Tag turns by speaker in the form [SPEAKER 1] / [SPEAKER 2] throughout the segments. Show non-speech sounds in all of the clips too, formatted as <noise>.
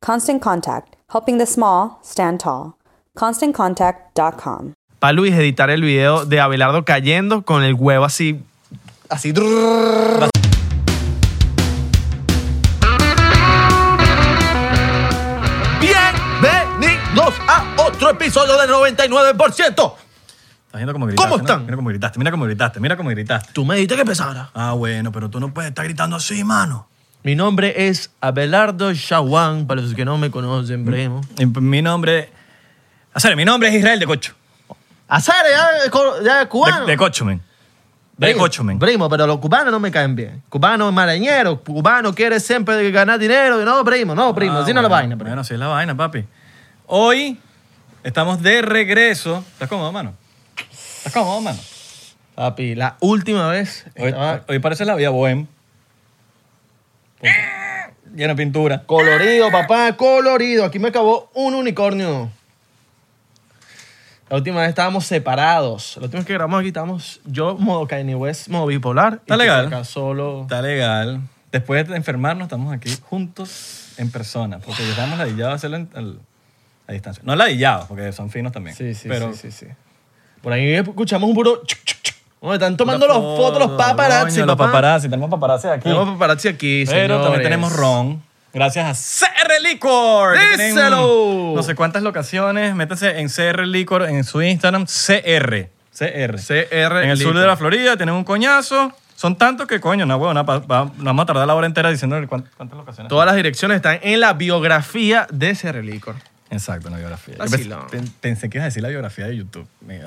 [SPEAKER 1] Constant Contact, helping the small stand tall. ConstantContact.com.
[SPEAKER 2] para Luis editar el video de Abelardo cayendo con el huevo así. Así.
[SPEAKER 3] Bienvenidos a otro episodio de 99%.
[SPEAKER 4] Estás viendo cómo gritaste.
[SPEAKER 3] ¿Cómo
[SPEAKER 4] ¿no?
[SPEAKER 3] están?
[SPEAKER 4] Mira cómo gritaste, mira cómo gritaste, mira cómo gritaste.
[SPEAKER 3] Tú me dijiste que empezara.
[SPEAKER 4] Ah, bueno, pero tú no puedes estar gritando así, mano.
[SPEAKER 3] Mi nombre es Abelardo Shawan, para los que no me conocen, primo.
[SPEAKER 4] Y Mi nombre. O sea, mi nombre es Israel de Cocho.
[SPEAKER 3] Hacer ya, de co- ya de
[SPEAKER 4] De,
[SPEAKER 3] cubano.
[SPEAKER 4] de Cocho, men. De
[SPEAKER 3] Primo,
[SPEAKER 4] Cocho, men.
[SPEAKER 3] Primo, pero los cubanos no me caen bien. Cubano es marañero, cubano quiere siempre ganar dinero. No, primo, no, primo,
[SPEAKER 4] Ah,
[SPEAKER 3] así no es la
[SPEAKER 4] bueno,
[SPEAKER 3] vaina, primo.
[SPEAKER 4] Bueno, así es la vaina, papi. Hoy estamos de regreso. ¿Estás cómodo, mano? ¿Estás cómodo, mano?
[SPEAKER 3] Papi, la última vez
[SPEAKER 4] Hoy,
[SPEAKER 3] estaba
[SPEAKER 4] hoy parece la vía bohem. Llena de pintura.
[SPEAKER 3] colorido, papá, colorido. Aquí me acabó un unicornio. La última vez estábamos separados. La última vez que grabamos aquí estábamos yo, modo Kanye West, modo bipolar.
[SPEAKER 4] Está
[SPEAKER 3] y tú
[SPEAKER 4] legal.
[SPEAKER 3] acá solo.
[SPEAKER 4] Está legal. Después de enfermarnos, estamos aquí juntos en persona. Porque ya estamos ladillados a hacerlo en- al- a distancia. No ladillados, porque son finos también.
[SPEAKER 3] Sí, sí,
[SPEAKER 4] Pero
[SPEAKER 3] sí, sí, sí. Por ahí escuchamos un puro... chuc, chuc, chuc. Bueno, están tomando
[SPEAKER 4] una
[SPEAKER 3] las fotos los
[SPEAKER 4] foto,
[SPEAKER 3] paparazzi,
[SPEAKER 4] coño, Los
[SPEAKER 3] papá.
[SPEAKER 4] paparazzi. Tenemos paparazzi aquí.
[SPEAKER 3] Tenemos paparazzi aquí,
[SPEAKER 4] pero también
[SPEAKER 3] señores.
[SPEAKER 4] tenemos ron. Gracias a CR Liquor. que tienen
[SPEAKER 3] ¡Díselo!
[SPEAKER 4] No sé cuántas locaciones. Métanse en CR Liquor en su Instagram. CR. CR.
[SPEAKER 2] CR
[SPEAKER 4] En el sur
[SPEAKER 2] Liquor.
[SPEAKER 4] de la Florida tienen un coñazo. Son tantos que, coño, no, huevona, pa- pa- vamos a tardar la hora entera diciendo cuántas, cuántas locaciones.
[SPEAKER 2] Todas las direcciones están en la biografía de ese relicor.
[SPEAKER 4] Exacto, una biografía. Yo
[SPEAKER 2] Vacilón.
[SPEAKER 4] pens- pen- pensé que ibas a decir la biografía de YouTube. Me-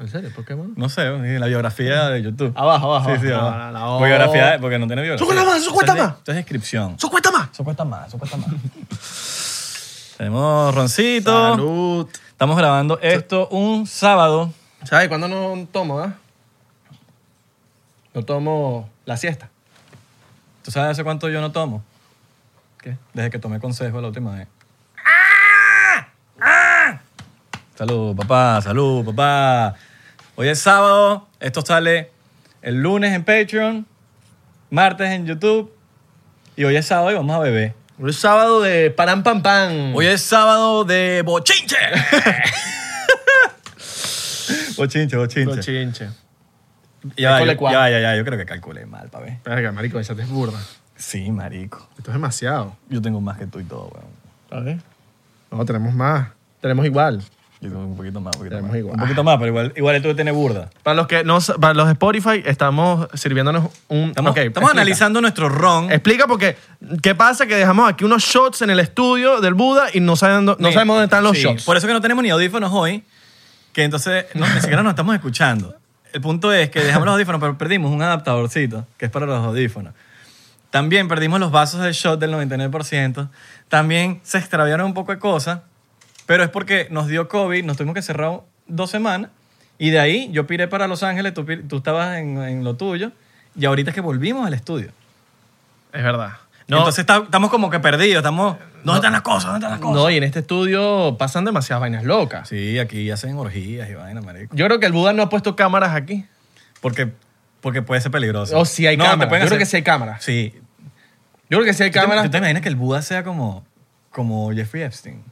[SPEAKER 3] ¿En serio? ¿Por qué, mano?
[SPEAKER 4] No sé, dije, la biografía de YouTube.
[SPEAKER 3] Abajo, abajo,
[SPEAKER 4] Sí, sí,
[SPEAKER 3] abajo. No,
[SPEAKER 4] abajo.
[SPEAKER 3] no, no.
[SPEAKER 4] Porque biografía de- porque no tiene biografía.
[SPEAKER 3] ¡Eso cuesta más, eso cuesta
[SPEAKER 4] Esto es de-
[SPEAKER 3] más!
[SPEAKER 4] Esto es descripción.
[SPEAKER 3] ¡Eso cuesta más!
[SPEAKER 4] Eso cuesta más, eso cuesta más. <laughs> Tenemos roncito.
[SPEAKER 2] Salud.
[SPEAKER 4] Estamos grabando esto un sábado.
[SPEAKER 3] ¿Sabes cuándo no tomo, ah? No tomo la siesta.
[SPEAKER 4] ¿Tú sabes hace cuánto yo no tomo?
[SPEAKER 3] ¿Qué?
[SPEAKER 4] Desde que tomé consejo la última vez. ¡Ah! Salud, papá, salud, papá. Hoy es sábado, esto sale el lunes en Patreon, martes en YouTube y hoy es sábado y vamos a beber.
[SPEAKER 3] Un sábado de parán pam pam.
[SPEAKER 4] Hoy es sábado de bochinche. <laughs> bochinche, bochinche.
[SPEAKER 3] chinche.
[SPEAKER 4] Ya, va,
[SPEAKER 3] Calcule
[SPEAKER 4] yo-
[SPEAKER 3] cuál.
[SPEAKER 4] ya, va, ya, ya, yo creo que calculé mal, pa' ver.
[SPEAKER 5] Verga, marico, esa te es burda.
[SPEAKER 4] Sí, marico.
[SPEAKER 5] Esto es demasiado.
[SPEAKER 4] Yo tengo más que tú y todo, weón.
[SPEAKER 3] A ver.
[SPEAKER 5] No, tenemos más. Tenemos igual.
[SPEAKER 4] Yo tengo un poquito más, un poquito
[SPEAKER 5] Tenemos
[SPEAKER 4] más.
[SPEAKER 5] igual.
[SPEAKER 4] Un poquito más, pero igual, igual el tuyo tiene burda.
[SPEAKER 2] Para los que no, sa- para los de Spotify estamos sirviéndonos un.
[SPEAKER 4] Estamos,
[SPEAKER 2] ok,
[SPEAKER 4] estamos
[SPEAKER 2] explica.
[SPEAKER 4] analizando nuestro ron.
[SPEAKER 2] Explica porque qué pasa que dejamos aquí unos shots en el estudio del Buda y no sabemos, no
[SPEAKER 4] Sí.
[SPEAKER 2] sabemos dónde están los
[SPEAKER 4] Sí.
[SPEAKER 2] shots.
[SPEAKER 4] Por eso que no tenemos ni audífonos hoy, que entonces no, ni siquiera nos estamos escuchando. El punto es que dejamos los audífonos, pero perdimos un adaptadorcito, que es para los audífonos. También perdimos los vasos de shot del 99%. También se extraviaron un poco de cosas, Pero es porque nos dio COVID, nos tuvimos que cerrar dos semanas. Y de ahí yo piré para Los Ángeles, tú, pir- tú estabas en, en lo tuyo. Y ahorita es que volvimos al estudio.
[SPEAKER 3] Es verdad. No,
[SPEAKER 4] Entonces está- estamos como que perdidos, estamos... ¿Dónde están las cosas? ¿Dónde están las cosas?
[SPEAKER 3] no, y en este estudio pasan demasiadas vainas locas.
[SPEAKER 4] Sí, aquí hacen orgías y vaina, marico.
[SPEAKER 3] Yo creo que el Buda no ha puesto cámaras aquí.
[SPEAKER 4] Porque, porque puede ser peligroso.
[SPEAKER 3] O si hay
[SPEAKER 4] No, te
[SPEAKER 3] cámaras. Yo
[SPEAKER 4] pueden
[SPEAKER 3] creo
[SPEAKER 4] hacer-
[SPEAKER 3] que Oh, sí hay cámaras.
[SPEAKER 4] Sí.
[SPEAKER 3] Yo creo que sí hay
[SPEAKER 4] ¿Tú te-
[SPEAKER 3] cámaras,
[SPEAKER 4] ¿Tú te imaginas que el Buda sea como, como Jeffrey Epstein?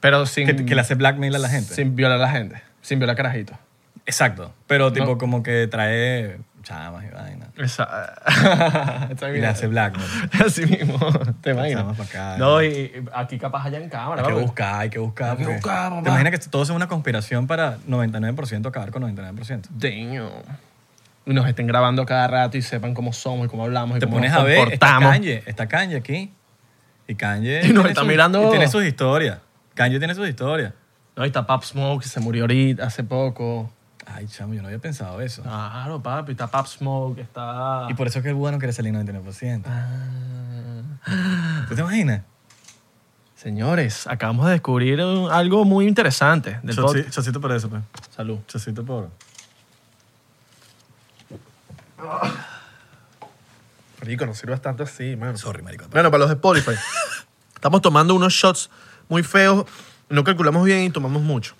[SPEAKER 3] pero sin,
[SPEAKER 4] Que, que le hace blackmail a la gente.
[SPEAKER 3] sin violar a la gente, sin violar carajitos.
[SPEAKER 4] Exacto. Pero tipo como que trae chamas y vaina.
[SPEAKER 3] Esa- <laughs> Está
[SPEAKER 4] Y le
[SPEAKER 3] <laughs>
[SPEAKER 4] hace blackmail.
[SPEAKER 3] Así mismo, te imaginas.
[SPEAKER 4] Pasamos pa' acá.
[SPEAKER 3] no, y, y aquí capaz hayan cámaras.
[SPEAKER 4] Hay que
[SPEAKER 3] ¿verdad?
[SPEAKER 4] buscar, hay que buscar.
[SPEAKER 3] Hay que
[SPEAKER 4] porque
[SPEAKER 3] buscar, papá.
[SPEAKER 4] ¿Te imaginas que todo sea una conspiración para 99% acabar con 99%?
[SPEAKER 3] Damn. Y nos estén grabando cada rato y sepan cómo somos y cómo hablamos y
[SPEAKER 4] Te
[SPEAKER 3] cómo
[SPEAKER 4] pones
[SPEAKER 3] nos
[SPEAKER 4] a ver, está
[SPEAKER 3] comportamos.
[SPEAKER 4] Kanye, está Kanye aquí. Y Kanye...
[SPEAKER 3] <laughs> Y nos
[SPEAKER 4] tiene
[SPEAKER 3] está
[SPEAKER 4] sus-
[SPEAKER 3] mirando.
[SPEAKER 4] y tiene sus historias. Kanye tiene sus historias.
[SPEAKER 3] No, ahí está Pop Smoke, que se murió ahorita, hace poco.
[SPEAKER 4] Ay, chamo, yo no había pensado eso.
[SPEAKER 3] Ah. Claro, papi, está Pop Smoke, está...
[SPEAKER 4] Y por eso es que el Buda no quiere salir 99%.
[SPEAKER 3] Ah.
[SPEAKER 4] ¿Tú te imaginas?
[SPEAKER 3] Señores, acabamos de descubrir un- algo muy interesante del podcast.
[SPEAKER 4] Chocito por eso, pues.
[SPEAKER 3] Salud.
[SPEAKER 4] Chocito por...
[SPEAKER 5] Rico, no sirvas tanto así, mano.
[SPEAKER 4] Sorry, marico.
[SPEAKER 5] Bueno, para los de Spotify. Estamos tomando unos shots muy feos. No calculamos bien y tomamos mucho.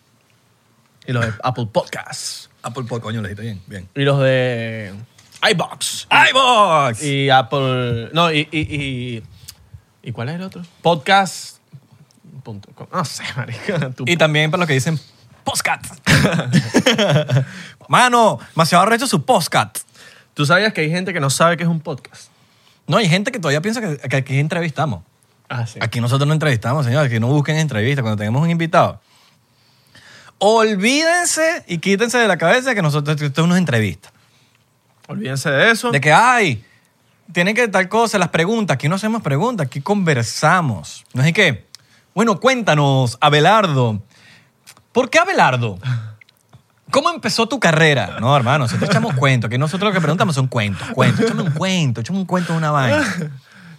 [SPEAKER 3] Y los de Apple Podcasts.
[SPEAKER 4] Apple Pod, coño, lo dijiste bien. Bien.
[SPEAKER 3] Y los de iBox.
[SPEAKER 4] iBox.
[SPEAKER 3] Y Apple... No, y... ¿Y, y, ¿y cuál es el otro? Podcast... punto com. No sé, marica. tu-
[SPEAKER 4] Y también para los que dicen postcat. <laughs> Mano, demasiado arrecho su postcat.
[SPEAKER 3] ¿Tú sabías que hay gente que no sabe qué es un podcast?
[SPEAKER 4] No, hay gente que todavía piensa que, que aquí entrevistamos.
[SPEAKER 3] Ah, sí.
[SPEAKER 4] Aquí nosotros no entrevistamos, señores. Que no busquen entrevistas cuando tenemos un invitado. Olvídense y quítense de la cabeza que nosotros esto es una entrevista.
[SPEAKER 3] Olvídense de eso.
[SPEAKER 4] De que, ay, tienen que tal cosa, las preguntas. Aquí no hacemos preguntas, aquí conversamos. No es que, bueno, cuéntanos, Abelardo. ¿Por qué Abelardo? ¿Cómo empezó tu carrera? No, hermano, si te echamos cuentos, que nosotros lo que preguntamos son cuentos, cuentos. Échame un cuento, échame un cuento de una vaina.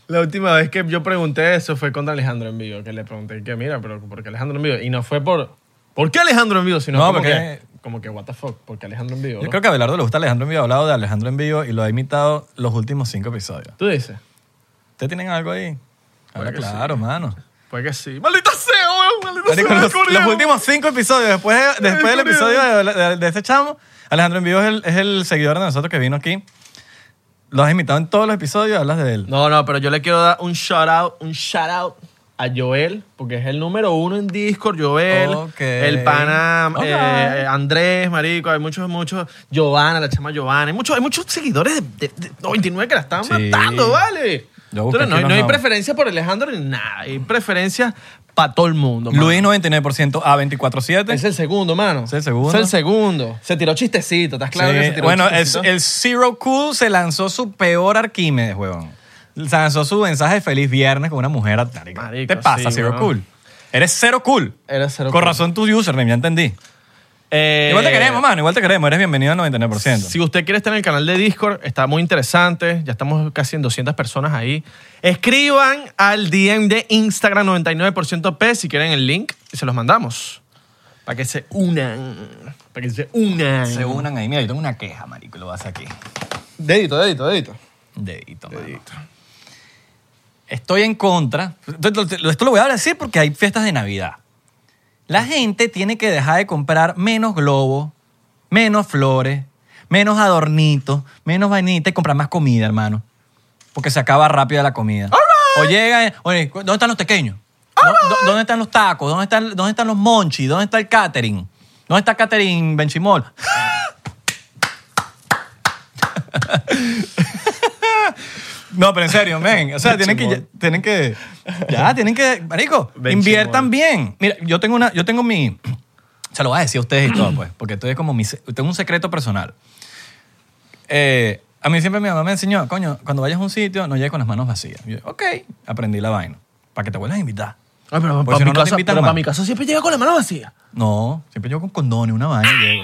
[SPEAKER 3] La última vez que yo pregunté eso fue contra Alejandro en vivo, que le pregunté que mira, pero ¿por qué Alejandro en vivo? Y no fue por ¿Por qué Alejandro en vivo? Sino
[SPEAKER 4] No,
[SPEAKER 3] como
[SPEAKER 4] porque-
[SPEAKER 3] que como que what the fuck, ¿por qué Alejandro en vivo?
[SPEAKER 4] Yo
[SPEAKER 3] bro?
[SPEAKER 4] creo que a Abelardo le gusta Alejandro en Vivo, ha hablado de Alejandro en Vivo y lo ha imitado los últimos cinco episodios.
[SPEAKER 3] Tú dices.
[SPEAKER 4] ¿Ustedes tienen algo ahí?
[SPEAKER 3] Claro
[SPEAKER 4] Ahora,
[SPEAKER 3] que sí.
[SPEAKER 4] claro, mano.
[SPEAKER 3] Pues que sí. Maldita sea, weón, maldita
[SPEAKER 4] <laughs> Marico,
[SPEAKER 3] sea.
[SPEAKER 4] los,
[SPEAKER 3] corrió.
[SPEAKER 4] los últimos cinco episodios, después, de- después del
[SPEAKER 3] Corrido.
[SPEAKER 4] episodio de, de- de este chamo, Alejandro Envío es el, es el seguidor de nosotros que vino aquí. Lo has invitado en todos los episodios, hablas de él.
[SPEAKER 3] No, no, pero yo le quiero dar un shout out, un shout out a Joel, porque es el número uno en Discord, Joel,
[SPEAKER 4] Ok.
[SPEAKER 3] el pana
[SPEAKER 4] Ok.
[SPEAKER 3] eh, Andrés, marico, hay muchos, muchos, Giovanna, la chama Giovanna, hay muchos, hay muchos seguidores de, de- de 99 que la están
[SPEAKER 4] Sí.
[SPEAKER 3] matando, ¿vale?
[SPEAKER 4] Yo busqué
[SPEAKER 3] Entonces, no,
[SPEAKER 4] aquí los
[SPEAKER 3] no hay
[SPEAKER 4] nombres.
[SPEAKER 3] preferencia por Alejandro ni nada, hay preferencias para todo el mundo. mano.
[SPEAKER 4] Luis 99% a 24-7.
[SPEAKER 3] Es el segundo, mano.
[SPEAKER 4] Es el segundo.
[SPEAKER 3] Es el segundo. Se tiró chistecito, ¿estás claro?
[SPEAKER 4] Sí.
[SPEAKER 3] que se tiró
[SPEAKER 4] Bueno, el,
[SPEAKER 3] chistecito?
[SPEAKER 4] el Zero Cool se lanzó su peor Arquímedes, huevón. Se lanzó su mensaje de feliz viernes con una mujer atárica.
[SPEAKER 3] Marico,
[SPEAKER 4] ¿Te pasa,
[SPEAKER 3] sí,
[SPEAKER 4] Zero
[SPEAKER 3] huevón.
[SPEAKER 4] Cool? Eres Zero Cool.
[SPEAKER 3] Eres cero
[SPEAKER 4] Con
[SPEAKER 3] cool.
[SPEAKER 4] razón tu username, ya entendí.
[SPEAKER 3] Eh,
[SPEAKER 4] Igual te queremos, mano. Igual te queremos. Eres bienvenido al 99%.
[SPEAKER 3] Si usted quiere estar en el canal de Discord, está muy interesante. Ya estamos casi en 200 personas ahí. Escriban al DM de Instagram 99% P si quieren el link y se los mandamos. Para que se unan. Para que se unan.
[SPEAKER 4] Se unan ahí. Mira, yo tengo una queja, marico. y Lo vas aquí.
[SPEAKER 3] Dedito, dedito, dedito.
[SPEAKER 4] Dedito, mano. Estoy en contra. Esto, esto- esto lo voy a decir porque hay fiestas de Navidad. La gente tiene que dejar de comprar menos globos, menos flores, menos adornitos, menos vainitas y comprar más comida, hermano. Porque se acaba rápido la comida. O llega, oye, ¿dónde están los pequeños? ¿Dónde están los tacos? ¿Dónde están, ¿Dónde están los monchis? ¿Dónde está el catering? ¿Dónde está catering Benchimol? <laughs> No, pero en serio, men. O sea, tienen que, ya, tienen que. Ya, tienen que. Marico,
[SPEAKER 3] Ven,
[SPEAKER 4] inviertan bien. Mira, yo tengo una. Yo tengo mi. Se lo voy a decir a ustedes y todo, pues. Porque esto es como mi. se- Tengo un secreto personal. Eh, a mí siempre mi mamá me enseñó, coño, cuando vayas a un sitio, no llegues con las manos vacías. Yo, ok, aprendí la vaina. Para que te vuelvas a invitar.
[SPEAKER 3] Ay, pero
[SPEAKER 4] Porque
[SPEAKER 3] para,
[SPEAKER 4] si
[SPEAKER 3] mi,
[SPEAKER 4] no, no te
[SPEAKER 3] casa,
[SPEAKER 4] invitan
[SPEAKER 3] pero
[SPEAKER 4] más.
[SPEAKER 3] para mi casa siempre llega con la mano vacía.
[SPEAKER 4] No, siempre yo con condones, una vaina. y llego.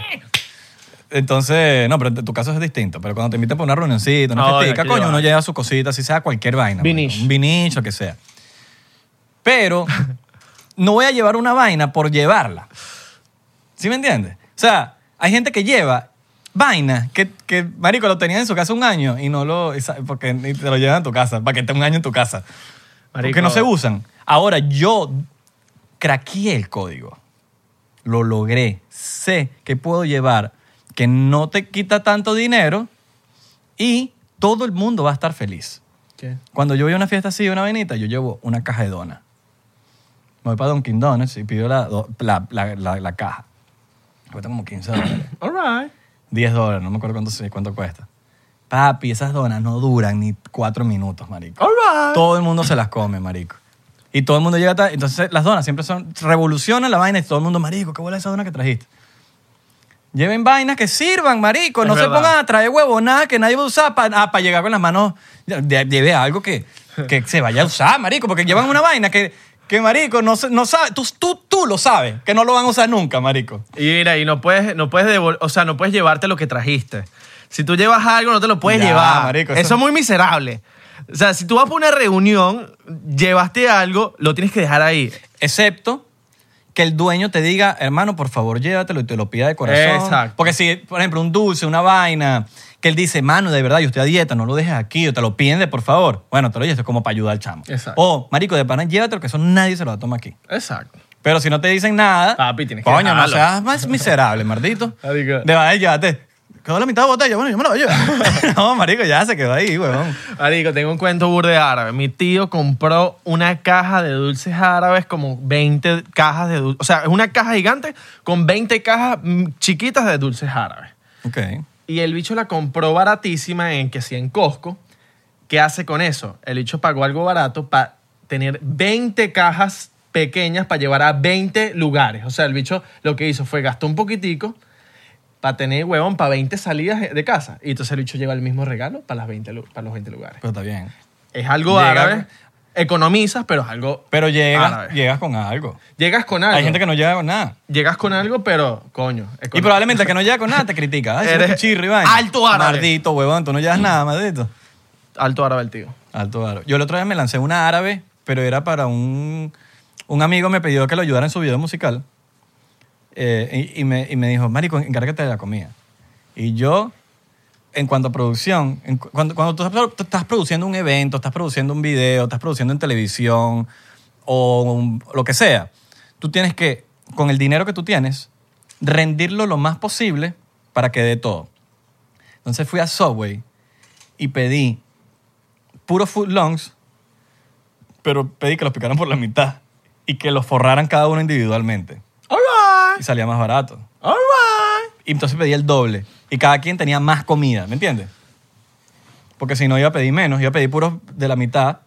[SPEAKER 4] Entonces, no, pero en tu caso es distinto. Pero cuando te invitan para una reunioncita, una
[SPEAKER 3] Ahora,
[SPEAKER 4] festica,
[SPEAKER 3] aquí
[SPEAKER 4] coño,
[SPEAKER 3] va.
[SPEAKER 4] uno lleva pues, su cosita, así sea cualquier vaina.
[SPEAKER 3] Vinich.
[SPEAKER 4] marico. Un vinich, lo que sea. Pero no voy a llevar una vaina por llevarla. ¿Sí me entiendes? O sea, hay gente que lleva vainas que, que, marico, lo tenía en su casa un año y no lo... y sa- Porque y te lo llevan a tu casa, para que esté un año en tu casa. Porque
[SPEAKER 3] Marico.
[SPEAKER 4] no se usan. Ahora, yo craqueé el código. Lo logré. Sé que puedo llevar, que no te quita tanto dinero y todo el mundo va a estar feliz. Cuando yo voy a una fiesta así, una venita, yo llevo una caja de donas. Me voy para Dunkin' Donuts y pido la, do- la, la, la- la caja. Cuesta como 15 dólares. <coughs>
[SPEAKER 3] All right.
[SPEAKER 4] 10 dólares, no me acuerdo cuánto, cuánto cuesta. Papi, esas donas no duran ni 4 minutos, marico.
[SPEAKER 3] All right.
[SPEAKER 4] Todo el mundo se las come, marico. Y todo el mundo llega... ta- Entonces, las donas siempre son... Revolucionan la vaina y todo el mundo, marico, ¿qué bola esa dona que trajiste? Lleven vainas que sirvan, marico.
[SPEAKER 3] Es
[SPEAKER 4] no se
[SPEAKER 3] verdad.
[SPEAKER 4] pongan a traer huevonadas que nadie va a usar para llegar con las manos. de- Lleve algo que, que se vaya a usar, marico. Porque llevan una vaina que, que marico, no, se- no sabe. Tú, tú, tú lo sabes, que no lo van a usar nunca, marico.
[SPEAKER 3] Y mira, y no puedes, no puedes devol- o sea, no puedes llevarte lo que trajiste. Si tú llevas algo, no te lo puedes
[SPEAKER 4] Ya,
[SPEAKER 3] llevar.
[SPEAKER 4] marico,
[SPEAKER 3] eso...
[SPEAKER 4] eso-
[SPEAKER 3] es muy miserable. O sea, si tú vas para una reunión, llevaste algo, lo tienes que dejar ahí.
[SPEAKER 4] Excepto que el dueño te diga, hermano, por favor, llévatelo y te lo pida de corazón.
[SPEAKER 3] Exacto.
[SPEAKER 4] Porque si, por ejemplo, un dulce, una vaina, que él dice, mano, de verdad, yo estoy a dieta, no lo dejes aquí, o te lo piden de por favor. Bueno, te lo llevas, es como para ayudar al chamo.
[SPEAKER 3] Exacto.
[SPEAKER 4] O, marico, de pana, llévatelo, que eso nadie se lo va a tomar aquí.
[SPEAKER 3] Exacto.
[SPEAKER 4] Pero si no te dicen nada,
[SPEAKER 3] Papi, tienes que
[SPEAKER 4] coño, no
[SPEAKER 3] dejarlo.
[SPEAKER 4] seas más miserable, mardito.
[SPEAKER 3] Marico.
[SPEAKER 4] De verdad, llévate. Quedó la mitad de botella, bueno, yo me la voy a
[SPEAKER 3] <laughs>
[SPEAKER 4] llevar. no, marico, ya se quedó ahí, huevón.
[SPEAKER 3] Marico, tengo un cuento burde árabe. Mi tío compró una caja de dulces árabes, como 20 cajas de dulces. O sea, es una caja gigante con 20 cajas mm, chiquitas de dulces árabes.
[SPEAKER 4] Ok.
[SPEAKER 3] Y el bicho la compró baratísima en que si en Costco. ¿Qué hace con eso? El bicho pagó algo barato para tener 20 cajas pequeñas para llevar a 20 lugares. O sea, el bicho lo que hizo fue gastó un poquitico para tener, huevón, para 20 salidas de casa. Y entonces el bicho lleva el mismo regalo para, las 20, lu- para los 20 lugares.
[SPEAKER 4] Pero está bien.
[SPEAKER 3] Es algo
[SPEAKER 4] Llega-
[SPEAKER 3] árabe. Economizas, pero es algo...
[SPEAKER 4] Pero llegas,
[SPEAKER 3] Árabe.
[SPEAKER 4] llegas con algo.
[SPEAKER 3] Llegas con Ah, algo.
[SPEAKER 4] Hay gente que no llega con nada.
[SPEAKER 3] Llegas con algo, pero, coño. econo-
[SPEAKER 4] Y probablemente el que no llega con nada te critica. Ay,
[SPEAKER 3] Eres
[SPEAKER 4] eres chirri, vaina.
[SPEAKER 3] alto árabe.
[SPEAKER 4] Maldito, huevón, tú no llevas nada, maldito.
[SPEAKER 3] Alto árabe el tío.
[SPEAKER 4] Alto árabe. Yo el otro día me lancé una árabe, pero era para un... Un amigo me pidió que lo ayudara en su video musical. Eh, y, y me, y me dijo, marico, encárgate de la comida. Y yo, en cuanto a producción, en cu- cuando, cuando tú estás- tú estás produciendo un evento, estás produciendo un video, estás produciendo en televisión o un- lo que sea, tú tienes que, con el dinero que tú tienes, rendirlo lo más posible para que dé todo. Entonces fui a Subway y pedí puro food longs, pero pedí que los picaran por la mitad y que los forraran cada uno individualmente.
[SPEAKER 3] All right.
[SPEAKER 4] Y salía más barato.
[SPEAKER 3] All right.
[SPEAKER 4] Y entonces pedía el doble. Y cada quien tenía más comida, ¿me entiendes? Porque si no iba a pedir menos, iba a pedir puros de la mitad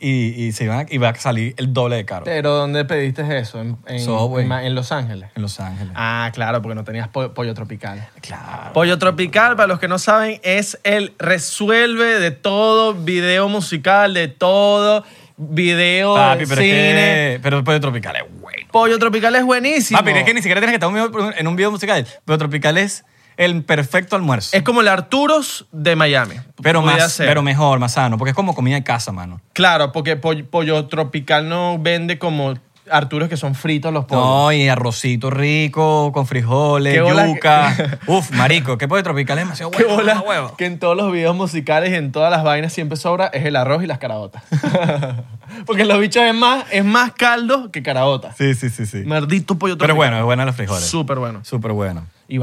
[SPEAKER 4] y, y se iban a, iba a salir el doble de caro.
[SPEAKER 3] Pero ¿dónde pediste eso? En, en-
[SPEAKER 4] Subway.
[SPEAKER 3] en Ma- en Los Ángeles.
[SPEAKER 4] En Los Ángeles.
[SPEAKER 3] Ah, claro, porque no tenías po- pollo tropical.
[SPEAKER 4] Claro.
[SPEAKER 3] Pollo tropical, para los que no saben, es el resuelve de todo video musical, de todo video
[SPEAKER 4] Papi,
[SPEAKER 3] de
[SPEAKER 4] pero es
[SPEAKER 3] cine.
[SPEAKER 4] que- pero Pollo Tropical es bueno.
[SPEAKER 3] Pollo tropical es buenísimo.
[SPEAKER 4] Papi, es que ni siquiera tienes que estar un video- en un video musical. Pollo Tropical es el perfecto almuerzo.
[SPEAKER 3] Es como el Arturos de Miami.
[SPEAKER 4] pero,
[SPEAKER 3] Pudiera
[SPEAKER 4] más,
[SPEAKER 3] ser.
[SPEAKER 4] pero mejor, más sano, porque es como comida de casa, mano.
[SPEAKER 3] Claro, porque po- pollo tropical no vende como Arturos que son fritos los pollos.
[SPEAKER 4] No, y arrocito rico, con frijoles,
[SPEAKER 3] Qué bola que-
[SPEAKER 4] yuca. Uf, marico, qué
[SPEAKER 3] <laughs>
[SPEAKER 4] pollo tropical es demasiado
[SPEAKER 3] Qué
[SPEAKER 4] bueno.
[SPEAKER 3] bola
[SPEAKER 4] mamá huevo.
[SPEAKER 3] que en todos los videos musicales, en todas las vainas siempre sobra es el arroz y las caraotas. <laughs> Porque los bichos es más, es más caldo que caraotas.
[SPEAKER 4] Sí, sí, sí, sí.
[SPEAKER 3] Maldito pollo
[SPEAKER 4] Pero
[SPEAKER 3] tropical.
[SPEAKER 4] bueno, es bueno los frijoles.
[SPEAKER 3] Súper bueno.
[SPEAKER 4] Súper bueno.
[SPEAKER 3] Y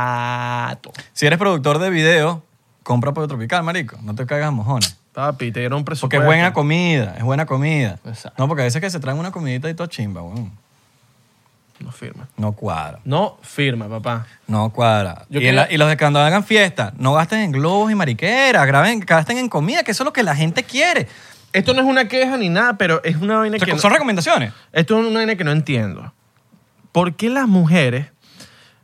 [SPEAKER 3] barato.
[SPEAKER 4] Si eres productor de video, compra pollo tropical, marico. No te cagas a mojones.
[SPEAKER 3] Papi, te dieron un
[SPEAKER 4] Porque
[SPEAKER 3] presupuesto.
[SPEAKER 4] es buena comida, es buena comida.
[SPEAKER 3] Exacto.
[SPEAKER 4] No, porque a veces que se traen una comidita y todo chimba, weón.
[SPEAKER 3] No firma.
[SPEAKER 4] No cuadra,
[SPEAKER 3] No firma, papá.
[SPEAKER 4] no cuadra.
[SPEAKER 3] Yo
[SPEAKER 4] y,
[SPEAKER 3] quería-
[SPEAKER 4] la- y los de cuando hagan fiesta, no gasten en globos y mariqueras, graben, gasten en comida, que eso es lo que la gente quiere.
[SPEAKER 3] Esto no es una queja ni nada, pero es una vaina que...
[SPEAKER 4] Son
[SPEAKER 3] no-
[SPEAKER 4] son recomendaciones.
[SPEAKER 3] Esto es una vaina que no entiendo. ¿Por qué las mujeres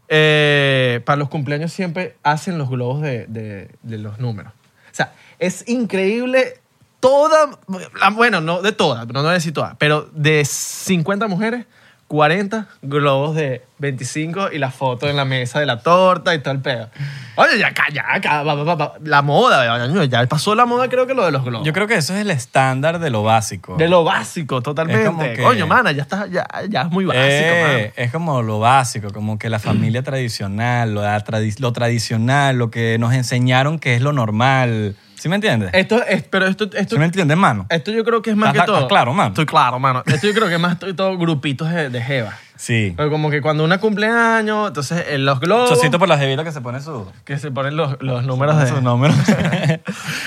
[SPEAKER 3] eh, para los cumpleaños siempre hacen los globos de, de- de los números? O sea, es increíble toda, la- bueno, no de todas, no, no voy a decir todas, pero de 50 mujeres, 40 globos de 25 y la foto en la mesa de la torta y todo el pedo. Oye, ya, ca- ya, ca- va- va- va- va. la moda, ya, ya pasó la moda creo que lo de los globos.
[SPEAKER 4] Yo creo que eso es el estándar de lo básico.
[SPEAKER 3] de lo básico, totalmente.
[SPEAKER 4] Es como que-
[SPEAKER 3] Coño, mana, ya, estás, ya, ya es muy básico,
[SPEAKER 4] Eh,
[SPEAKER 3] mano.
[SPEAKER 4] es como lo básico, como que la familia tradicional, lo, da- tradi- lo tradicional, lo que nos enseñaron que es lo normal. ¿Sí me entiendes?
[SPEAKER 3] Esto es, pero esto, esto,
[SPEAKER 4] ¿Sí me entiendes, mano?
[SPEAKER 3] esto yo creo que es más
[SPEAKER 4] Estás-
[SPEAKER 3] que todo.
[SPEAKER 4] estás claro, mano.
[SPEAKER 3] Estoy claro, mano. Esto yo creo que es más que todo grupitos de, de jeva.
[SPEAKER 4] Sí.
[SPEAKER 3] Pero como que cuando una cumpleaños, entonces en los globos.
[SPEAKER 4] Chocito por las jevita que se pone su,
[SPEAKER 3] Que se ponen los, los números de. <laughs>
[SPEAKER 4] sus números.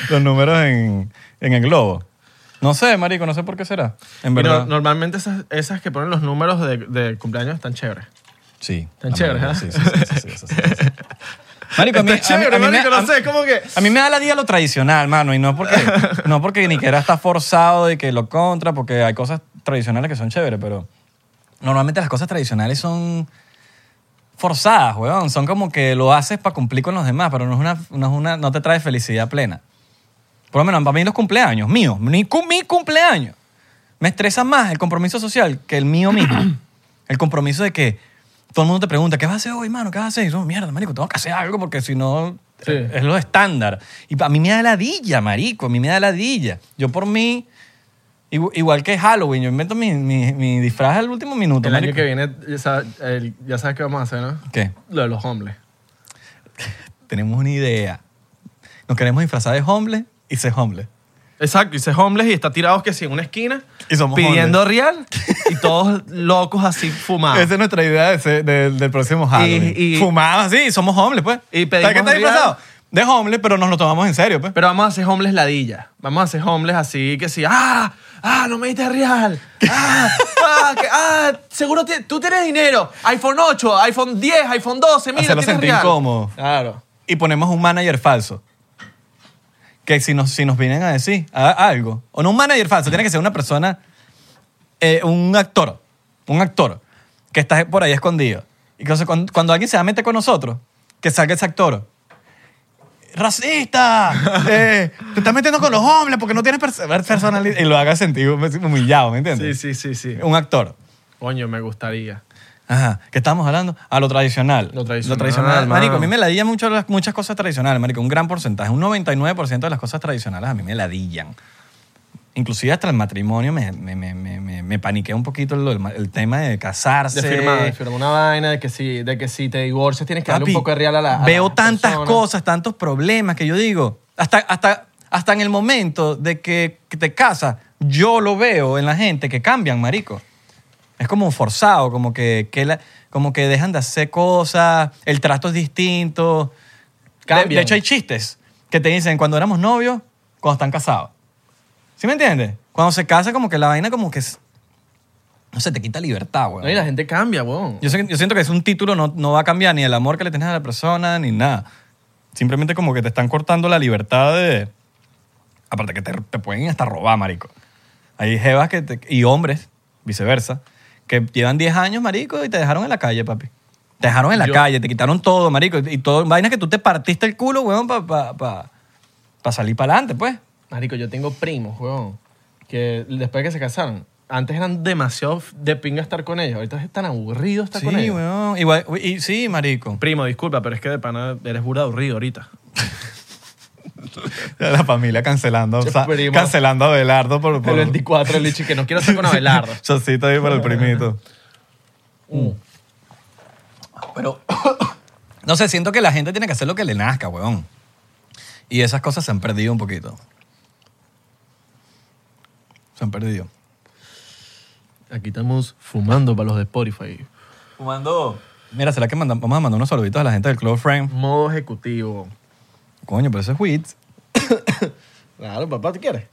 [SPEAKER 4] los números en, en el globo. No sé, marico, no sé por qué será. En
[SPEAKER 3] Y no-
[SPEAKER 4] verdad.
[SPEAKER 3] normalmente esas, esas que ponen los números de, de cumpleaños están chéveres.
[SPEAKER 4] sí.
[SPEAKER 3] Tan chévere,
[SPEAKER 4] marico,
[SPEAKER 3] ¿eh?
[SPEAKER 4] Sí, sí, sí, sí, sí, sí, sí, sí. Marico, a mí,
[SPEAKER 3] Está
[SPEAKER 4] a mí-
[SPEAKER 3] chévere,
[SPEAKER 4] a mí me-
[SPEAKER 3] marico,
[SPEAKER 4] a-
[SPEAKER 3] no sé, como que...
[SPEAKER 4] A mí me da la día lo tradicional, mano, y
[SPEAKER 3] <laughs>
[SPEAKER 4] no porque, no porque ni que era está forzado de que lo contra, porque hay cosas tradicionales que son chéveres, pero normalmente las cosas tradicionales son forzadas, weón. Son como que lo haces para cumplir con los demás, pero no, es una, no, es una, no te trae felicidad plena. Por lo menos para mí los cumpleaños, míos, mi, cu- mi cumpleaños. Me estresa más el compromiso social que el
[SPEAKER 3] <clears throat>
[SPEAKER 4] mío mismo. el compromiso de que todo el mundo te pregunta, ¿qué vas a hacer hoy, mano? ¿Qué vas a hacer? Y yo, mierda, marico, tengo que hacer algo porque si no
[SPEAKER 3] Sí.
[SPEAKER 4] eh, es lo estándar. Y a mí me da ladilla, marico, a mí me da ladilla. Yo por mí, igu- igual que Halloween, yo invento mi, mi, mi disfraz al último minuto,
[SPEAKER 3] El año
[SPEAKER 4] marico.
[SPEAKER 3] que viene, ya sabes, el- ya sabes qué vamos a hacer, ¿no?
[SPEAKER 4] ¿Qué?
[SPEAKER 3] Lo de los hombres.
[SPEAKER 4] Tenemos una idea. Nos queremos disfrazar de homeless y ser homeless.
[SPEAKER 3] Exacto, y se homeless y está tirados que sí en una esquina
[SPEAKER 4] Y somos
[SPEAKER 3] pidiendo real y
[SPEAKER 4] <laughs>
[SPEAKER 3] todos locos así fumados.
[SPEAKER 4] Esa es nuestra idea de ese- de- del próximo Halloween.
[SPEAKER 3] Y- y-
[SPEAKER 4] Fumados, sí, somos homeless, pues.
[SPEAKER 3] Y
[SPEAKER 4] ¿Sabes qué
[SPEAKER 3] pedimos
[SPEAKER 4] está
[SPEAKER 3] real.
[SPEAKER 4] disfrazado? De homeless, pero nos lo tomamos en serio, pues.
[SPEAKER 3] Pero vamos a hacer homeless ladilla. Vamos a hacer homeless así que sí. ¡Ah! ¡Ah! ¡No me diste real! ¡Ah! ¡Ah! que- ah seguro te- tú tienes dinero. iPhone 8, iPhone 10, iPhone 12. Mira,
[SPEAKER 4] Hacerlo
[SPEAKER 3] tienes
[SPEAKER 4] sentir
[SPEAKER 3] real.
[SPEAKER 4] incómodo.
[SPEAKER 3] Claro.
[SPEAKER 4] Y ponemos un manager falso. Que si nos, si nos vienen a decir a- algo, o no un manager falso, tiene que ser una persona, eh, un actor, un actor que está por ahí escondido. Y que, o sea, cuando, cuando alguien se va a meter con nosotros, que salga ese actor. ¡Racista! Eh, te estás metiendo con los hombres porque no tienes pers- personalidad. Y lo haga sentir humillado,
[SPEAKER 3] Sí,
[SPEAKER 4] ¿me entiendes?
[SPEAKER 3] sí, sí, sí.
[SPEAKER 4] Un actor.
[SPEAKER 3] Coño, me gustaría.
[SPEAKER 4] Ajá, ¿qué estábamos hablando? A lo tradicional.
[SPEAKER 3] Lo tradicional, mano.
[SPEAKER 4] Marico, a mí me ladillan mucho las, muchas cosas tradicionales, marico. Un gran porcentaje, un 99% de las cosas tradicionales a mí me ladillan. Inclusive hasta el matrimonio me, me, me, me, me- me paniquea un poquito lo del ma- el, tema de casarse.
[SPEAKER 3] De firmar, de firmar una vaina, de que si, de que si te divorcias tienes que darle
[SPEAKER 4] Papi,
[SPEAKER 3] un poco de real a la. a
[SPEAKER 4] Veo
[SPEAKER 3] la
[SPEAKER 4] tantas
[SPEAKER 3] persona.
[SPEAKER 4] cosas, tantos problemas que yo digo, hasta, hasta, hasta en el momento de que, que te casas, yo lo veo en la gente que cambian, marico. Es como forzado, como que, que la- como que dejan de hacer cosas, el trato es distinto. De,
[SPEAKER 3] Cambian.
[SPEAKER 4] de hecho, hay chistes que te dicen cuando éramos novios, cuando están casados. ¿Sí me entiendes? Cuando se casa, como que la vaina como que... es- No sé, te quita libertad, güey.
[SPEAKER 3] No, y la gente cambia, weón.
[SPEAKER 4] Yo, sé- yo siento que es un título, no, no va a cambiar ni el amor que le tienes a la persona, ni nada. Simplemente como que te están cortando la libertad de... Aparte que te, te pueden hasta robar, marico. Hay jevas que te- y hombres, viceversa, que llevan 10 años, marico, y te dejaron en la calle, papi. Te dejaron en la
[SPEAKER 3] Yo-
[SPEAKER 4] calle, te quitaron todo, marico. Y todo, vainas que tú te partiste el culo, weón, para salir para adelante, pues.
[SPEAKER 3] Marico, yo tengo primos, weón, que después de que se casaron, antes eran demasiado f- de pinga estar con ellos. Ahorita es tan aburrido estar
[SPEAKER 4] Sí,
[SPEAKER 3] con ellos.
[SPEAKER 4] weón. Igual, y, sí, marico.
[SPEAKER 3] Primo, disculpa, pero es que de pana eres burda aburrido ahorita.
[SPEAKER 4] La familia cancelando,
[SPEAKER 3] Che,
[SPEAKER 4] o sea,
[SPEAKER 3] primo.
[SPEAKER 4] cancelando a Belardo por... por-
[SPEAKER 3] El 24, el lichi, que no quiero estar con
[SPEAKER 4] <laughs>
[SPEAKER 3] Abelardo. Mm.
[SPEAKER 4] Chocito ahí para el primito. Mm. Pero, <coughs> no sé, siento que la gente tiene que hacer lo que le nazca, weón. Y esas cosas se han perdido un poquito. Se han perdido.
[SPEAKER 3] Aquí estamos fumando para los de Spotify.
[SPEAKER 4] Fumando. Mira, ¿será que mandan- vamos a mandar unos saluditos a la gente del Club Frame?
[SPEAKER 3] Modo ejecutivo.
[SPEAKER 4] Coño, pero eso es wheat.
[SPEAKER 3] <coughs> Claro, papá, ¿te quieres?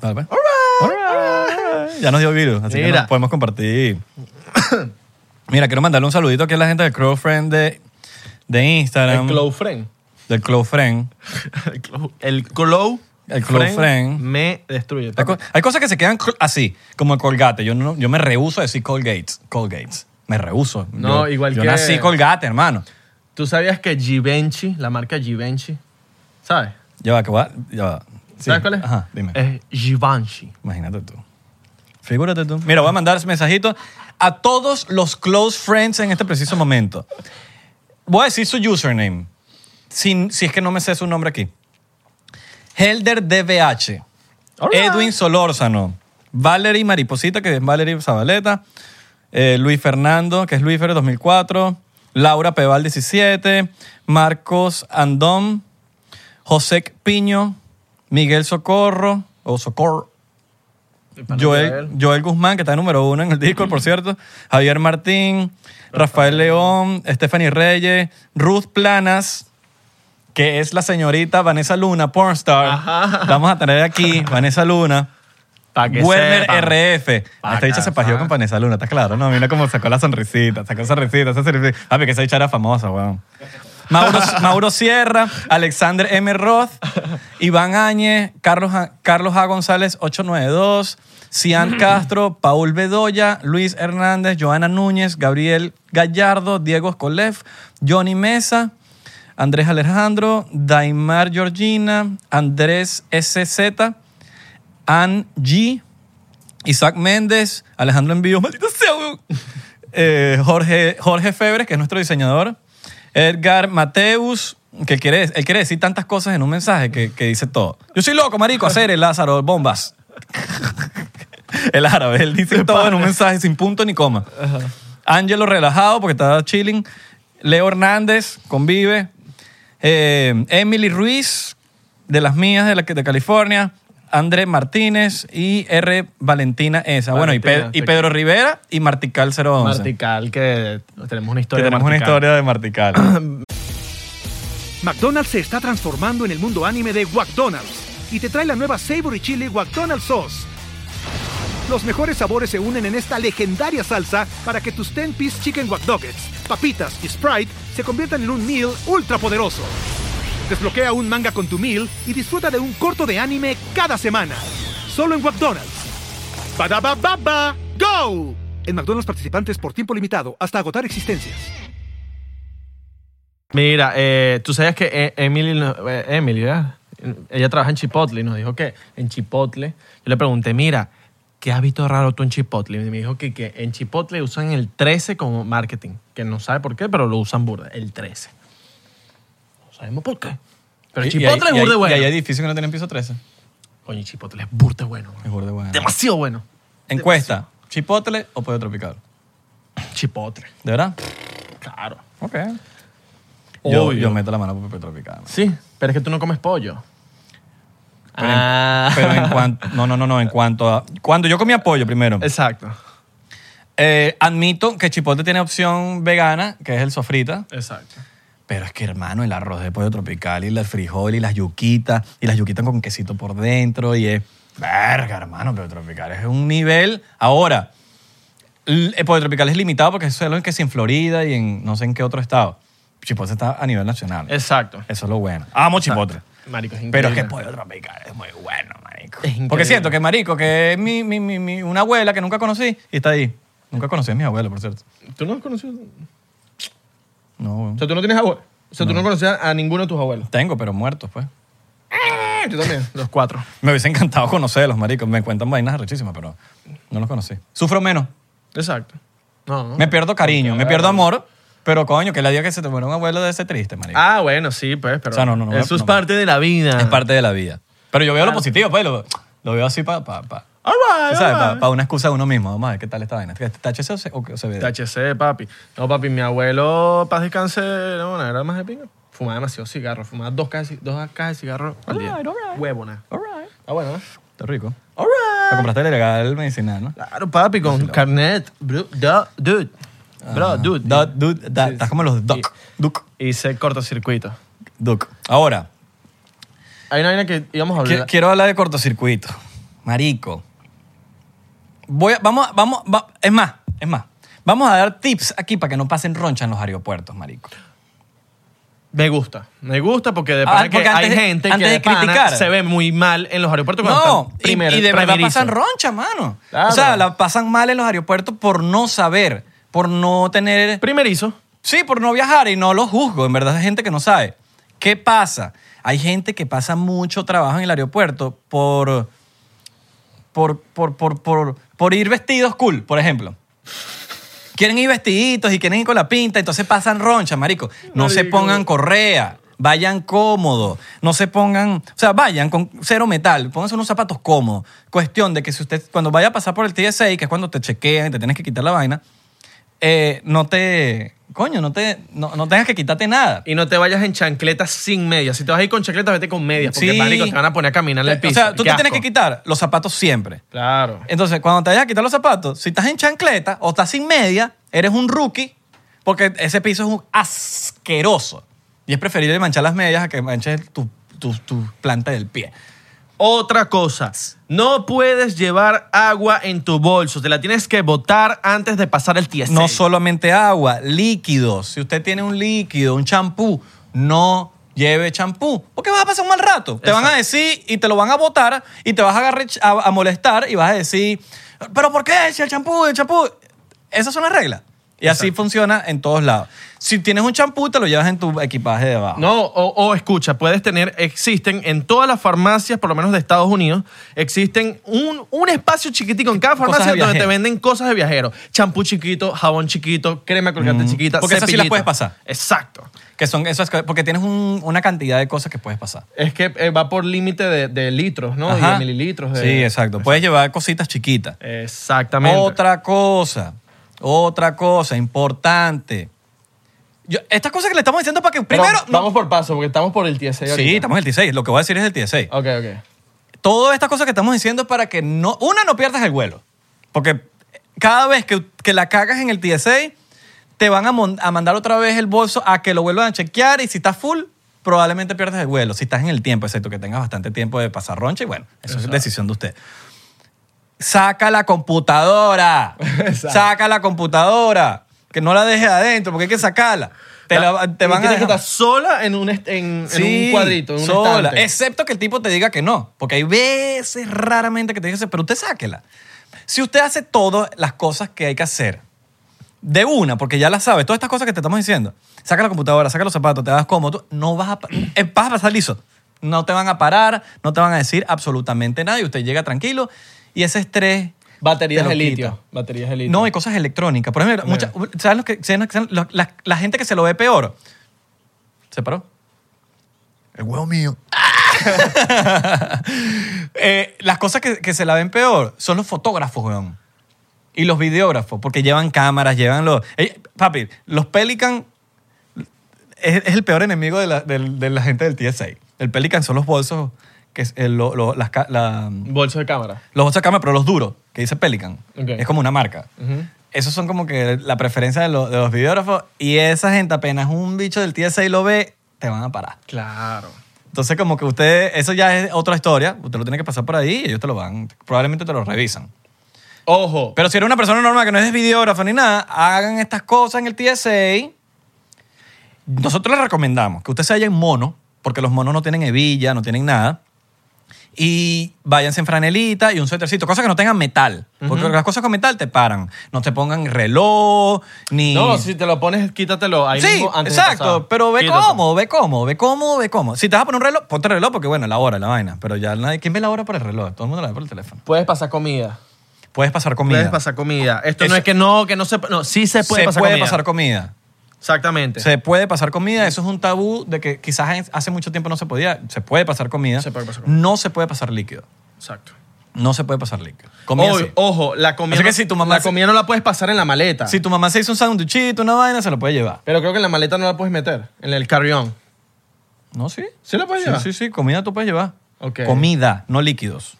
[SPEAKER 4] Dale, pues. All right. Ya nos dio virus, así que
[SPEAKER 3] Mira.
[SPEAKER 4] nos podemos compartir. Mira, quiero mandarle un saludito aquí a la gente del Club Frame de, de Instagram.
[SPEAKER 3] El Clow Friend.
[SPEAKER 4] Del Club Frame.
[SPEAKER 3] El <laughs> Clow- El Clow.
[SPEAKER 4] El Clow Friend.
[SPEAKER 3] Me destruye.
[SPEAKER 4] Hay, co- hay cosas que se quedan col- así, como el Colgate. Yo, no, yo me rehuso a decir Colgates. Colgates. Me rehuso.
[SPEAKER 3] No,
[SPEAKER 4] Yo-
[SPEAKER 3] igual
[SPEAKER 4] yo
[SPEAKER 3] que-
[SPEAKER 4] nací Colgate, hermano.
[SPEAKER 3] ¿Tú sabías que Givenchy, la marca Givenchy, ¿sabes?
[SPEAKER 4] Ya va, que va. Ya va. Sí.
[SPEAKER 3] ¿Sabes cuál es?
[SPEAKER 4] Ajá, dime.
[SPEAKER 3] Es Givenchy.
[SPEAKER 4] Imagínate tú. Figúrate tú. Mira, voy a mandar ese mensajito a todos los close friends en este preciso momento. Voy a decir su username, si, si es que no me sé su nombre aquí. Helder DBH, Edwin Solórzano, Valerie Mariposita, que es Valerie Zabaleta, eh, Luis Fernando, que es Luis Fer 2004, Laura Peval 17, Marcos Andón, José Piño, Miguel Socorro, o Socorro, Joel, Joel Guzmán, que está número uno en el Discord, por cierto. Javier Martín, Rafael León, Stephanie Reyes, Ruth Planas, que es la señorita Vanessa Luna, pornstar. Vamos a tener aquí Vanessa <laughs> Luna.
[SPEAKER 3] Pa' que
[SPEAKER 4] Werner
[SPEAKER 3] sepan.
[SPEAKER 4] RF.
[SPEAKER 3] Pa'
[SPEAKER 4] Esta dicha se
[SPEAKER 3] que
[SPEAKER 4] pajeó con
[SPEAKER 3] sepan.
[SPEAKER 4] Vanessa Luna, está claro, ¿no? Mira cómo sacó la sonrisita, sacó sonrisita, esa sonrisita. Ah, que esa dicha era famosa, weón. Mauro, Mauro Sierra, Alexander M. Roth, Iván Áñez, Carlos, A- Carlos A. González 892, Cian Castro, Paul Bedoya, Luis Hernández, Joana Núñez, Gabriel Gallardo, Diego Escolef, Johnny Mesa, Andrés Alejandro, Daimar Georgina, Andrés SZ, Ann G, Isaac Méndez, Alejandro Envío, maldito sea, weón. Eh, Jorge, Jorge Febres, que es nuestro diseñador. Edgar Mateus, que quiere, él quiere decir tantas cosas en un mensaje que, que dice todo. Yo soy loco, marico, hacer el Lázaro, bombas. <laughs> El árabe, él dice todo en un mensaje sin punto ni coma. Ángelo relajado porque está chilling. Leo Hernández, convive. Eh, Emily Ruiz, de las mías, de, la, que- de California. André Martínez y R. Valentina Esa. bueno, y, Pe-
[SPEAKER 3] Valentina,
[SPEAKER 4] y Pedro Rivera y Martical 011.
[SPEAKER 3] Martical, que tenemos una
[SPEAKER 4] que
[SPEAKER 3] historia. de
[SPEAKER 4] tenemos una
[SPEAKER 3] Martical.
[SPEAKER 4] historia de Martical.
[SPEAKER 6] McDonald's se está transformando en el mundo anime de McDonald's y te trae la nueva Savory Chili McDonald's Sauce. Los mejores sabores se unen en esta legendaria salsa para que tus 10-piece chicken Wack Doggets, papitas y Sprite se conviertan en un meal ultra poderoso. Desbloquea un manga con tu meal y disfruta de un corto de anime cada semana. Solo en McDonald's. ba baba go! En McDonald's participantes por tiempo limitado hasta agotar existencias.
[SPEAKER 3] Mira, eh, tú sabes que eh, Emily, no- eh, Emily, ¿verdad? Ella trabaja en Chipotle y nos dijo que en Chipotle. Yo le pregunté, mira, ¿qué has visto raro tú en Chipotle? Y me dijo que, que en Chipotle usan el 13 como marketing, que no sabe por qué, pero lo usan burda, el 13. No sabemos por qué. <clears throat> Pero
[SPEAKER 4] Y- y hay-
[SPEAKER 3] Chipotle
[SPEAKER 4] y
[SPEAKER 3] es
[SPEAKER 4] hay-
[SPEAKER 3] burda bueno.
[SPEAKER 4] Y hay edificios que no tienen piso 13.
[SPEAKER 3] Coño, Chipotle es burda bueno.
[SPEAKER 4] Es burda bueno.
[SPEAKER 3] Demasiado bueno.
[SPEAKER 4] Encuesta, ¿chipotle o pollo tropical?
[SPEAKER 3] Chipotle.
[SPEAKER 4] ¿De verdad?
[SPEAKER 3] Claro.
[SPEAKER 4] Ok. Yo,
[SPEAKER 3] Obvio.
[SPEAKER 4] yo meto la mano por pollo tropical.
[SPEAKER 3] Sí, pero es que tú no comes pollo.
[SPEAKER 4] Pero, en- pero <laughs> en cuanto... No, no, no, no, en cuanto a... Cuando yo comía pollo primero,
[SPEAKER 3] Exacto.
[SPEAKER 4] eh, admito que chipotle tiene opción vegana, que es el sofrita,
[SPEAKER 3] Exacto.
[SPEAKER 4] pero es que, hermano, el arroz de pollo tropical y el frijol y las yuquitas, y las yuquitas con quesito por dentro, y es... Verga, hermano, pollo tropical es un nivel... Ahora, el el pollo tropical es limitado porque eso es lo que es en Florida y en no sé en qué otro estado. Chipotle está a nivel nacional.
[SPEAKER 3] Exacto.
[SPEAKER 4] Eso es lo bueno. Amo chipotle.
[SPEAKER 3] Marico, es
[SPEAKER 4] Pero es
[SPEAKER 3] increíble.
[SPEAKER 4] que pollo tropical es muy bueno, marico.
[SPEAKER 3] increíble.
[SPEAKER 4] Porque siento que, marico, que es mi, mi- mi- mi- una abuela que nunca conocí y está ahí. Nunca conocí a mi abuela, por cierto.
[SPEAKER 3] ¿Tú no has conocido?
[SPEAKER 4] No,
[SPEAKER 3] O
[SPEAKER 4] weón.
[SPEAKER 3] sea, tú no tienes abuelos. O sea, tú no conocías a ninguno de tus abuelos.
[SPEAKER 4] Tengo, pero muertos, pues. Eh,
[SPEAKER 3] Yo también, <laughs> los cuatro.
[SPEAKER 4] Me hubiese encantado conocerlos, marico. Me cuentan vainas rechísimas, pero no los conocí. Sufro menos.
[SPEAKER 3] Exacto. No, no.
[SPEAKER 4] Me pierdo cariño, me pierdo amor, pero coño, que la día que se te muera un abuelo debe ser triste, marico.
[SPEAKER 3] Ah, bueno, sí, pues, pero.
[SPEAKER 4] O sea, no, no, no,
[SPEAKER 3] Eso es
[SPEAKER 4] no.
[SPEAKER 3] parte de la vida.
[SPEAKER 4] Es parte de la vida. Pero yo veo
[SPEAKER 3] Ah.
[SPEAKER 4] lo positivo, pues. Lo, lo veo así para... Pa, pa.
[SPEAKER 3] All right, all
[SPEAKER 4] Para
[SPEAKER 3] right.
[SPEAKER 4] una excusa de uno mismo. Vamos a ver qué tal esta vaina. ¿Está HC o se- o se ve?
[SPEAKER 3] THC, papi. No, papi, mi abuelo, paz descanse, no, no, era más de pinga. Fumaba demasiado cigarro, fumaba dos cajas, de ci- dos cajas de cigarro al día. Huevona. Ah, bueno, ¿eh?
[SPEAKER 4] Está rico.
[SPEAKER 3] All
[SPEAKER 4] La
[SPEAKER 3] right.
[SPEAKER 4] compraste legal medicinal, ¿no?
[SPEAKER 3] Claro, papi, con carnet. Bro, da- dude. Ah. Bro, dude.
[SPEAKER 4] Ah. Da- dude, da- estás como los duck. Duck.
[SPEAKER 3] Hice cortocircuito.
[SPEAKER 4] Duck. Ahora,
[SPEAKER 3] Hay una vaina que íbamos a
[SPEAKER 4] qui-
[SPEAKER 3] hablar.
[SPEAKER 4] quiero hablar de cortocircuito. Marico. Voy a- vamos, a- vamos, va- es más, es más. Vamos a dar tips aquí para que no pasen roncha en los aeropuertos, marico.
[SPEAKER 3] Me gusta, me gusta porque de
[SPEAKER 4] Ah,
[SPEAKER 3] pana
[SPEAKER 4] porque
[SPEAKER 3] que
[SPEAKER 4] antes
[SPEAKER 3] hay
[SPEAKER 4] de-
[SPEAKER 3] gente que
[SPEAKER 4] antes
[SPEAKER 3] de,
[SPEAKER 4] de
[SPEAKER 3] pana
[SPEAKER 4] criticar.
[SPEAKER 3] se ve muy mal en los aeropuertos cuando
[SPEAKER 4] No,
[SPEAKER 3] están
[SPEAKER 4] y,
[SPEAKER 3] primer-
[SPEAKER 4] y de verdad
[SPEAKER 3] primerizo.
[SPEAKER 4] pasan roncha, mano.
[SPEAKER 3] Claro.
[SPEAKER 4] O sea, la pasan mal en los aeropuertos por no saber, por no tener...
[SPEAKER 3] Primerizo.
[SPEAKER 4] Sí, por no viajar y no los juzgo, en verdad es gente que no sabe. ¿Qué pasa? Hay gente que pasa mucho trabajo en el aeropuerto por por por por por, por ir vestidos cool, por ejemplo. quieren ir vestiditos y quieren ir con la pinta, entonces pasan roncha, marico. No se pongan correa, vayan cómodos, no se pongan, o sea, vayan con cero metal, pónganse unos zapatos cómodos. Cuestión de que si usted, cuando vaya a pasar por el TSA, que es cuando te chequean y te tienes que quitar la vaina, eh, no te, coño, no, te, no, no tengas que quitarte nada.
[SPEAKER 3] Y no te vayas en chancletas sin medias. Si te vas a ir con chancletas, vete con medias. Porque,
[SPEAKER 4] Sí.
[SPEAKER 3] marico, te van a poner a caminar en el piso.
[SPEAKER 4] O sea, tú
[SPEAKER 3] Qué
[SPEAKER 4] te tienes
[SPEAKER 3] asco.
[SPEAKER 4] que quitar los zapatos siempre.
[SPEAKER 3] Claro.
[SPEAKER 4] Entonces, cuando te vayas a quitar los zapatos, si estás en chancleta o estás sin media, eres un rookie porque ese piso es un asqueroso. Y es preferible manchar las medias a que manches tu, tu- tu planta del pie.
[SPEAKER 3] Otra cosa, no puedes llevar agua en tu bolso, te la tienes que botar antes de pasar el TSA.
[SPEAKER 4] No solamente agua, líquidos. Si usted tiene un líquido, un champú, no lleve champú. Porque vas a pasar un mal rato. Te van a decir y te lo van a botar y te vas a, agarre- a- a molestar y vas a decir, ¿pero por qué? Si el champú, el champú. Esas son las reglas. Y así funciona en todos lados. Si tienes un champú, te lo llevas en tu equipaje de abajo.
[SPEAKER 3] No, o, o escucha, puedes tener, existen en todas las farmacias, por lo menos de Estados Unidos, existen un, un espacio chiquitico en cada
[SPEAKER 4] Cosas
[SPEAKER 3] farmacia
[SPEAKER 4] de
[SPEAKER 3] donde te
[SPEAKER 4] viajero.
[SPEAKER 3] venden cosas de viajero. Champú chiquito, jabón chiquito, crema colgante chiquita,
[SPEAKER 4] Mm. Porque esas sí las
[SPEAKER 3] cepillito.
[SPEAKER 4] puedes pasar.
[SPEAKER 3] Exacto.
[SPEAKER 4] Que son esas, co- porque tienes un- una cantidad de cosas que puedes pasar.
[SPEAKER 3] Es que eh, va por límite de, de litros, ¿no? Y
[SPEAKER 4] Ajá.
[SPEAKER 3] de mililitros. de-
[SPEAKER 4] Sí, exacto. Puedes llevar cositas chiquitas.
[SPEAKER 3] Exactamente.
[SPEAKER 4] Otra cosa, otra cosa importante. Yo- estas cosas que le estamos diciendo para que
[SPEAKER 3] Pero
[SPEAKER 4] primero...
[SPEAKER 3] Vamos por paso, porque estamos por el TSA.
[SPEAKER 4] no- sí,
[SPEAKER 3] ahorita.
[SPEAKER 4] estamos en el 16. Lo que voy a decir es el 16.
[SPEAKER 3] Ok, ok.
[SPEAKER 4] Todas estas cosas que estamos diciendo es para que no... Una, no pierdas el vuelo. Porque cada vez que, que la cagas en el 16, te van a, mon- a mandar otra vez el bolso a que lo vuelvan a chequear y si estás full, probablemente pierdas el vuelo. Si estás en el tiempo, excepto que tengas bastante tiempo de pasar roncha y bueno, eso es decisión de usted. Saca la computadora. Saca la computadora. Que no la dejes adentro, porque hay que sacarla. Te, la- te
[SPEAKER 3] Y
[SPEAKER 4] van a
[SPEAKER 3] tienes que
[SPEAKER 4] dejar-
[SPEAKER 3] estar sola en un, est- en, en un
[SPEAKER 4] Sí,
[SPEAKER 3] cuadrito, en un
[SPEAKER 4] sola.
[SPEAKER 3] estante.
[SPEAKER 4] Excepto que el tipo te diga que no. Porque hay veces raramente que te dice, pero usted sáquela. Si usted hace todas las cosas que hay que hacer de una, porque ya las sabes, todas estas cosas que te estamos diciendo, saca la computadora, saca los zapatos, te das cómodo, tú no vas a, pa- <clears throat> eh, vas a pasar liso. No te van a parar, no te van a decir absolutamente nada y usted llega tranquilo y ese estrés.
[SPEAKER 3] Baterías
[SPEAKER 4] te lo
[SPEAKER 3] de
[SPEAKER 4] quita.
[SPEAKER 3] litio. Baterías de litio.
[SPEAKER 4] No, hay cosas electrónicas. Por ejemplo, muchas- ¿sabes lo que, ¿saben lo que- lo- la, la gente que se lo ve peor? ¿Se paró? El huevo mío. <laughs> Eh, las cosas que, que se la ven peor son los fotógrafos, weón. Y los videógrafos, porque llevan cámaras, llevan los... Eh, papi, los Pelican es, es el peor enemigo de la, del- de la gente del TSA. El Pelican son los bolsos, que es, eh, lo- lo- las, ca- la-
[SPEAKER 3] Bolsos de cámara.
[SPEAKER 4] los otros cámaras, pero los duros, que dice Pelican.
[SPEAKER 3] Ok.
[SPEAKER 4] Es como una marca. Esos son como que la preferencia de, los- de los videógrafos. Y esa gente, apenas un bicho del TSA lo ve, te van a parar.
[SPEAKER 3] Claro.
[SPEAKER 4] Entonces, como que usted, eso ya es otra historia. Usted lo tiene que pasar por ahí y ellos te lo van, probablemente te lo revisan.
[SPEAKER 3] Ojo.
[SPEAKER 4] Pero si eres una persona normal que no es videógrafo ni nada, hagan estas cosas en el TSA. Nosotros les recomendamos que usted se vaya en mono, porque los monos no tienen hebilla, no tienen nada. Y váyanse en franelita y un suétercito, cosas que no tengan metal. Porque las cosas con metal te paran. No te pongan reloj, ni.
[SPEAKER 3] No, si te lo pones, quítatelo ahí
[SPEAKER 4] sí,
[SPEAKER 3] mismo antes de
[SPEAKER 4] exacto.
[SPEAKER 3] pasar.
[SPEAKER 4] Pero ve
[SPEAKER 3] Quítatelo.
[SPEAKER 4] cómodo, ve cómodo, ve cómodo, ve cómodo. Si te vas a poner un reloj, ponte el reloj porque, bueno, la hora, la vaina. Pero ya nadie. ¿Quién ve la hora por el reloj? Todo el mundo la ve por el teléfono.
[SPEAKER 3] Puedes pasar comida.
[SPEAKER 4] Puedes pasar comida.
[SPEAKER 3] Puedes pasar comida. Esto
[SPEAKER 4] Eso-
[SPEAKER 3] no es que no, que no se... No, sí se puede
[SPEAKER 4] Se
[SPEAKER 3] pasar
[SPEAKER 4] puede
[SPEAKER 3] comida.
[SPEAKER 4] pasar comida.
[SPEAKER 3] Exactamente.
[SPEAKER 4] Se puede pasar comida, eso es un tabú de que quizás en- hace mucho tiempo no se podía. Se puede pasar comida.
[SPEAKER 3] Se puede pasar comida.
[SPEAKER 4] No se puede pasar líquido.
[SPEAKER 3] Exacto.
[SPEAKER 4] No se puede pasar líquido. Comida
[SPEAKER 3] Oy,
[SPEAKER 4] sí.
[SPEAKER 3] ojo, la comida,
[SPEAKER 4] Así que
[SPEAKER 3] no,
[SPEAKER 4] si tu mamá
[SPEAKER 3] la
[SPEAKER 4] se-
[SPEAKER 3] comida no la puedes pasar en la maleta.
[SPEAKER 4] Si tu mamá se hizo un sándwichito, una vaina, se lo puede llevar.
[SPEAKER 3] Pero creo que en la maleta no la puedes meter. En el carrión.
[SPEAKER 4] ¿No? Sí.
[SPEAKER 3] ¿Sí la puedes
[SPEAKER 4] Sí,
[SPEAKER 3] llevar?
[SPEAKER 4] sí, sí, comida tú puedes llevar.
[SPEAKER 3] Ok.
[SPEAKER 4] Comida, no líquidos.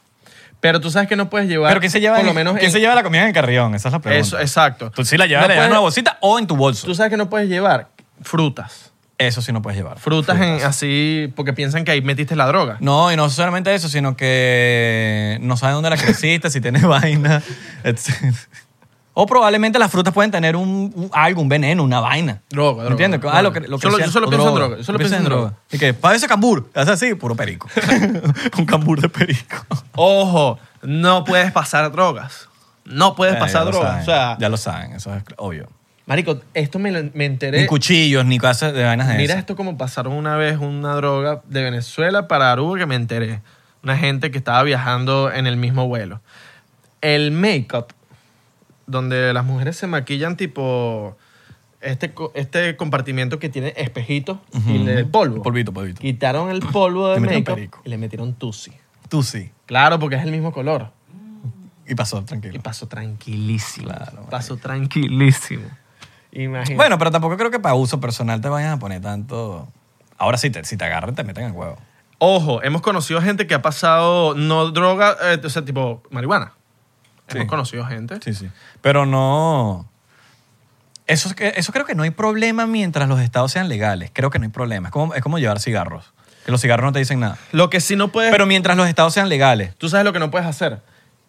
[SPEAKER 3] Pero tú sabes que no puedes llevar...
[SPEAKER 4] Pero ¿quién se lleva,
[SPEAKER 3] Por lo
[SPEAKER 4] en-
[SPEAKER 3] menos
[SPEAKER 4] ¿quién
[SPEAKER 3] en-
[SPEAKER 4] se lleva la comida en el carrión? Esa es la pregunta.
[SPEAKER 3] Eso, exacto.
[SPEAKER 4] Tú sí la llevas,
[SPEAKER 3] No
[SPEAKER 4] la llevas en una
[SPEAKER 3] puedes-
[SPEAKER 4] bolsita o en tu bolso.
[SPEAKER 3] Tú sabes que no puedes llevar frutas.
[SPEAKER 4] Eso sí no puedes llevar.
[SPEAKER 3] Frutas, En, así, porque piensan que ahí metiste la droga.
[SPEAKER 4] No, y no solamente eso, sino que no sabes dónde la creciste, si tienes <laughs> vaina, etc. O probablemente las frutas pueden tener un, un- algo, un veneno, una vaina.
[SPEAKER 3] Droga, droga,
[SPEAKER 4] ¿Entiendes?
[SPEAKER 3] droga.
[SPEAKER 4] Ah, lo que, lo que
[SPEAKER 3] Solo-
[SPEAKER 4] sea-
[SPEAKER 3] yo solo
[SPEAKER 4] o
[SPEAKER 3] pienso en droga, yo solo
[SPEAKER 4] Piensa
[SPEAKER 3] pienso en droga.
[SPEAKER 4] Y que, para ese cambur, hace así,
[SPEAKER 3] <laughs>
[SPEAKER 4] puro perico. un cambur de perico.
[SPEAKER 3] Ojo, no puedes pasar drogas. No puedes
[SPEAKER 4] <laughs> Eh, ya
[SPEAKER 3] pasar
[SPEAKER 4] lo
[SPEAKER 3] drogas.
[SPEAKER 4] saben,
[SPEAKER 3] O sea,
[SPEAKER 4] ya lo saben, eso es obvio.
[SPEAKER 3] marico, esto me, lo- me
[SPEAKER 4] Ni
[SPEAKER 3] enteré.
[SPEAKER 4] cuchillos, ni cosas de vainas de
[SPEAKER 3] Mira
[SPEAKER 4] esas.
[SPEAKER 3] esto como pasaron una vez una droga de Venezuela para Aruba que me enteré. Una gente que estaba viajando en el mismo vuelo. El make-up donde las mujeres se maquillan tipo este, co- este compartimiento que tiene espejitos y le, polvo.
[SPEAKER 4] Polvito, polvito.
[SPEAKER 3] Quitaron el polvo de
[SPEAKER 4] Le metieron
[SPEAKER 3] make
[SPEAKER 4] perico.
[SPEAKER 3] y le metieron tusi.
[SPEAKER 4] Tú sí.
[SPEAKER 3] Claro, porque es el mismo color.
[SPEAKER 4] Y pasó,
[SPEAKER 3] Y
[SPEAKER 4] tranquilo.
[SPEAKER 3] pasó tranquilísimo.
[SPEAKER 4] Claro,
[SPEAKER 3] pasó tranquilísimo. Imagínate.
[SPEAKER 4] Bueno, pero tampoco creo que para uso personal te vayan a poner tanto. Ahora sí, te, si te agarran, te meten en huevo.
[SPEAKER 3] Ojo, hemos conocido gente que ha pasado no droga, eh, o sea, tipo marihuana.
[SPEAKER 4] Sí.
[SPEAKER 3] Hemos conocido gente.
[SPEAKER 4] Sí, sí. Pero no. Eso, es que- eso creo que no hay problema mientras los estados sean legales. Creo que no hay problema. Es como, es como llevar cigarros. Que los cigarros no te dicen nada.
[SPEAKER 3] Lo que sí no puedes.
[SPEAKER 4] Pero mientras los estados sean legales.
[SPEAKER 3] tú sabes lo que no puedes hacer.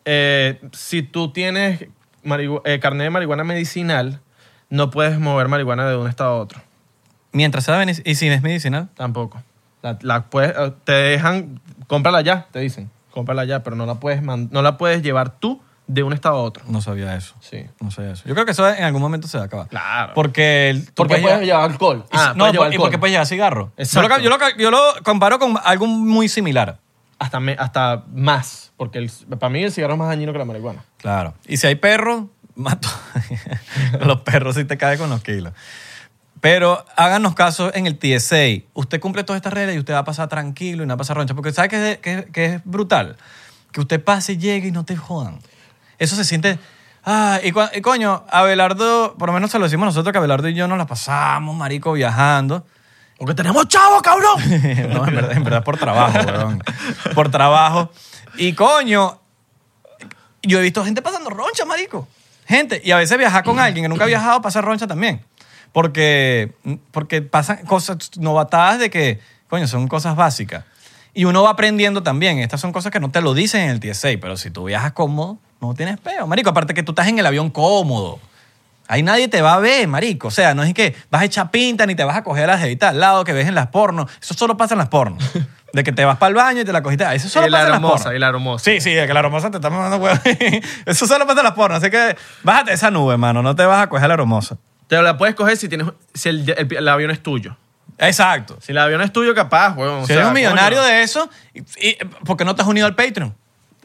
[SPEAKER 3] Eh, si tú tienes marihu- eh, carnet de marihuana medicinal, no puedes mover marihuana de un estado a otro.
[SPEAKER 4] Mientras sea medic- y si es medicinal.
[SPEAKER 3] Tampoco. La, la puedes- eh, te dejan, cómprala ya, te dicen. Cómprala ya, pero no la puedes, man- no la puedes llevar tú de un estado a otro.
[SPEAKER 4] No sabía eso.
[SPEAKER 3] Sí.
[SPEAKER 4] No sabía eso. Yo creo que eso en algún momento se va a acabar.
[SPEAKER 3] Claro.
[SPEAKER 4] Porque. el- tú
[SPEAKER 3] Porque puedes llevar alcohol. Ah, puedes llevar
[SPEAKER 4] no, por- y
[SPEAKER 3] alcohol.
[SPEAKER 4] porque puedes llevar cigarro. Yo
[SPEAKER 3] Exacto.
[SPEAKER 4] lo, yo, lo, yo lo comparo con algo muy similar.
[SPEAKER 3] Hasta, me- hasta más. Porque el- para mí el cigarro es más dañino que la marihuana.
[SPEAKER 4] Claro. Y si hay perros, mato. <laughs> los perros sí te caen con los kilos. Pero háganos caso en el TSA. Usted cumple todas estas reglas y usted va a pasar tranquilo y no va a pasar roncha. Porque ¿sabe qué es, qué- qué es brutal? Que usted pase, y llegue y no te jodan. Eso se siente... Ah, y, cua- y coño, Abelardo, por lo menos se lo decimos nosotros que Abelardo y yo nos la pasamos, marico, viajando.
[SPEAKER 5] Porque tenemos chavo, cabrón.
[SPEAKER 4] <laughs> no, en verdad, en verdad por trabajo, weón. Por trabajo. Y coño, yo he visto gente pasando roncha, marico. Gente, y a veces viajar con alguien que nunca ha viajado pasa roncha también. Porque, porque pasan cosas novatadas de que, coño, son cosas básicas. Y uno va aprendiendo también. Estas son cosas que no te lo dicen en el TSA, pero si tú viajas cómodo, no tienes peo, marico. Aparte que tú estás en el avión cómodo. Ahí nadie te va a ver, marico. O sea, no es que vas a echar pinta ni te vas a coger a la jevita al lado que ves en las pornos. Eso solo pasa en
[SPEAKER 3] <laughs>
[SPEAKER 4] las pornos. De que te vas para el baño y te la cogiste. Ah, Eso solo
[SPEAKER 3] Y la
[SPEAKER 4] pasa en las
[SPEAKER 3] hermosa,
[SPEAKER 4] pornos.
[SPEAKER 3] y la hermosa.
[SPEAKER 4] Sí, sí, de que la hermosa te está mandando huevo. <laughs> Eso solo pasa en las pornos. Así que bájate de esa nube, mano. No te vas a coger a la hermosa.
[SPEAKER 3] Te la puedes coger si, tienes, si el, el- el avión es tuyo.
[SPEAKER 4] Exacto.
[SPEAKER 3] Si el avión es tuyo, capaz, weón. o
[SPEAKER 4] si
[SPEAKER 3] sea,
[SPEAKER 4] eres un millonario
[SPEAKER 3] coño.
[SPEAKER 4] de eso, y, y- ¿por qué no te has unido al Patreon?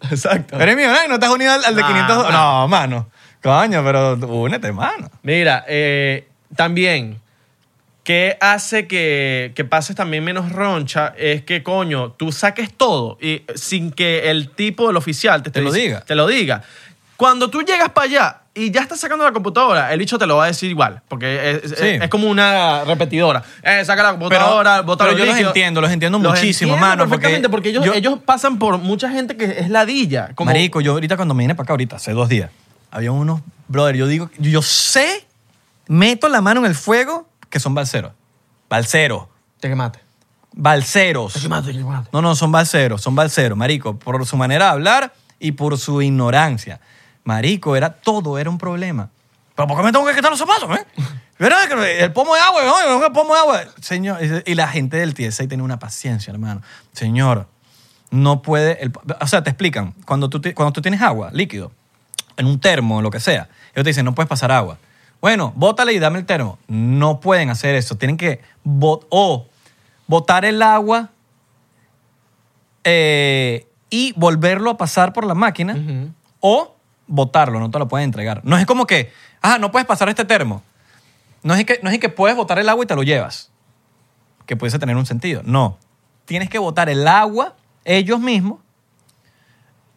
[SPEAKER 3] <laughs> Exacto.
[SPEAKER 4] Eres millonario, no te has unido al, al de
[SPEAKER 3] Nah,
[SPEAKER 4] 500.
[SPEAKER 3] Ah. mano.
[SPEAKER 4] No, mano. Coño, pero únete, mano.
[SPEAKER 3] Mira, eh, también, ¿qué hace que, que pases también menos roncha? Es que, coño, tú saques todo y eh, sin que el tipo, el oficial, te, esté
[SPEAKER 4] Te lo
[SPEAKER 3] dic-
[SPEAKER 4] diga.
[SPEAKER 3] Te lo diga. Cuando tú llegas para allá y ya estás sacando la computadora, el bicho te lo va a decir igual, porque es, es-
[SPEAKER 4] Sí.
[SPEAKER 3] es como una repetidora. Eh, saca la computadora, bota
[SPEAKER 4] pero yo los
[SPEAKER 3] líquidos.
[SPEAKER 4] entiendo, los entiendo muchísimo, mano, porque
[SPEAKER 3] Perfectamente, porque, ellos,
[SPEAKER 4] yo-
[SPEAKER 3] ellos pasan por mucha gente que es ladilla. Como,
[SPEAKER 4] Marico, yo ahorita cuando me vine para acá, ahorita, hace dos días, había unos, brother, yo digo, yo sé, meto la mano en el fuego, que son balseros. Balseros.
[SPEAKER 3] Te quemaste.
[SPEAKER 4] Balseros. No, no, son balseros, son balseros, marico, por su manera de hablar y por su ignorancia. Marico, era todo, era un problema. ¿Pero por qué me tengo que quitar los zapatos,
[SPEAKER 3] <laughs>
[SPEAKER 4] eh? Pero es que el pomo de agua, ¿no? el pomo de agua. Señor, y la gente del TSA tiene una paciencia, hermano. Señor, no puede... el- o sea, te explican, cuando tú, ti- cuando tú tienes agua, líquido, en un termo, lo que sea, ellos te dicen, no puedes pasar agua. Bueno, bótale y dame el termo. No pueden hacer eso. Tienen que... bot- o botar el agua eh, y volverlo a pasar por la máquina o botarlo, no te lo pueden entregar. No es como que, ah, no puedes pasar este termo. No es que, no es que puedes botar el agua y te lo llevas, que pudiese tener un sentido. No, tienes que botar el agua ellos mismos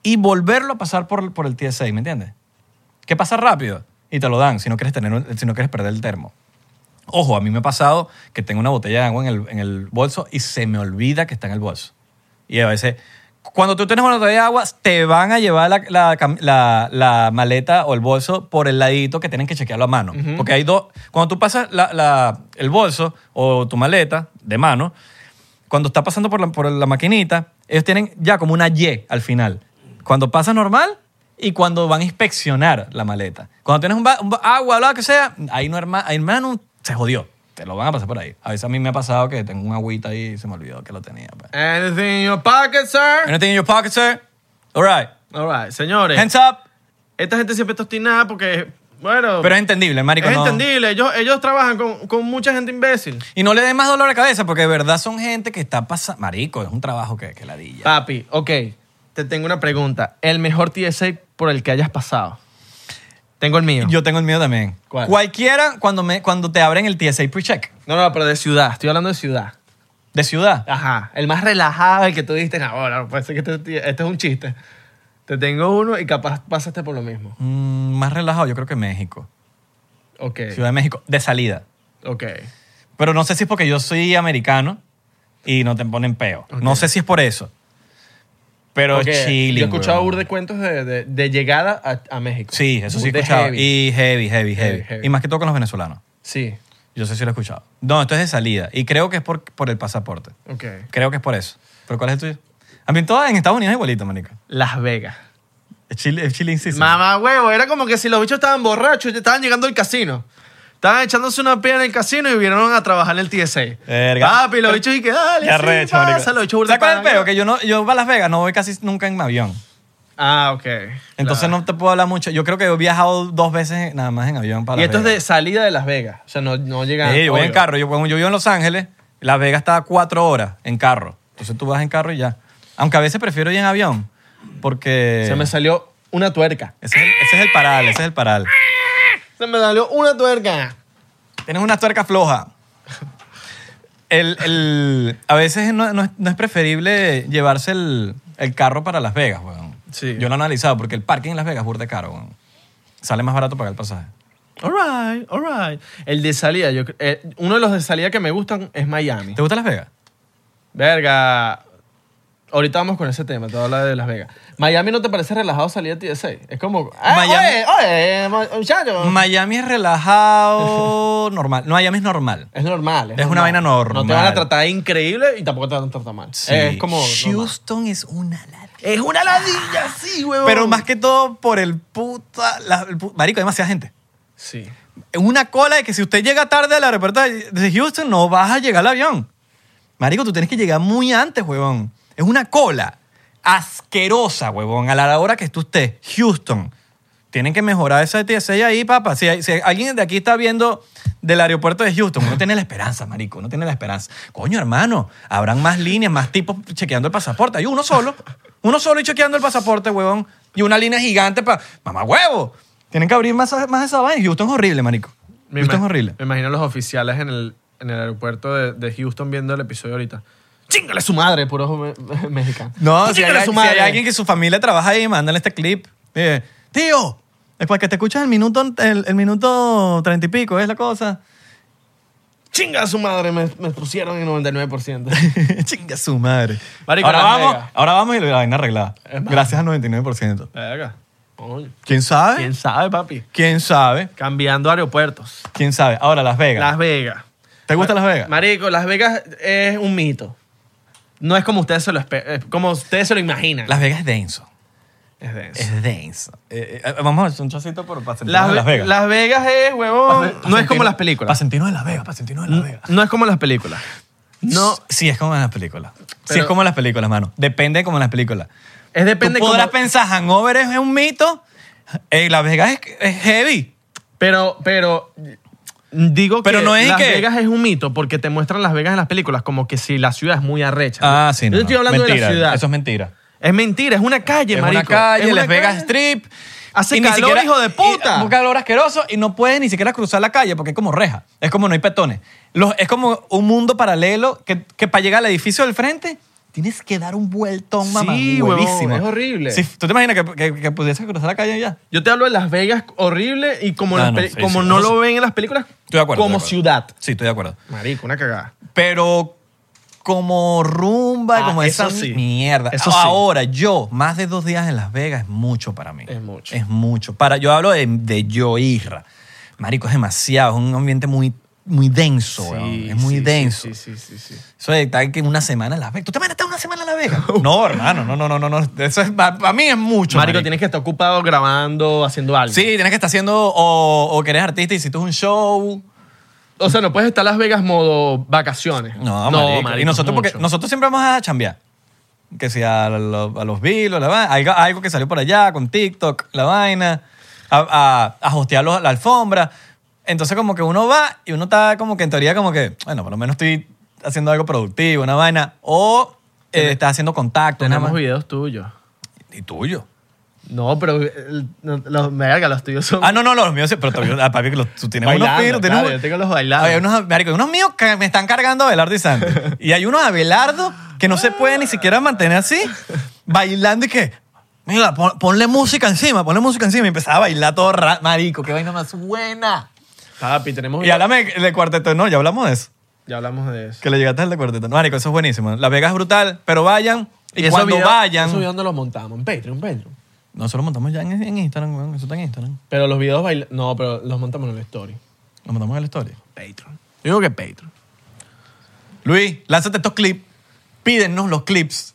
[SPEAKER 4] y volverlo a pasar por, por el TSA, ¿me entiendes? Que pasa rápido y te lo dan si no quieres, tener, un- si no quieres perder el termo. Ojo, a mí me ha pasado que tengo una botella de agua en el, en el bolso y se me olvida que está en el bolso. Y a veces, cuando tú tienes una botella de agua, te van a llevar la, la cam- la- la maleta o el bolso por el ladito que tienen que chequearlo a mano. Porque hay dos. Cuando tú pasas la- la- el bolso o tu maleta de mano, cuando está pasando por la, por la maquinita, ellos tienen ya como una Y al final. Cuando pasa normal y cuando van a inspeccionar la maleta. Cuando tienes un, ba- un ba- agua o lo que sea, ahí no, herma- ahí, hermano, se jodió. Te lo van a pasar por ahí. A veces a mí me ha pasado que tengo un agüita ahí y se me olvidó que lo tenía. pues.
[SPEAKER 3] Anything in your pocket, sir?
[SPEAKER 4] Anything in your pocket, sir? All right.
[SPEAKER 3] All right, señores.
[SPEAKER 4] Hands up.
[SPEAKER 3] Esta gente siempre está obstinada porque, bueno,
[SPEAKER 4] Pero es entendible, marico.
[SPEAKER 3] es
[SPEAKER 4] no.
[SPEAKER 3] entendible. Ellos, ellos trabajan con, con mucha gente imbécil.
[SPEAKER 4] Y no le den más dolor de cabeza porque de verdad son gente que está pasando... Marico, es un trabajo que, que ladilla.
[SPEAKER 3] Papi, ok, te tengo una pregunta. El mejor TSA por el que hayas pasado. Tengo el mío.
[SPEAKER 4] Yo tengo el mío también.
[SPEAKER 3] ¿Cuál?
[SPEAKER 4] Cualquiera cuando, me, cuando te abren el TSA pre-check
[SPEAKER 3] No, no, pero de ciudad. Estoy hablando de ciudad.
[SPEAKER 4] de ciudad.
[SPEAKER 3] Ajá. El más relajado, el que tú diste. "Ah, Ahora, no, parece que este, este es un chiste. Te tengo uno y capaz pasaste por lo mismo.
[SPEAKER 4] Mm, más relajado, yo creo que México.
[SPEAKER 3] Ok.
[SPEAKER 4] Ciudad de México, de salida.
[SPEAKER 3] Ok.
[SPEAKER 4] Pero no sé si es porque yo soy americano y no te ponen peo. No sé si es por eso. Pero
[SPEAKER 3] Ok,
[SPEAKER 4] es chilling,
[SPEAKER 3] Yo he escuchado
[SPEAKER 4] weón.
[SPEAKER 3] burda de cuentos de, de- de llegada a, a México.
[SPEAKER 4] Sí, eso sí
[SPEAKER 3] Burda
[SPEAKER 4] he
[SPEAKER 3] de
[SPEAKER 4] escuchado.
[SPEAKER 3] heavy.
[SPEAKER 4] Y heavy, heavy, heavy,
[SPEAKER 3] Heavy, heavy.
[SPEAKER 4] Y más que todo con los venezolanos.
[SPEAKER 3] Sí.
[SPEAKER 4] Yo sé si lo he escuchado. No, esto es de salida. Y creo que es por, por el pasaporte.
[SPEAKER 3] Ok.
[SPEAKER 4] Creo que es por eso. ¿Pero cuál es el tuyo? A mí en todas en Estados Unidos es igualito, marica.
[SPEAKER 3] Las Vegas.
[SPEAKER 4] Es chill- es chilling season.
[SPEAKER 3] Mamá huevo, era como que si los bichos estaban borrachos, ya estaban llegando al casino. Estaban echándose una pía en el casino y vinieron a trabajar en el TSA.
[SPEAKER 4] Verga.
[SPEAKER 3] Papi, los bichos y que dale,
[SPEAKER 4] Ya
[SPEAKER 3] sí,
[SPEAKER 4] recho,
[SPEAKER 3] pasa,
[SPEAKER 4] marica.
[SPEAKER 3] los bichos burda
[SPEAKER 4] ¿Sabes cuál es el
[SPEAKER 3] pana,
[SPEAKER 4] peo?
[SPEAKER 3] ¿no?
[SPEAKER 4] Que yo, no, yo a Las Vegas no voy casi nunca en avión.
[SPEAKER 3] Ah, ok.
[SPEAKER 4] Entonces
[SPEAKER 3] Claro.
[SPEAKER 4] no te puedo hablar mucho. Yo creo que he viajado dos veces nada más en avión
[SPEAKER 3] Y
[SPEAKER 4] para Las
[SPEAKER 3] esto es de
[SPEAKER 4] Vegas.
[SPEAKER 3] salida de Las Vegas. O sea, no, no llegan.
[SPEAKER 4] Sí, yo voy en
[SPEAKER 3] obvio.
[SPEAKER 4] carro. Yo, cuando yo vivo en Los Ángeles, Las Vegas está a cuatro horas en carro. Entonces tú vas en carro y ya. Aunque a veces prefiero ir en avión porque...
[SPEAKER 3] Se me salió una tuerca.
[SPEAKER 4] ese, es el, ese es el paral, ese es el paral.
[SPEAKER 3] Se me salió una tuerca.
[SPEAKER 4] Tienes una tuerca floja. El, el- a veces no, no es, no es preferible llevarse el, el carro para Las Vegas, weón.
[SPEAKER 3] Sí.
[SPEAKER 4] Yo lo he analizado porque el parking en Las Vegas es burda de caro, weón. Sale más barato pagar el pasaje.
[SPEAKER 3] Alright, alright. El de salida, yo, cre- eh, uno de los de salida que me gustan es Miami.
[SPEAKER 4] ¿Te gusta Las Vegas?
[SPEAKER 3] Verga. Ahorita vamos con ese tema, te voy a hablar de Las Vegas. Miami no te parece relajado salir de TSA. Es como. ah,
[SPEAKER 4] Miami-
[SPEAKER 3] Oye, oye, ma- muchacho.
[SPEAKER 4] Miami
[SPEAKER 3] <laughs>
[SPEAKER 4] es relajado, normal. No, Miami es normal.
[SPEAKER 3] es normal.
[SPEAKER 4] Es una vaina normal.
[SPEAKER 3] No te van a tratar increíble y tampoco te van a tratar mal.
[SPEAKER 4] Sí.
[SPEAKER 3] Es como. normal.
[SPEAKER 4] Houston es una ladilla.
[SPEAKER 3] Es una ladilla, sí, huevón.
[SPEAKER 4] Pero más que todo por el puta... la- el pu- marico, hay demasiada gente.
[SPEAKER 3] Sí.
[SPEAKER 4] Es una cola de que si usted llega tarde al aeropuerto de Houston, no vas a llegar al avión. Marico, tú tienes que llegar muy antes, huevón. Es una cola asquerosa, huevón, a la hora que tú estés. Houston. Tienen que mejorar esa TSA ahí, papá. Si, hay- si alguien de aquí está viendo del aeropuerto de Houston, no tiene la esperanza, marico, no tiene la esperanza. Coño, hermano, habrán más líneas, más tipos chequeando el pasaporte. Hay uno solo, uno solo y chequeando el pasaporte, huevón. Y una línea gigante para... ¡Mamá, huevo! Tienen que abrir más, más esa vaina. Houston es horrible, marico.
[SPEAKER 3] Me
[SPEAKER 4] Houston es
[SPEAKER 3] ima-
[SPEAKER 4] horrible.
[SPEAKER 3] Me imagino los oficiales en el, en el aeropuerto de, de Houston viendo el episodio ahorita. ¡Chingale su madre, puro me- me- <laughs> mexicano!
[SPEAKER 4] No, si
[SPEAKER 3] ¡Chíngale
[SPEAKER 4] hay, si hay alguien que su familia trabaja ahí, mándale este clip. Dije, tío, es para que te escuches el minuto, el, el minuto treinta y pico, es la cosa. <laughs>
[SPEAKER 3] ¡Chinga su madre! Me, me pusieron en
[SPEAKER 4] <laughs>
[SPEAKER 3] 99%.
[SPEAKER 4] Chinga su madre.
[SPEAKER 3] Marico,
[SPEAKER 4] ahora,
[SPEAKER 3] Las
[SPEAKER 4] vamos,
[SPEAKER 3] Vegas.
[SPEAKER 4] ahora vamos y la vaina arreglada.
[SPEAKER 3] Es más.
[SPEAKER 4] Gracias al 99%.
[SPEAKER 3] Verga. Coño.
[SPEAKER 4] ¿Quién sabe?
[SPEAKER 3] ¿Quién sabe, papi?
[SPEAKER 4] ¿Quién sabe?
[SPEAKER 3] Cambiando aeropuertos.
[SPEAKER 4] ¿Quién sabe? Ahora, Las Vegas.
[SPEAKER 3] Las Vegas.
[SPEAKER 4] ¿Te gusta Las Vegas?
[SPEAKER 3] Marico, Las Vegas es un mito. No es como ustedes se lo, espe- eh, como ustedes se lo imaginan.
[SPEAKER 4] Las Vegas es denso.
[SPEAKER 3] es denso.
[SPEAKER 4] Es denso. Eh, eh, vamos a hacer un chocito por para sentirnos
[SPEAKER 3] Las,
[SPEAKER 4] en
[SPEAKER 3] Ve-
[SPEAKER 4] Las Vegas.
[SPEAKER 3] Las Vegas es,
[SPEAKER 4] Pa-
[SPEAKER 3] huevón.
[SPEAKER 4] pa-
[SPEAKER 3] no es
[SPEAKER 4] sentirnos-
[SPEAKER 3] como las
[SPEAKER 4] Para
[SPEAKER 3] películas.
[SPEAKER 4] sentirnos en Las Vegas, para sentirnos en Las Vegas.
[SPEAKER 3] No es como las películas. No,
[SPEAKER 4] Sí, es como en las películas. sí,
[SPEAKER 3] Pero-
[SPEAKER 4] es como en las películas, mano. Depende de como en las películas.
[SPEAKER 3] es depende
[SPEAKER 4] Tú podrás
[SPEAKER 3] cómo-
[SPEAKER 4] pensar, Hangover es un mito. Eh, Las Vegas es, es heavy.
[SPEAKER 3] Pero, pero digo
[SPEAKER 4] Pero
[SPEAKER 3] que
[SPEAKER 4] no es
[SPEAKER 3] Las
[SPEAKER 4] que-
[SPEAKER 3] Vegas es un mito porque te muestran Las Vegas en las películas como que si la ciudad es muy arrecha.
[SPEAKER 4] Ah, sí, no.
[SPEAKER 3] Yo estoy
[SPEAKER 4] no.
[SPEAKER 3] hablando
[SPEAKER 4] mentira,
[SPEAKER 3] de la ciudad.
[SPEAKER 4] Eso es mentira.
[SPEAKER 3] Es mentira, es una calle,
[SPEAKER 4] es
[SPEAKER 3] marico.
[SPEAKER 4] una calle,
[SPEAKER 3] Es una
[SPEAKER 4] Las Vegas
[SPEAKER 3] calle.
[SPEAKER 4] Strip.
[SPEAKER 3] Hace
[SPEAKER 4] Y ni
[SPEAKER 3] calor, hijo de puta.
[SPEAKER 4] y- Un calor asqueroso y no puedes ni siquiera cruzar la calle porque es como reja. Es como no hay petones. Los, es como un mundo paralelo que, que para llegar al edificio del frente tienes que dar un vueltón,
[SPEAKER 3] Sí,
[SPEAKER 4] mamá.
[SPEAKER 3] huevón, es horrible.
[SPEAKER 4] ¿Tú te imaginas que, que, que pudieses cruzar la calle ya?
[SPEAKER 3] Yo te hablo de Las Vegas horrible y como,
[SPEAKER 4] Ah,
[SPEAKER 3] las
[SPEAKER 4] no,
[SPEAKER 3] pe-
[SPEAKER 4] sí,
[SPEAKER 3] como
[SPEAKER 4] sí,
[SPEAKER 3] no
[SPEAKER 4] no,
[SPEAKER 3] lo
[SPEAKER 4] sí.
[SPEAKER 3] ven en las películas,
[SPEAKER 4] Estoy de acuerdo.
[SPEAKER 3] como
[SPEAKER 4] estoy de acuerdo.
[SPEAKER 3] ciudad.
[SPEAKER 4] Sí, estoy de acuerdo.
[SPEAKER 3] Marico, una cagada.
[SPEAKER 4] Pero como rumba,
[SPEAKER 3] Ah,
[SPEAKER 4] como
[SPEAKER 3] eso
[SPEAKER 4] esa
[SPEAKER 3] sí.
[SPEAKER 4] mierda.
[SPEAKER 3] Eso sí.
[SPEAKER 4] Ahora, yo, más de dos días en Las Vegas es mucho para mí.
[SPEAKER 3] Es mucho.
[SPEAKER 4] Es mucho. Para, yo hablo de, de yo, Isra. Marico, es demasiado. Es un ambiente muy, muy denso. weón. Es muy
[SPEAKER 3] sí, sí,
[SPEAKER 4] denso.
[SPEAKER 3] Sí, sí, sí, sí.
[SPEAKER 4] Eso de estar que una semana en Las Vegas. ¿Tú te vas a estar una semana en Las
[SPEAKER 3] <laughs>
[SPEAKER 4] Vegas? no, hermano. No, no, no, no. no. Eso es, para, mí es mucho.
[SPEAKER 3] Marico, tienes que estar ocupado grabando, haciendo algo.
[SPEAKER 4] Sí, tienes que estar haciendo o, o que eres artista y hiciste un show.
[SPEAKER 3] O sea, no puedes estar Las Vegas modo vacaciones.
[SPEAKER 4] No, marico. Y nosotros, porque
[SPEAKER 3] mucho.
[SPEAKER 4] nosotros siempre vamos a chambear. Que sea a, lo- a los vilos, la vaina. Algo, algo que salió por allá con TikTok, la vaina. A, a, a hostear los- la alfombra. Entonces, como que uno va y uno está como que en teoría, como que, bueno, por lo menos estoy haciendo algo productivo, una vaina. O eh, estás haciendo contacto, una
[SPEAKER 3] Tenemos
[SPEAKER 4] vaina.
[SPEAKER 3] videos tuyos.
[SPEAKER 4] Y tuyo.
[SPEAKER 3] No, pero eh, no, los, verga, los tuyos son.
[SPEAKER 4] Ah, no, no, los míos, sí, pero todavía- ah, papi, que los- tú tienes
[SPEAKER 3] Bailando,
[SPEAKER 4] unos, pero tienes
[SPEAKER 3] claro, yo
[SPEAKER 4] unos-
[SPEAKER 3] tengo los bailando.
[SPEAKER 4] Hay unos, marico, hay unos míos que me están cargando Abelardo y Santi. Y hay unos Abelardo que no se puede ni siquiera mantener así, bailando y que, mira, pon- ponle música encima, ponle música encima. Y empezaba a bailar todo ra- marico, qué vaina más buena.
[SPEAKER 3] Papi, tenemos.
[SPEAKER 4] Y háblame del cuarteto, no, ya hablamos de eso.
[SPEAKER 3] Ya hablamos de eso.
[SPEAKER 4] Que le llegaste al de cuarteto. No, marico, eso es buenísimo. La Vega es brutal, pero vayan. Y,
[SPEAKER 3] esos
[SPEAKER 4] cuando
[SPEAKER 3] videos-
[SPEAKER 4] vayan...
[SPEAKER 3] Esos videos no los montamos. En Patreon, Patreon.
[SPEAKER 4] Nosotros montamos ya en, en Instagram, weón. Eso está en Instagram.
[SPEAKER 3] Pero los videos baila- No, pero los montamos en la story.
[SPEAKER 4] Lo montamos en la historia.
[SPEAKER 3] Patreon. Yo digo que Patreon.
[SPEAKER 4] Luis, lánzate estos clips. Pídenos los clips.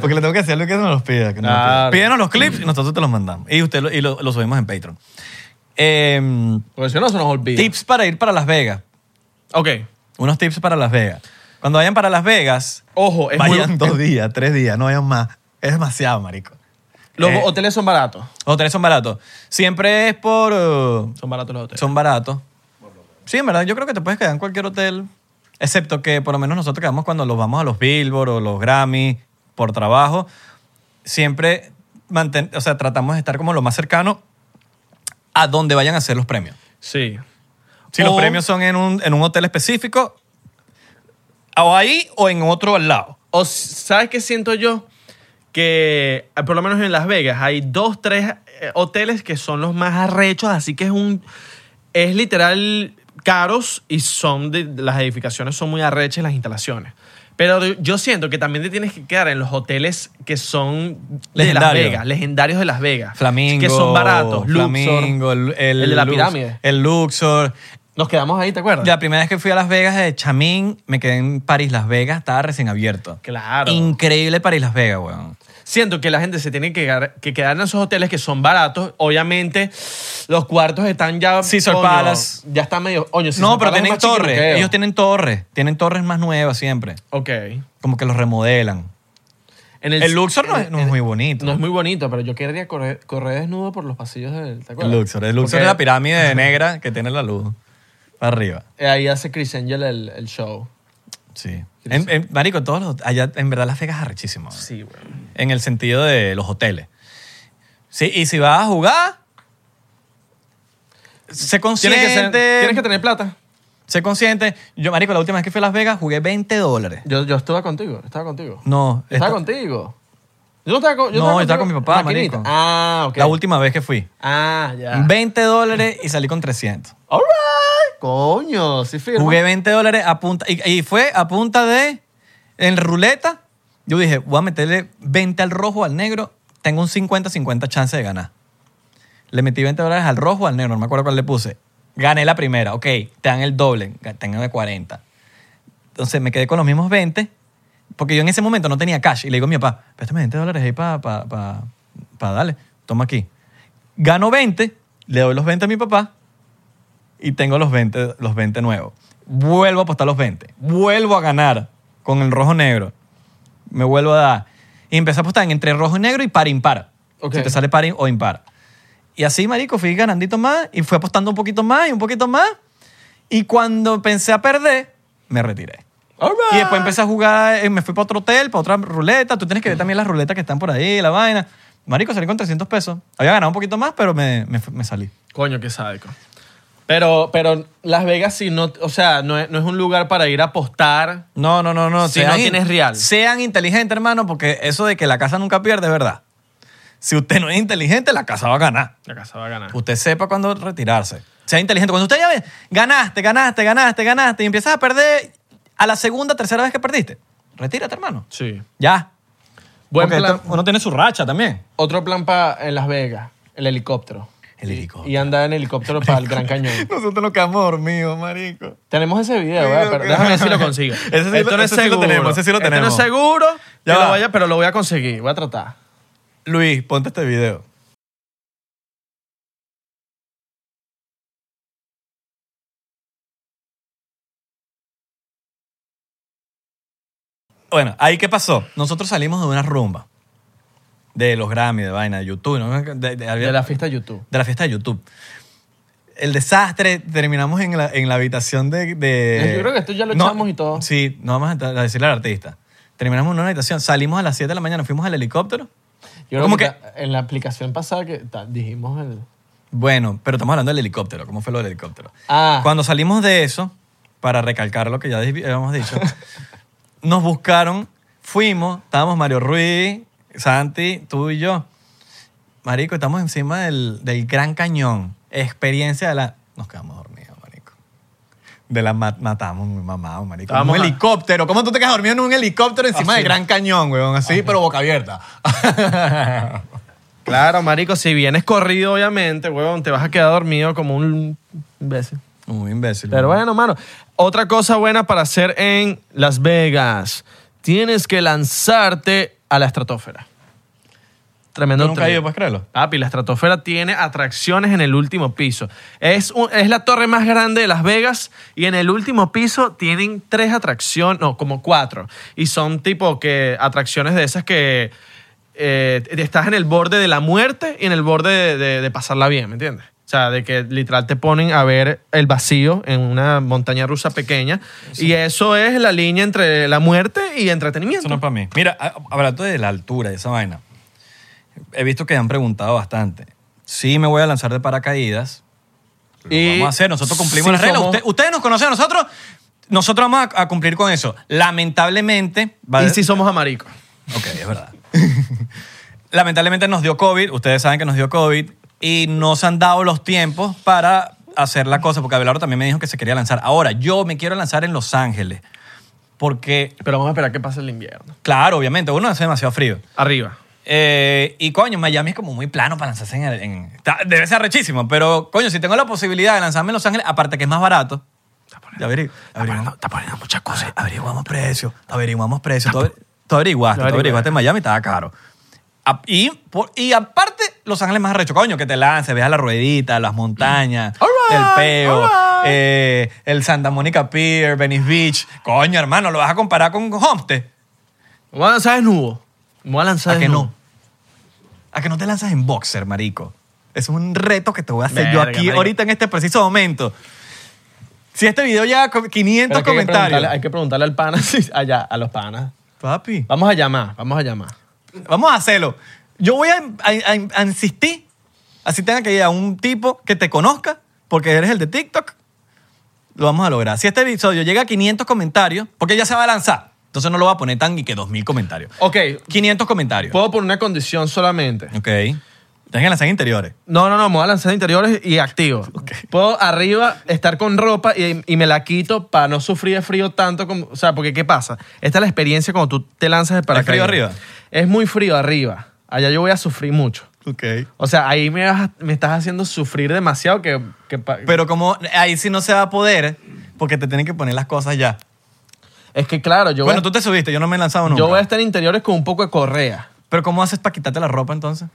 [SPEAKER 4] Porque le tengo que decir a Luis que no los pida. que no los pida.
[SPEAKER 3] Claro.
[SPEAKER 4] Pídenos los clips y nosotros te los mandamos. Y, usted lo- y lo- los subimos en Patreon. Em,
[SPEAKER 3] Porque si no, se nos olvida.
[SPEAKER 4] tips para ir para Las Vegas.
[SPEAKER 3] Ok.
[SPEAKER 4] Unos tips para Las Vegas. Cuando vayan para Las Vegas,
[SPEAKER 3] Ojo, es
[SPEAKER 4] vayan
[SPEAKER 3] muy-
[SPEAKER 4] dos días, tres días, no vayan más. Es demasiado, marico.
[SPEAKER 3] Los
[SPEAKER 4] Eh,
[SPEAKER 3] hoteles son baratos.
[SPEAKER 4] Los hoteles son baratos. Siempre es por... eh,
[SPEAKER 3] Son baratos los hoteles.
[SPEAKER 4] Son baratos. Sí, en verdad, yo creo que te puedes quedar en cualquier hotel, excepto que por lo menos nosotros quedamos cuando los vamos a los Billboard o los Grammy por trabajo. Siempre manten, o sea, tratamos de estar como lo más cercano a donde vayan a hacer los premios.
[SPEAKER 3] Sí.
[SPEAKER 4] Si los
[SPEAKER 3] O-
[SPEAKER 4] premios son en un, en un hotel específico, o ahí o en otro al lado.
[SPEAKER 3] O s- sabes qué siento yo que eh, por lo menos en Las Vegas hay dos, tres eh, hoteles que son los más arrechos, así que es un es literal caros y son de, las edificaciones son muy arrechas las instalaciones. Pero yo siento que también te tienes que quedar en los hoteles que son de Las
[SPEAKER 4] Legendario.
[SPEAKER 3] Vegas, legendarios de Las Vegas,
[SPEAKER 4] Flamingo.
[SPEAKER 3] que son baratos, Luxor.
[SPEAKER 4] Flamingo, el, el
[SPEAKER 3] El de la
[SPEAKER 4] Lux-
[SPEAKER 3] pirámide.
[SPEAKER 4] El Luxor.
[SPEAKER 3] Nos quedamos ahí, ¿te acuerdas?
[SPEAKER 4] La primera vez que fui a Las Vegas de Chamín, me quedé en París, Las Vegas, estaba recién abierto.
[SPEAKER 3] Claro.
[SPEAKER 4] Increíble París, Las Vegas, weón.
[SPEAKER 3] Siento que la gente se tiene que quedar, que quedar en esos hoteles que son baratos. Obviamente, los cuartos están ya.
[SPEAKER 4] Caesar
[SPEAKER 3] coño,
[SPEAKER 4] Palace.
[SPEAKER 3] Ya está medio. Oño,
[SPEAKER 4] no, pero tienen torres. Ellos tienen torres. Tienen torres más nuevas siempre.
[SPEAKER 3] Ok.
[SPEAKER 4] Como que los remodelan.
[SPEAKER 3] En
[SPEAKER 4] El, Luxor no, es- no es muy bonito.
[SPEAKER 3] No es muy bonito, pero yo querría correr, correr desnudo por los pasillos del. ¿Te
[SPEAKER 4] el
[SPEAKER 3] acuerdas?
[SPEAKER 4] Luxor. El Luxor
[SPEAKER 3] Porque
[SPEAKER 4] es
[SPEAKER 3] <laughs>
[SPEAKER 4] la pirámide negra que tiene la luz. Arriba.
[SPEAKER 3] Ahí hace Chris Angel el, el show.
[SPEAKER 4] Sí. En- en- marico, todos los, allá en verdad Las Vegas es arrechísimo. weón.
[SPEAKER 3] Sí, güey.
[SPEAKER 4] En el sentido de los hoteles. Sí, y si vas a jugar, se
[SPEAKER 3] Tienes
[SPEAKER 4] consiente.
[SPEAKER 3] que, ser- tienes que tener plata.
[SPEAKER 4] Sé consciente. Yo, marico, la última vez que fui a Las Vegas jugué 20 dólares.
[SPEAKER 3] Yo, yo estaba contigo. Estaba contigo.
[SPEAKER 4] No,
[SPEAKER 3] Yo Estaba
[SPEAKER 4] esta-
[SPEAKER 3] contigo. Yo no estaba, con- yo
[SPEAKER 4] No, yo
[SPEAKER 3] contigo.
[SPEAKER 4] estaba con mi papá,
[SPEAKER 3] Maquinita.
[SPEAKER 4] marico.
[SPEAKER 3] Ah, ok.
[SPEAKER 4] La última vez que fui.
[SPEAKER 3] Ah, ya.
[SPEAKER 4] 20 dólares y salí con 300.
[SPEAKER 3] All right. Coño, sí firma.
[SPEAKER 4] Jugué 20 dólares a punta... Y, y fue a punta de... En ruleta, yo dije, voy a meterle 20 al rojo, al negro. Tengo un 50-50 chance de ganar. Le metí 20 dólares al rojo, al negro. No me acuerdo cuál le puse. Gané la primera. Ok, te dan el doble. ga- Tengo de 40. Entonces me quedé con los mismos 20. Porque yo en ese momento no tenía cash. Y le digo a mi papá, préstame 20 dólares ahí para pa, pa, pa darle. Toma aquí. Gano 20, le doy los 20 a mi papá y tengo los 20, los 20 nuevos. Vuelvo a apostar los 20. Vuelvo a ganar con el rojo negro. Me vuelvo a dar. Y empecé a apostar en entre rojo y negro y par impar.
[SPEAKER 3] Ok.
[SPEAKER 4] Si te sale par o impar. Y así, marico, fui ganandito más y fui apostando un poquito más y un poquito más. Y cuando pensé a perder, me retiré.
[SPEAKER 3] All right.
[SPEAKER 4] Y después empecé a jugar, eh, me fui para otro hotel, para otra ruleta. Tú tienes que ver también las ruletas que están por ahí, la vaina. Marico, salí con 300 pesos. Había ganado un poquito más, pero me, me fu- me salí.
[SPEAKER 3] Coño, qué sádico. Pero, pero Las Vegas sí no, o sea, no es, no es un lugar para ir a apostar.
[SPEAKER 4] No, no, no, no.
[SPEAKER 3] Si no tienes real.
[SPEAKER 4] Sean inteligentes, hermano, porque eso de que la casa nunca pierde es verdad. Si usted no es inteligente, la casa va a ganar.
[SPEAKER 3] La casa va a ganar.
[SPEAKER 4] Usted sepa cuándo retirarse. Sea inteligente. Cuando usted ya ve, ganaste, ganaste, ganaste, ganaste, y empiezas a perder a la segunda, tercera vez que perdiste, retírate, hermano.
[SPEAKER 3] Sí.
[SPEAKER 4] Ya.
[SPEAKER 3] Buen
[SPEAKER 4] Porque
[SPEAKER 3] plan.
[SPEAKER 4] esto- uno tiene su racha también.
[SPEAKER 3] Otro plan para en Las Vegas, el helicóptero.
[SPEAKER 4] El
[SPEAKER 3] Y-
[SPEAKER 4] helicóptero.
[SPEAKER 3] Y, andar en
[SPEAKER 4] <laughs>
[SPEAKER 3] helicóptero para el Gran Cañón.
[SPEAKER 4] Nosotros nos quedamos dormidos, marico.
[SPEAKER 3] Tenemos ese video, ¿verdad? Pero
[SPEAKER 4] que-
[SPEAKER 3] déjame ver si lo consigo.
[SPEAKER 4] <laughs> Ese sí lo-
[SPEAKER 3] Esto no es
[SPEAKER 4] ese sí lo
[SPEAKER 3] seguro.
[SPEAKER 4] tenemos, ese sí lo
[SPEAKER 3] Este no
[SPEAKER 4] tenemos.
[SPEAKER 3] es seguro,
[SPEAKER 4] Ya
[SPEAKER 3] ya
[SPEAKER 4] va.
[SPEAKER 3] vaya, pero lo voy a conseguir. Voy a tratar.
[SPEAKER 4] Luis, ponte este video. Bueno, ahí qué pasó. Nosotros salimos de una rumba. De los Grammy, de vaina, de YouTube. ¿no? De, de-
[SPEAKER 3] De la fiesta de YouTube.
[SPEAKER 4] de la fiesta de YouTube. El desastre, terminamos en la, en la habitación de, de-
[SPEAKER 3] Yo creo que esto ya lo echamos y todo.
[SPEAKER 4] Sí, no vamos a a decirle al artista. Terminamos en una habitación, salimos a las 7 de la mañana, fuimos al helicóptero.
[SPEAKER 5] Yo creo
[SPEAKER 4] Como
[SPEAKER 5] que,
[SPEAKER 4] que-
[SPEAKER 5] ta- en la aplicación pasada que ta- dijimos el...
[SPEAKER 4] Bueno, pero estamos hablando del helicóptero. ¿Cómo fue lo del helicóptero?
[SPEAKER 5] Ah.
[SPEAKER 4] Cuando salimos de eso, para recalcar lo que ya di-
[SPEAKER 5] <laughs>
[SPEAKER 4] habíamos dicho, nos buscaron, fuimos, estábamos Mario Ruiz, Santi, tú y yo. Marico, estamos encima del, del Gran Cañón. Experiencia de la... Nos quedamos dormidos, marico. De la ma- matamos, mi mamá, marico. En
[SPEAKER 5] Estábamos
[SPEAKER 4] un
[SPEAKER 5] a-
[SPEAKER 4] helicóptero. ¿Cómo tú te quedas dormido en un helicóptero encima del Gran Cañón, weón? Así, pero boca abierta. <laughs>
[SPEAKER 3] Claro, marico, si vienes corrido, obviamente, huevón, te vas a quedar dormido como un imbécil.
[SPEAKER 4] Muy imbécil.
[SPEAKER 3] Pero
[SPEAKER 4] weón.
[SPEAKER 3] bueno, mano. Otra cosa buena para hacer en Las Vegas. Tienes que lanzarte a la estratosfera. Tremendo.
[SPEAKER 4] Yo nunca he
[SPEAKER 3] trip.
[SPEAKER 4] ido, pues. ¿puedes creerlo?
[SPEAKER 3] Papi, la estratosfera tiene atracciones en el último piso. Es, un- es la torre más grande de Las Vegas y en el último piso tienen tres atracciones, no, como cuatro. Y son tipo que atracciones de esas que eh, estás en el borde de la muerte y en el borde de, de- de pasarla bien, ¿me entiendes? O sea, de que literal te ponen a ver el vacío en una montaña rusa pequeña. Y eso es la línea entre la muerte y entretenimiento.
[SPEAKER 4] Eso no es para mí. Mira, a- hablando de la altura y esa vaina, he visto que han preguntado bastante. Sí, me voy a lanzar de paracaídas. Lo
[SPEAKER 3] Y
[SPEAKER 4] vamos a hacer, nosotros cumplimos
[SPEAKER 3] si
[SPEAKER 4] las reglas.
[SPEAKER 3] somos-
[SPEAKER 4] Usted- ustedes nos conocen a nosotros, nosotros vamos a, a cumplir con eso. Lamentablemente, va
[SPEAKER 3] y si somos amaricos.
[SPEAKER 4] Ok, es verdad. <laughs> Lamentablemente nos dio COVID, ustedes saben que nos dio COVID, y no se han dado los tiempos para hacer la cosa, porque Abelardo también me dijo que se quería lanzar. Ahora, yo me quiero lanzar en Los Ángeles, porque,
[SPEAKER 3] Pero vamos a esperar que pase el invierno.
[SPEAKER 4] claro, obviamente, uno hace demasiado frío.
[SPEAKER 3] Arriba.
[SPEAKER 4] Eh, y coño, Miami es como muy plano para lanzarse en, el- en- está- Debe ser rechísimo, pero coño, si tengo la posibilidad de lanzarme en Los Ángeles, aparte que es más barato. ya averigu- averiguamos-
[SPEAKER 3] muchas
[SPEAKER 4] Aver- Averiguamos precios, averiguamos precios. Tú, aver- tú averiguaste,
[SPEAKER 3] Lo
[SPEAKER 4] tú
[SPEAKER 3] averigué.
[SPEAKER 4] averiguaste en Miami, estaba caro. A- Y, por- y aparte, Los Ángeles más arrecho, coño, que te lances, veas la ruedita, las montañas,
[SPEAKER 3] All right,
[SPEAKER 4] el peo,
[SPEAKER 3] all right.
[SPEAKER 4] eh, el Santa Monica Pier, Venice Beach. Coño, hermano, lo vas a comparar con Homestead.
[SPEAKER 3] Me voy a lanzar desnudo. Me voy a lanzar
[SPEAKER 4] ¿A que
[SPEAKER 3] desnudo.
[SPEAKER 4] no? ¿A que no te lanzas en boxer, marico? Es un reto que te voy a hacer yo
[SPEAKER 3] Verga,
[SPEAKER 4] aquí,
[SPEAKER 3] marico.
[SPEAKER 4] ahorita en este preciso momento. Si este video llega a co- 500
[SPEAKER 3] Pero que hay que preguntarle- Hay
[SPEAKER 4] comentarios.
[SPEAKER 3] que preguntarle al pana, <laughs> si- allá, a los panas.
[SPEAKER 4] Papi,
[SPEAKER 3] Vamos a llamar, vamos a llamar.
[SPEAKER 4] vamos a hacerlo. Yo voy a, a- a- a insistir, así tenga que ir a un tipo que te conozca, porque eres el de TikTok, lo vamos a lograr. Si este episodio llega a 500 comentarios, porque ya se va a lanzar, entonces no lo va a poner tan y que 2000 comentarios.
[SPEAKER 3] Ok,
[SPEAKER 4] 500 comentarios.
[SPEAKER 3] puedo poner una condición solamente.
[SPEAKER 4] Ok. Tienes que lanzar en interiores.
[SPEAKER 3] No, no, no, me voy a lanzar interiores y activo. Puedo arriba estar con ropa y, y me la quito para no sufrir de frío tanto. Como, o sea, porque ¿qué pasa? Esta es la experiencia cuando tú te lanzas de paracaídas.
[SPEAKER 4] frío arriba?
[SPEAKER 3] Es muy frío arriba. Allá yo voy a sufrir mucho.
[SPEAKER 4] Ok.
[SPEAKER 3] O sea, ahí me, vas a- me estás haciendo sufrir demasiado que... que pa-
[SPEAKER 4] Pero como ahí sí no se va a poder, porque te tienen que poner las cosas ya.
[SPEAKER 3] es que claro, yo... voy
[SPEAKER 4] bueno,
[SPEAKER 3] a-
[SPEAKER 4] tú te subiste, yo no me he lanzado nunca.
[SPEAKER 3] Yo voy a estar en interiores con un poco de correa.
[SPEAKER 4] Pero ¿cómo haces para quitarte la ropa entonces?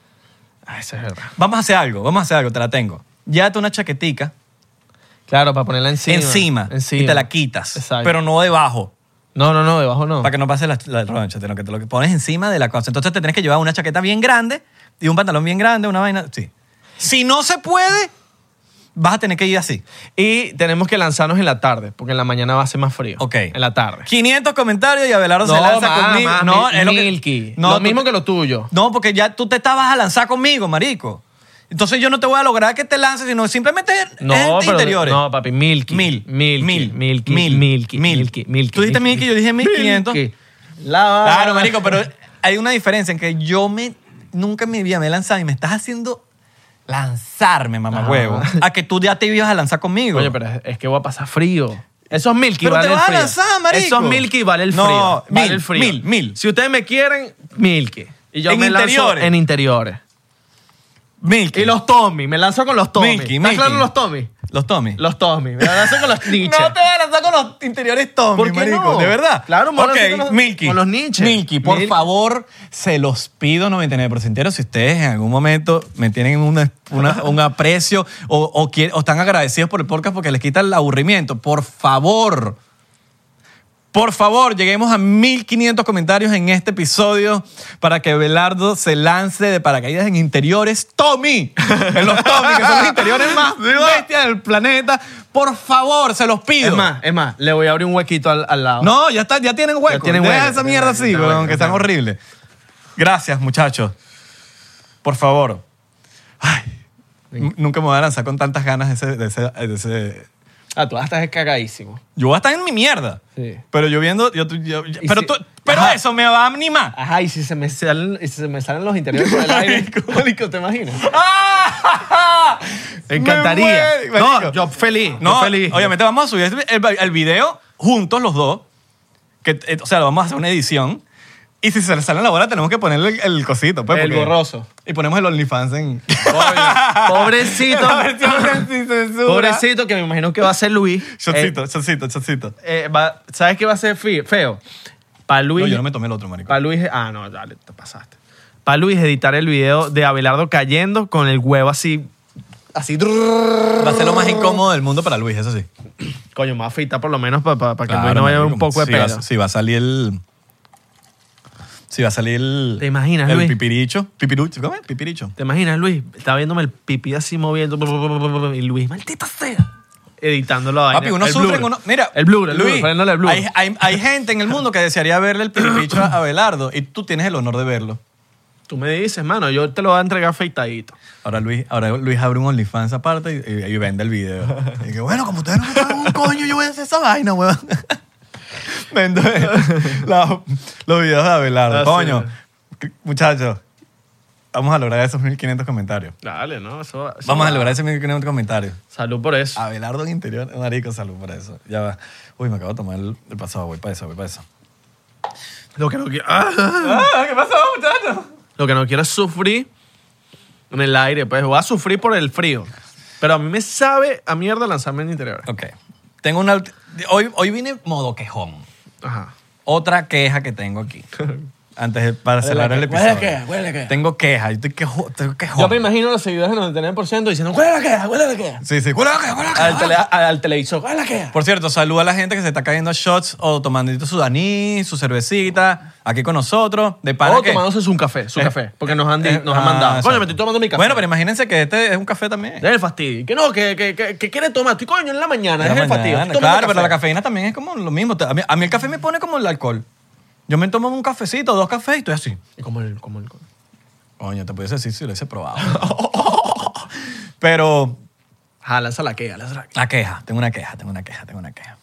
[SPEAKER 3] Ah, eso es verdad.
[SPEAKER 4] Vamos a hacer algo, vamos a hacer algo, te la tengo. Llévate una chaquetica
[SPEAKER 3] Claro, para ponerla encima.
[SPEAKER 4] encima, y te la quitas,
[SPEAKER 3] Exacto.
[SPEAKER 4] pero no debajo,
[SPEAKER 3] no, no, no, debajo no.
[SPEAKER 4] para que no pase la, la roncha, sino que te lo que pones encima de la cosa. Entonces te tienes que llevar una chaqueta bien grande y un pantalón bien grande, una vaina, sí. Si no se puede, vas a tener que ir así.
[SPEAKER 3] Y tenemos que lanzarnos en la tarde, porque en la mañana va a ser más frío.
[SPEAKER 4] Ok.
[SPEAKER 3] En la tarde.
[SPEAKER 4] 500 comentarios y Abelardo se lanza
[SPEAKER 3] ma,
[SPEAKER 4] conmigo.
[SPEAKER 3] ma,
[SPEAKER 4] no,
[SPEAKER 3] mi-
[SPEAKER 4] es lo que-
[SPEAKER 3] Milky.
[SPEAKER 4] No,
[SPEAKER 3] lo
[SPEAKER 4] tú
[SPEAKER 3] mismo
[SPEAKER 4] te-
[SPEAKER 3] que lo tuyo.
[SPEAKER 4] No, porque ya tú te estabas a lanzar conmigo, marico. Entonces yo no te voy a lograr que te lances, sino simplemente
[SPEAKER 3] No,
[SPEAKER 4] es
[SPEAKER 3] pero-
[SPEAKER 4] interiores.
[SPEAKER 3] no, papi, Milky.
[SPEAKER 4] Mil.
[SPEAKER 3] Milky,
[SPEAKER 4] Mil.
[SPEAKER 3] Milky,
[SPEAKER 4] Mil.
[SPEAKER 3] Milky,
[SPEAKER 4] Mil.
[SPEAKER 3] Milky, Milky,
[SPEAKER 4] Tú dijiste
[SPEAKER 3] Milky.
[SPEAKER 4] Milky, yo dije 1500.
[SPEAKER 3] Milky. La-
[SPEAKER 4] Claro, marico, pero hay una diferencia en que yo me nunca en mi vida me he lanzado y me estás haciendo lanzarme, mamá huevo. A que tú ya te ibas a lanzar conmigo.
[SPEAKER 3] Ah. Oye, pero es, es que voy a pasar frío. Esos Milky
[SPEAKER 4] Pero
[SPEAKER 3] vale
[SPEAKER 4] te
[SPEAKER 3] el
[SPEAKER 4] vas a
[SPEAKER 3] frío.
[SPEAKER 4] lanzar, marico.
[SPEAKER 3] Esos Milky vale el
[SPEAKER 4] No,
[SPEAKER 3] frío. vale
[SPEAKER 4] mil,
[SPEAKER 3] el frío.
[SPEAKER 4] mil, mil.
[SPEAKER 3] Si ustedes me quieren, Milky. Y yo
[SPEAKER 4] En
[SPEAKER 3] me
[SPEAKER 4] interiores.
[SPEAKER 3] lanzo en interiores.
[SPEAKER 4] Milky.
[SPEAKER 3] Y los Tommy, me lanzo con los Tommy.
[SPEAKER 4] Milky,
[SPEAKER 3] ¿Estás
[SPEAKER 4] Milky.
[SPEAKER 3] claro los Tommy?
[SPEAKER 4] Los Tommy.
[SPEAKER 3] Los Tommy, me lanzo con <laughs> los Nietzsche.
[SPEAKER 4] No te vas a lanzar con los interiores Tommy,
[SPEAKER 3] ¿Por qué
[SPEAKER 4] marico,
[SPEAKER 3] no?
[SPEAKER 4] de verdad.
[SPEAKER 3] Claro, me voy a
[SPEAKER 4] Ok,
[SPEAKER 3] lanzar con los-
[SPEAKER 4] Milky.
[SPEAKER 3] con los Nietzsche.
[SPEAKER 4] Milky, por
[SPEAKER 3] Mil-
[SPEAKER 4] favor, se los pido 99%eros si ustedes en algún momento me tienen una-
[SPEAKER 3] <laughs>
[SPEAKER 4] una- un aprecio o, o quieren- o están agradecidos por el podcast porque les quita el aburrimiento, por favor. Por favor, lleguemos a 1500 comentarios en este episodio para que Belardo se lance de paracaídas en interiores Tommy. En los Tommy, que son los interiores más bestias del planeta. Por favor, se los pido.
[SPEAKER 3] Es más, es más, le voy a abrir un huequito al, al lado.
[SPEAKER 4] No, ya, está, ya tienen hueco.
[SPEAKER 3] tienen
[SPEAKER 4] Deja
[SPEAKER 3] hueco,
[SPEAKER 4] esa
[SPEAKER 3] tienen
[SPEAKER 4] mierda
[SPEAKER 3] hueco,
[SPEAKER 4] así,
[SPEAKER 3] tienen
[SPEAKER 4] weón,
[SPEAKER 3] hueco,
[SPEAKER 4] que están
[SPEAKER 3] tienen
[SPEAKER 4] horribles. Gracias, muchachos. por favor. Ay, n- nunca me voy a lanzar con tantas ganas de ese- de ese- de ese
[SPEAKER 5] Ah, tú estás cagadísimo.
[SPEAKER 4] Yo voy a estar en mi mierda.
[SPEAKER 5] Sí.
[SPEAKER 4] Pero yo viendo. Yo, yo- yo-
[SPEAKER 5] Y
[SPEAKER 4] pero
[SPEAKER 5] si-
[SPEAKER 4] tú- pero
[SPEAKER 5] Ajá.
[SPEAKER 4] eso me va a animar. <laughs>
[SPEAKER 5] Ajá, y si se me salen, y si se me salen los interiores por el
[SPEAKER 3] <laughs>
[SPEAKER 5] aire, Marico, ¿te imaginas?
[SPEAKER 4] ¡Ah!
[SPEAKER 3] Me encantaría.
[SPEAKER 4] Me muero,
[SPEAKER 3] No,
[SPEAKER 4] marico.
[SPEAKER 3] yo feliz.
[SPEAKER 4] <laughs> No,
[SPEAKER 3] yo feliz.
[SPEAKER 4] obviamente vamos a subir este- el, el video juntos los dos. Que, eh, o sea, vamos a hacer una edición. Y si se le sale la bola, tenemos que ponerle el, el cosito. Pues,
[SPEAKER 5] El
[SPEAKER 4] porque-
[SPEAKER 5] borroso.
[SPEAKER 4] Y ponemos el
[SPEAKER 3] <laughs>
[SPEAKER 4] OnlyFans en.
[SPEAKER 3] Pobrecito.
[SPEAKER 4] La versión <laughs> sin censura.
[SPEAKER 3] Pobrecito, que me imagino que va a ser
[SPEAKER 4] <laughs>
[SPEAKER 3] Luis.
[SPEAKER 4] Shotcito, shotcito, shotcito.
[SPEAKER 3] Eh, eh, va- ¿Sabes qué va a ser fi- feo? Para Luis.
[SPEAKER 4] No, yo no me tomé el otro, marico.
[SPEAKER 3] Para Luis. Ah, no, dale, te pasaste. Para Luis editar el video de Abelardo cayendo con el huevo así. Así.
[SPEAKER 4] Va a ser lo más incómodo del mundo para Luis, eso sí.
[SPEAKER 3] Coño, más fita por lo menos para que Luis
[SPEAKER 4] Claro,
[SPEAKER 3] no vaya
[SPEAKER 4] marico,
[SPEAKER 3] un poco de
[SPEAKER 4] si
[SPEAKER 3] pedo.
[SPEAKER 4] Va, si va a salir el. Si va a salir el.
[SPEAKER 3] ¿Te imaginas,
[SPEAKER 4] El
[SPEAKER 3] Luis?
[SPEAKER 4] pipiricho. Pipiricho. ¿Cómo es? Pipiricho.
[SPEAKER 3] ¿Te imaginas, Luis? Está viéndome el pipí así moviendo. Y Luis, maldita sea. Editándolo la vaina.
[SPEAKER 4] Papi, uno
[SPEAKER 3] El
[SPEAKER 4] sufre
[SPEAKER 3] blur.
[SPEAKER 4] en uno. Mira.
[SPEAKER 3] El blur, el blur.
[SPEAKER 4] Luis,
[SPEAKER 3] poniéndole el blur.
[SPEAKER 4] Hay, hay- hay gente en el mundo que desearía verle el
[SPEAKER 3] <coughs>
[SPEAKER 4] pipiricho a Abelardo y tú tienes el honor de verlo.
[SPEAKER 3] Tú me dices, mano, yo te lo voy a entregar afeitadito.
[SPEAKER 4] Ahora Luis, ahora Luis abre un OnlyFans aparte y, y- y vende el video. Y que, bueno, como ustedes no me pagan un coño, yo voy a hacer esa vaina, weón. <laughs> Vendo el- la- los videos de Abelardo.
[SPEAKER 3] Ah, sí.
[SPEAKER 4] coño, que- muchachos, vamos a lograr esos 1500 comentarios.
[SPEAKER 3] Dale, ¿no? Eso, eso
[SPEAKER 4] Vamos a
[SPEAKER 3] va.
[SPEAKER 4] lograr esos 1500 comentarios.
[SPEAKER 3] Salud por eso.
[SPEAKER 4] Abelardo en interior, marico, salud por eso. Ya va. Uy, me acabo de tomar el, el pasado, voy para eso, voy para eso.
[SPEAKER 3] Lo que no quiero. ¡Ah!
[SPEAKER 4] ¿Qué pasó, muchachos?
[SPEAKER 3] Lo que no quiero es sufrir en el aire, pues voy a sufrir por el frío. Pero a mí me sabe a mierda lanzarme en el interior.
[SPEAKER 4] Ok. Tengo una... ulti- Hoy, hoy vine modo quejón.
[SPEAKER 3] Ajá.
[SPEAKER 4] Otra queja que
[SPEAKER 3] <laughs>
[SPEAKER 4] tengo aquí. Antes de- para cerrar el episodio.
[SPEAKER 5] queja? ¿Cuál es la queja?
[SPEAKER 4] Tengo queja. Yo estoy quejo, estoy quejón.
[SPEAKER 5] Yo me imagino los seguidores del 99% diciendo, ¿cuál es la queja? ¿Cuál es la queja?
[SPEAKER 4] Sí, sí. ¿Cuál es la queja? ¿Cuál es la
[SPEAKER 5] Al,
[SPEAKER 4] queja?
[SPEAKER 5] tele- al- al televisor, ¿cuál es la queja?
[SPEAKER 4] Ah. Por cierto, saluda a la gente que se está cayendo shots o tomando su daní, su cervecita, aquí con nosotros. De pana
[SPEAKER 3] O
[SPEAKER 4] que-
[SPEAKER 3] Oh, tomándose un café, su
[SPEAKER 4] Eh,
[SPEAKER 3] café. Porque nos han, di-
[SPEAKER 4] eh,
[SPEAKER 3] nos han
[SPEAKER 4] ah,
[SPEAKER 3] mandado.
[SPEAKER 4] exacto.
[SPEAKER 3] Coño, me estoy tomando mi café.
[SPEAKER 4] Bueno, pero imagínense que este es un café también.
[SPEAKER 3] Deja el fastidio. Y Que no, que, que, que, que quiere tomar. Estoy coño en la mañana.
[SPEAKER 4] En
[SPEAKER 3] Deja
[SPEAKER 4] la
[SPEAKER 3] el fastidio.
[SPEAKER 4] mañana,
[SPEAKER 3] Estoy tomando
[SPEAKER 4] Claro, pero
[SPEAKER 3] café.
[SPEAKER 4] la cafeína también es como lo mismo. A mí, a mí el café me pone como el alcohol. Yo me tomo un cafecito, dos cafés y estoy así.
[SPEAKER 3] Y Como el, como el.
[SPEAKER 4] Coño, te puedes decir si lo hubiese probado. <laughs> pero
[SPEAKER 3] Ajá, ah, lanza la queja, lanza la queja.
[SPEAKER 4] la queja, tengo una queja, tengo una queja, tengo una queja.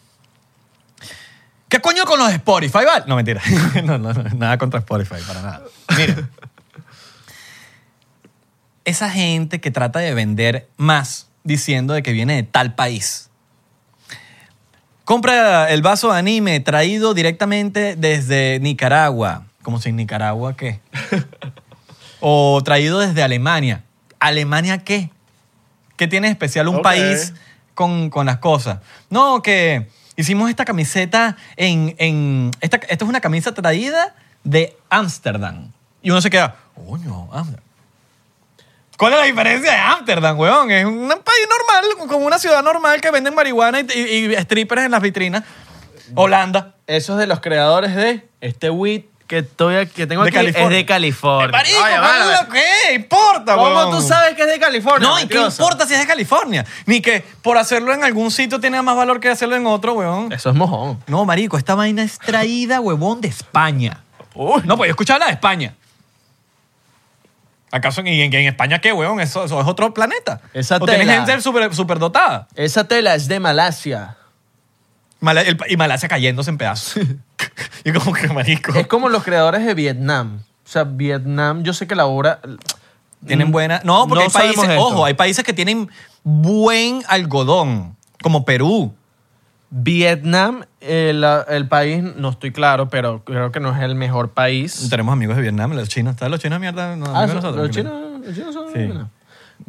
[SPEAKER 4] ¿Qué coño con los Spotify, vale? No, mentira. <laughs> no, no, no, nada contra Spotify, para nada. Miren. <laughs> Esa gente que trata de vender más diciendo de que viene de tal país. Compra el vaso de anime traído directamente desde Nicaragua. Como si en Nicaragua, ¿qué? o traído desde Alemania. ¿Alemania qué? ¿Qué tiene de especial un
[SPEAKER 3] Ok.
[SPEAKER 4] país con, con las cosas? No, que hicimos esta camiseta en... en esta, esta es una camisa traída de Ámsterdam. Y uno se queda, coño, Ámsterdam. ¿Cuál es la diferencia de Ámsterdam, weón? Es un país normal, como una ciudad normal que venden marihuana y, y- y strippers en las vitrinas. Holanda.
[SPEAKER 3] Eso es de los creadores de este weed que, estoy, aquí- que tengo
[SPEAKER 4] De
[SPEAKER 3] aquí. Es
[SPEAKER 4] California.
[SPEAKER 3] de California.
[SPEAKER 4] Marico,
[SPEAKER 3] Oye,
[SPEAKER 4] ¿cuál
[SPEAKER 3] vale.
[SPEAKER 4] es lo que importa,
[SPEAKER 3] ¿Cómo
[SPEAKER 4] weón?
[SPEAKER 3] tú sabes que es de California?
[SPEAKER 4] No, ¿y qué
[SPEAKER 3] mentiroso?
[SPEAKER 4] importa si es de California? Ni que por hacerlo en algún sitio tiene más valor que hacerlo en otro, weón.
[SPEAKER 3] Eso es mojón.
[SPEAKER 4] No, marico, esta vaina es traída, huevón, de España. No, pues yo escuchaba la de España. ¿Acaso en, y en, en España qué, huevón? Eso, eso es otro planeta.
[SPEAKER 3] Esa
[SPEAKER 4] o tienes
[SPEAKER 3] tela.
[SPEAKER 4] gente super- superdotada.
[SPEAKER 3] Esa tela es de Malasia.
[SPEAKER 4] Mala- el- y Malasia cayéndose en pedazos. <laughs> y como que, marico,
[SPEAKER 3] Es como los creadores de Vietnam. O sea, Vietnam, yo sé que la obra.
[SPEAKER 4] tienen buena... No, porque hay
[SPEAKER 3] Mm. sabemos
[SPEAKER 4] países...
[SPEAKER 3] esto.
[SPEAKER 4] Ojo, hay países que tienen buen algodón, como Perú.
[SPEAKER 3] Vietnam, eh, la- el, país, no estoy claro, pero creo que no es el mejor país.
[SPEAKER 4] Tenemos amigos de Vietnam, los chinos. ¿Están los chinos de mierda? No,
[SPEAKER 3] Ah,
[SPEAKER 4] amigos
[SPEAKER 3] son-
[SPEAKER 4] nosotros,
[SPEAKER 3] los
[SPEAKER 4] que-
[SPEAKER 3] chinos, los chinos son.
[SPEAKER 4] Sí.
[SPEAKER 3] no.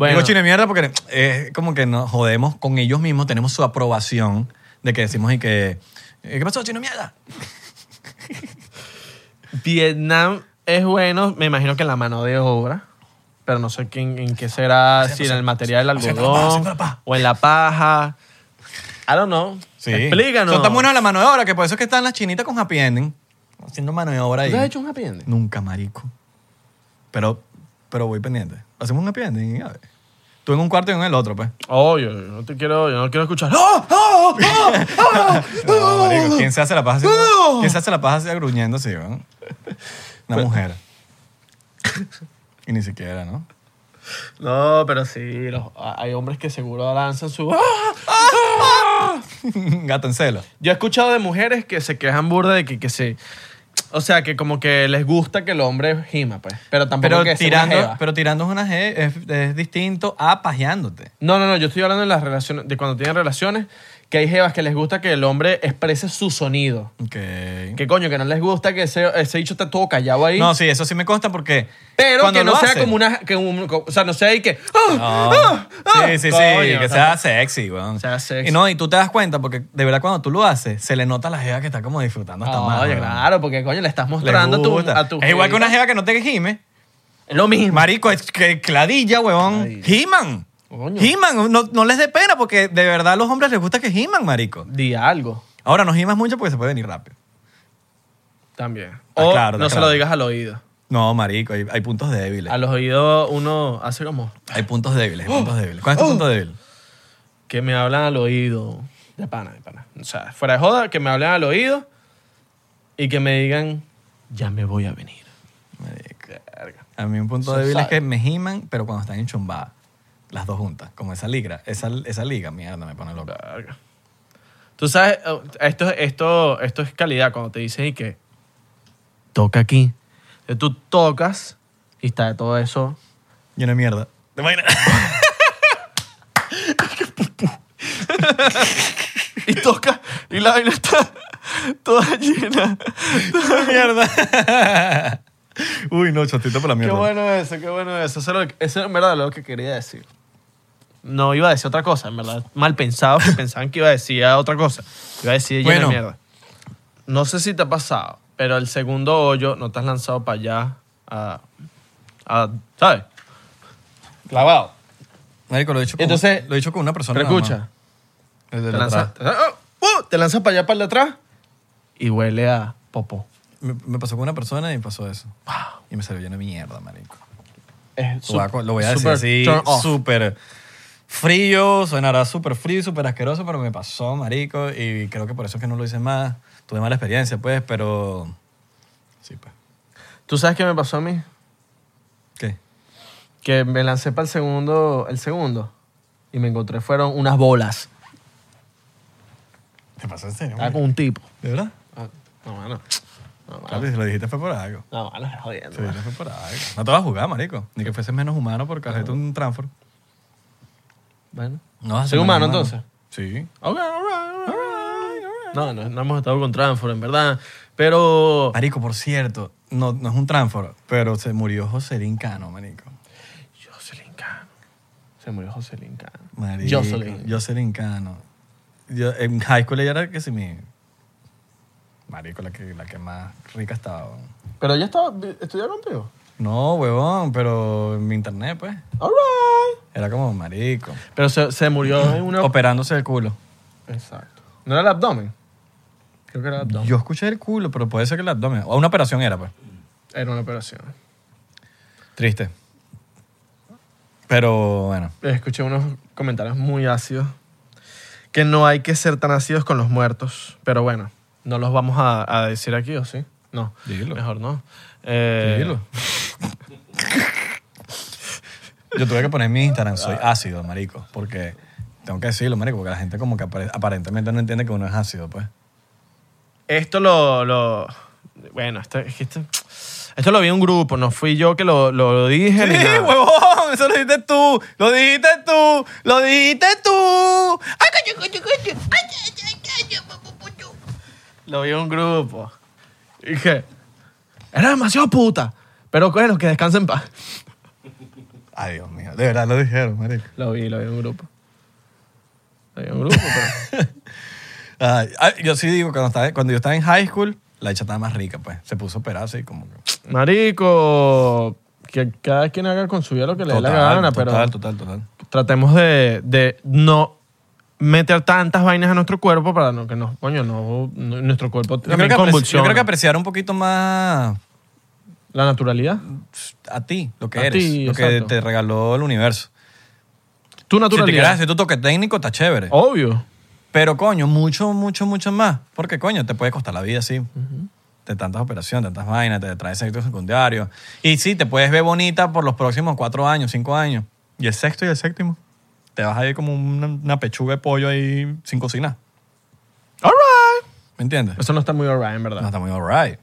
[SPEAKER 4] Digo chino de mierda porque es como que nos jodemos con ellos mismos, tenemos su aprobación de que decimos y que... eh, ¿Qué pasó, chino de mierda?
[SPEAKER 3] Vietnam es bueno, me imagino que en la mano de obra, pero no sé quién, en qué será, si en el material del
[SPEAKER 4] haciendo la paja,
[SPEAKER 3] algodón
[SPEAKER 4] haciendo la paja.
[SPEAKER 3] o en la paja. I don't know. Explícanos.
[SPEAKER 4] Son tan buenos a la mano de obra que por eso es que están las chinitas con happy ending. Haciendo mano de obra ahí.
[SPEAKER 3] ¿Tú has hecho un happy ending?
[SPEAKER 4] Nunca, marico. Pero, pero voy pendiente. Hacemos un happy ending y a ver. Tú en un cuarto y yo en el otro, pues.
[SPEAKER 3] Oh, yo, yo no te quiero, yo no quiero escuchar. ¡Oh!
[SPEAKER 4] No, marico, ¿quién se hace la paja así? ¿Quién se hace la paja así gruñendo así, weón? Una mujer. Y ni siquiera, ¿no? <laughs>
[SPEAKER 3] No, pero sí, los- ah, hay hombres que seguro lanzan su... ¡Ah!
[SPEAKER 4] Gato en celo.
[SPEAKER 3] Yo he escuchado de mujeres que se quejan burda de que, que se... O sea, que como que les gusta que el hombre gima, pues. Pero tampoco
[SPEAKER 4] Pero
[SPEAKER 3] que sea una
[SPEAKER 4] tirando,
[SPEAKER 3] jeva.
[SPEAKER 4] pero tirando una G es, es distinto a pajeándote.
[SPEAKER 3] No, no, no, yo estoy hablando de las relaciones, de cuando tienen relaciones, que hay jevas que les gusta que el hombre exprese su sonido.
[SPEAKER 4] Ok.
[SPEAKER 3] Que coño, que no les gusta que ese, ese bicho esté todo callado ahí.
[SPEAKER 4] No, sí, eso sí me consta porque.
[SPEAKER 3] pero
[SPEAKER 4] cuando
[SPEAKER 3] que no
[SPEAKER 4] lo
[SPEAKER 3] sea
[SPEAKER 4] hacen-
[SPEAKER 3] como una. Que un- co- o sea, no sea ahí que. ¡ah!
[SPEAKER 4] No.
[SPEAKER 3] ¡ah! ¡ah!
[SPEAKER 4] Sí, sí, sí,
[SPEAKER 3] Coño,
[SPEAKER 4] que
[SPEAKER 3] o sea,
[SPEAKER 4] sea sexy, weón.
[SPEAKER 3] sea sexy.
[SPEAKER 4] Y no, y tú te das cuenta porque de verdad cuando tú lo haces, se le nota a la jeva que está como disfrutando hasta
[SPEAKER 3] no,
[SPEAKER 4] más.
[SPEAKER 3] Ah, oye,
[SPEAKER 4] weón.
[SPEAKER 3] claro, porque coño, le estás
[SPEAKER 4] Le
[SPEAKER 3] mostrando a tu,
[SPEAKER 4] gusta.
[SPEAKER 3] a tu
[SPEAKER 4] Es igual que una
[SPEAKER 3] jevita.
[SPEAKER 4] jeva que no te gime.
[SPEAKER 3] Es Lo mismo.
[SPEAKER 4] Marico, es que cladilla, weón. Giman.
[SPEAKER 3] Coño.
[SPEAKER 4] Giman. No, no les dé pena porque de verdad a los hombres les gusta que giman, marico.
[SPEAKER 3] Di algo
[SPEAKER 4] Ahora, no gimas mucho porque se puede venir rápido.
[SPEAKER 3] también.
[SPEAKER 4] Ah,
[SPEAKER 3] o
[SPEAKER 4] claro,
[SPEAKER 3] no
[SPEAKER 4] está
[SPEAKER 3] se lo
[SPEAKER 4] claro.
[SPEAKER 3] digas al oído.
[SPEAKER 4] No, marico, hay, hay puntos débiles.
[SPEAKER 3] A los oídos uno hace como.
[SPEAKER 4] Hay puntos débiles, hay
[SPEAKER 3] ¡Oh!
[SPEAKER 4] puntos débiles. ¿Cuál es tu punto débil?
[SPEAKER 3] que me hablan al oído. De pana, de pana. O sea, fuera de joda, que me hablen al oído y que me digan, ya me voy a venir. Verga.
[SPEAKER 4] A mí un punto
[SPEAKER 3] Se
[SPEAKER 4] débil es
[SPEAKER 3] sabe.
[SPEAKER 4] que me giman, pero cuando están enchumbadas. Las dos juntas, como esa liga. Esa, esa liga, mierda, me pone loca.
[SPEAKER 3] Verga. Tú sabes, eh, esto, esto, esto es calidad cuando te dicen y que toca aquí. Eh, Tú tocas y está de todo eso.
[SPEAKER 4] Llena de mierda. ¿Te imaginas?
[SPEAKER 3] Y toca y la vaina está toda llena.
[SPEAKER 4] <laughs> mierda. Uy, no, chotito por la
[SPEAKER 3] Qué
[SPEAKER 4] mierda.
[SPEAKER 3] bueno eso, qué bueno eso. Eso, era lo que- eso en verdad lo que quería decir. No iba a decir otra cosa, en verdad. Mal pensados que pensaban que iba a decir otra cosa. Iba a decir llena de
[SPEAKER 4] Bueno.
[SPEAKER 3] mierda. No sé si te ha pasado, pero el segundo hoyo no te has lanzado para allá a, a- ¿sabes? Clavado.
[SPEAKER 4] Marico, lo he dicho con,
[SPEAKER 3] Entonces,
[SPEAKER 4] lo he dicho con una persona. nada
[SPEAKER 3] Escucha.
[SPEAKER 4] más. Desde
[SPEAKER 3] Te
[SPEAKER 4] el
[SPEAKER 3] lanzas,
[SPEAKER 4] atrás.
[SPEAKER 3] te, ah, uh, te lanzas para allá, para el de atrás y huele a popó.
[SPEAKER 4] Me, me pasó con una persona y pasó eso. Y me salió lleno de mierda, marico.
[SPEAKER 3] Es
[SPEAKER 4] Lo voy a co- lo voy a decir
[SPEAKER 3] super
[SPEAKER 4] así,
[SPEAKER 3] turn off.
[SPEAKER 4] súper frío, sonará súper frío, súper asqueroso, pero me pasó, marico, y creo que por eso es que no lo hice más. Tuve mala experiencia, pues, pero... Sí, pues.
[SPEAKER 3] ¿Tú sabes qué me pasó a mí?
[SPEAKER 4] ¿Qué?
[SPEAKER 3] que me lancé para el segundo, el segundo y me encontré fueron unas bolas.
[SPEAKER 4] ¿Te pasó en serio?
[SPEAKER 3] Estaba con un tipo.
[SPEAKER 4] ¿De verdad?
[SPEAKER 3] Ah, No, mano. No,
[SPEAKER 4] Claro, si lo dijiste fue por algo.
[SPEAKER 3] No, mano, es jodiendo.
[SPEAKER 4] Lo dijiste fue por algo. No te vas a jugar, marico. Ni que fueses menos humano por cajete un transfer.
[SPEAKER 3] Bueno.
[SPEAKER 4] No vas a
[SPEAKER 3] ¿Soy
[SPEAKER 4] menos
[SPEAKER 3] humano, entonces?
[SPEAKER 4] Sí.
[SPEAKER 3] Ok, all right, all right, all right. No, no, no hemos estado con Transform, en verdad. Pero
[SPEAKER 4] Marico, por cierto, no, no es un transfer, pero se murió Joselín Cano, marico.
[SPEAKER 3] Jocelyn Cano. Se murió Jocelyn Cano.
[SPEAKER 4] Marico,
[SPEAKER 3] Jocelyn.
[SPEAKER 4] Jocelyn Cano. Yo, en high school ella era que si mi... Marico, la que, la que más rica estaba. weón.
[SPEAKER 3] Pero ya estaba, estudiaba contigo.
[SPEAKER 4] No, huevón, pero en mi internet, pues.
[SPEAKER 3] All right.
[SPEAKER 4] Era como marico.
[SPEAKER 3] Pero se, se murió en una.
[SPEAKER 4] Operándose el culo.
[SPEAKER 3] Exacto. ¿No era el abdomen? Creo que era el abdomen.
[SPEAKER 4] Yo escuché el culo, pero puede ser que el abdomen. O una operación era, pues.
[SPEAKER 3] Era una operación.
[SPEAKER 4] Triste. Pero bueno.
[SPEAKER 3] escuché unos comentarios muy ácidos. Que no hay que ser tan ácidos con los muertos. Pero bueno, no los vamos a, a decir aquí, ¿o sí? No.
[SPEAKER 4] Dilo.
[SPEAKER 3] Mejor no. Eh,
[SPEAKER 4] Dilo. Yo tuve que poner en mi Instagram, soy
[SPEAKER 3] Ah.
[SPEAKER 4] ácido, marico, porque tengo que decirlo, marico, porque la gente como que apare- aparentemente no entiende que uno es ácido, pues.
[SPEAKER 3] Esto lo. lo- bueno, esto, es que esto, esto lo vi en un grupo. No fui yo que lo, lo- lo dije. ni nada. <laughs>
[SPEAKER 4] huevón! Eso lo dijiste tú, lo dijiste tú, lo dijiste tú.
[SPEAKER 3] Lo vi en un grupo. Y Dije. Era demasiado puta. Pero bueno, que descansen en paz.
[SPEAKER 4] Ay, Dios mío, de verdad lo dijeron, marico.
[SPEAKER 3] Lo vi, lo vi en un grupo. Lo vi en un grupo,
[SPEAKER 4] <laughs>
[SPEAKER 3] pero.
[SPEAKER 4] Ay, ay, yo sí digo, cuando, estaba, cuando yo estaba en high school, la hecha estaba más rica, pues. Se puso a operar así, como que...
[SPEAKER 3] Marico, que cada quien haga con su vida lo que le dé la
[SPEAKER 4] Total,
[SPEAKER 3] gana, pero
[SPEAKER 4] Total, total, total.
[SPEAKER 3] tratemos de, de no meter tantas vainas a nuestro cuerpo para no que nos, coño, no, no- nuestro cuerpo
[SPEAKER 4] Yo
[SPEAKER 3] también
[SPEAKER 4] creo, que apreci- yo
[SPEAKER 3] convulsiona.
[SPEAKER 4] creo que apreciar un poquito más
[SPEAKER 3] la naturalidad,
[SPEAKER 4] a ti, lo que
[SPEAKER 3] A
[SPEAKER 4] eres,
[SPEAKER 3] ti,
[SPEAKER 4] lo que
[SPEAKER 3] exacto.
[SPEAKER 4] te regaló el universo.
[SPEAKER 3] tu
[SPEAKER 4] Si te quieres
[SPEAKER 3] naturalidad,
[SPEAKER 4] hacer tu toque técnico, está chévere.
[SPEAKER 3] obvio.
[SPEAKER 4] Pero coño, mucho, mucho, mucho más. Porque coño, te puede costar la vida, sí. de tantas operaciones, tantas vainas, te trae efectos secundarios. Y sí, te puedes ver bonita por los próximos cuatro años, cinco años. Y el sexto y el séptimo, te vas a ir como una, una pechuga de pollo ahí sin cocinar.
[SPEAKER 3] All right.
[SPEAKER 4] ¿Me entiendes?
[SPEAKER 3] Eso no está muy alright, en
[SPEAKER 4] No
[SPEAKER 3] verdad.
[SPEAKER 4] está muy alright.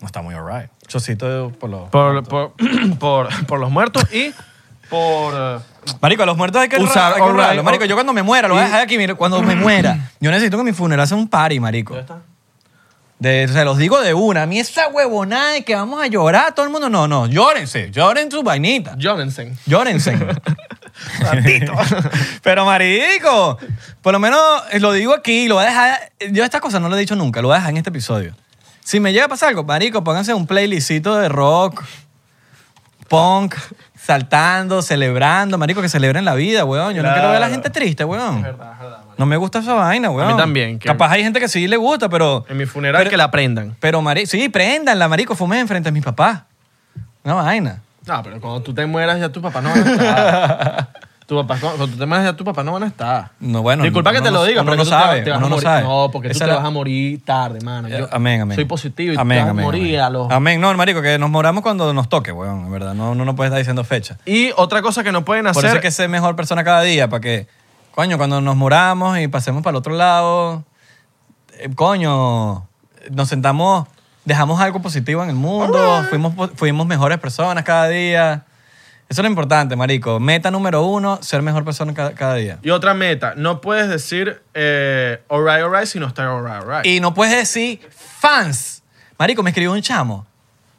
[SPEAKER 4] No está muy alright. Chocito por los.
[SPEAKER 3] Por, por, <clears throat> por, por los muertos y por... eh,
[SPEAKER 4] Marico, a los muertos hay que
[SPEAKER 3] Usar
[SPEAKER 4] honrar- hay que
[SPEAKER 3] alright,
[SPEAKER 4] honrarlos. Marico,
[SPEAKER 3] or-
[SPEAKER 4] yo cuando me muera, lo voy a dejar aquí, mira, cuando me muera. Yo necesito que mi funeral sea un party, marico. De- se los digo de una. A mí esa huevonada de que vamos a llorar, todo el mundo, no, no, llórense, lloren sus vainitas.
[SPEAKER 3] Jonensen.
[SPEAKER 4] Llórense.
[SPEAKER 3] <laughs>
[SPEAKER 4] <laughs> Pero marico, por lo menos eh, lo digo aquí, lo voy a dejar. Yo estas cosas no lo he dicho nunca, lo voy a dejar en este episodio. Si me llega a pasar algo, marico, pónganse un playlistito de rock, punk, saltando, celebrando, marico, que celebren la vida, weón. Yo no quiero ver a la gente triste, weón. No me gusta esa vaina, weón.
[SPEAKER 3] también, que-
[SPEAKER 4] Capaz hay gente que sí le gusta, pero.
[SPEAKER 3] En mi funeral
[SPEAKER 4] Pero-
[SPEAKER 3] que la aprendan.
[SPEAKER 4] Pero, marico, sí, préndanla, marico, fumen frente a mis papás. Una vaina.
[SPEAKER 3] No, Ah, pero cuando tú te mueras ya tu papá no van a estar.
[SPEAKER 4] <laughs>
[SPEAKER 3] tu papá, cuando tú te mueras ya tu papá no van a estar.
[SPEAKER 4] No, bueno,
[SPEAKER 3] Disculpa
[SPEAKER 4] no-
[SPEAKER 3] que te
[SPEAKER 4] no-
[SPEAKER 3] lo diga,
[SPEAKER 4] uno
[SPEAKER 3] pero
[SPEAKER 4] no
[SPEAKER 3] que tú te-
[SPEAKER 4] sabe,
[SPEAKER 3] te vas
[SPEAKER 4] uno
[SPEAKER 3] a
[SPEAKER 4] no
[SPEAKER 3] morir.
[SPEAKER 4] sabe.
[SPEAKER 3] No, porque tú
[SPEAKER 4] Esa
[SPEAKER 3] te
[SPEAKER 4] la-
[SPEAKER 3] vas a morir tarde, mano.
[SPEAKER 4] Eh,
[SPEAKER 3] Yo
[SPEAKER 4] amén, amén.
[SPEAKER 3] Soy positivo y
[SPEAKER 4] amén,
[SPEAKER 3] te vas
[SPEAKER 4] amén,
[SPEAKER 3] a morir
[SPEAKER 4] amén.
[SPEAKER 3] a los...
[SPEAKER 4] Amén, no, marico, que nos moramos cuando nos toque, weón, en verdad. No, no, no puedes estar diciendo fecha.
[SPEAKER 3] Y otra cosa que no pueden
[SPEAKER 4] Por eso
[SPEAKER 3] hacer...
[SPEAKER 4] es que ser mejor persona cada día, para que, coño, cuando nos moramos y pasemos para el otro lado, eh, coño, nos sentamos, dejamos algo positivo en el mundo, fuimos, po- fuimos mejores personas cada día. Eso es lo importante, marico. Meta número uno, ser mejor persona ca- cada día.
[SPEAKER 3] Y otra meta, no puedes decir eh, alright, alright si no está alright, alright.
[SPEAKER 4] Y no puedes decir fans. Marico, me escribió un chamo.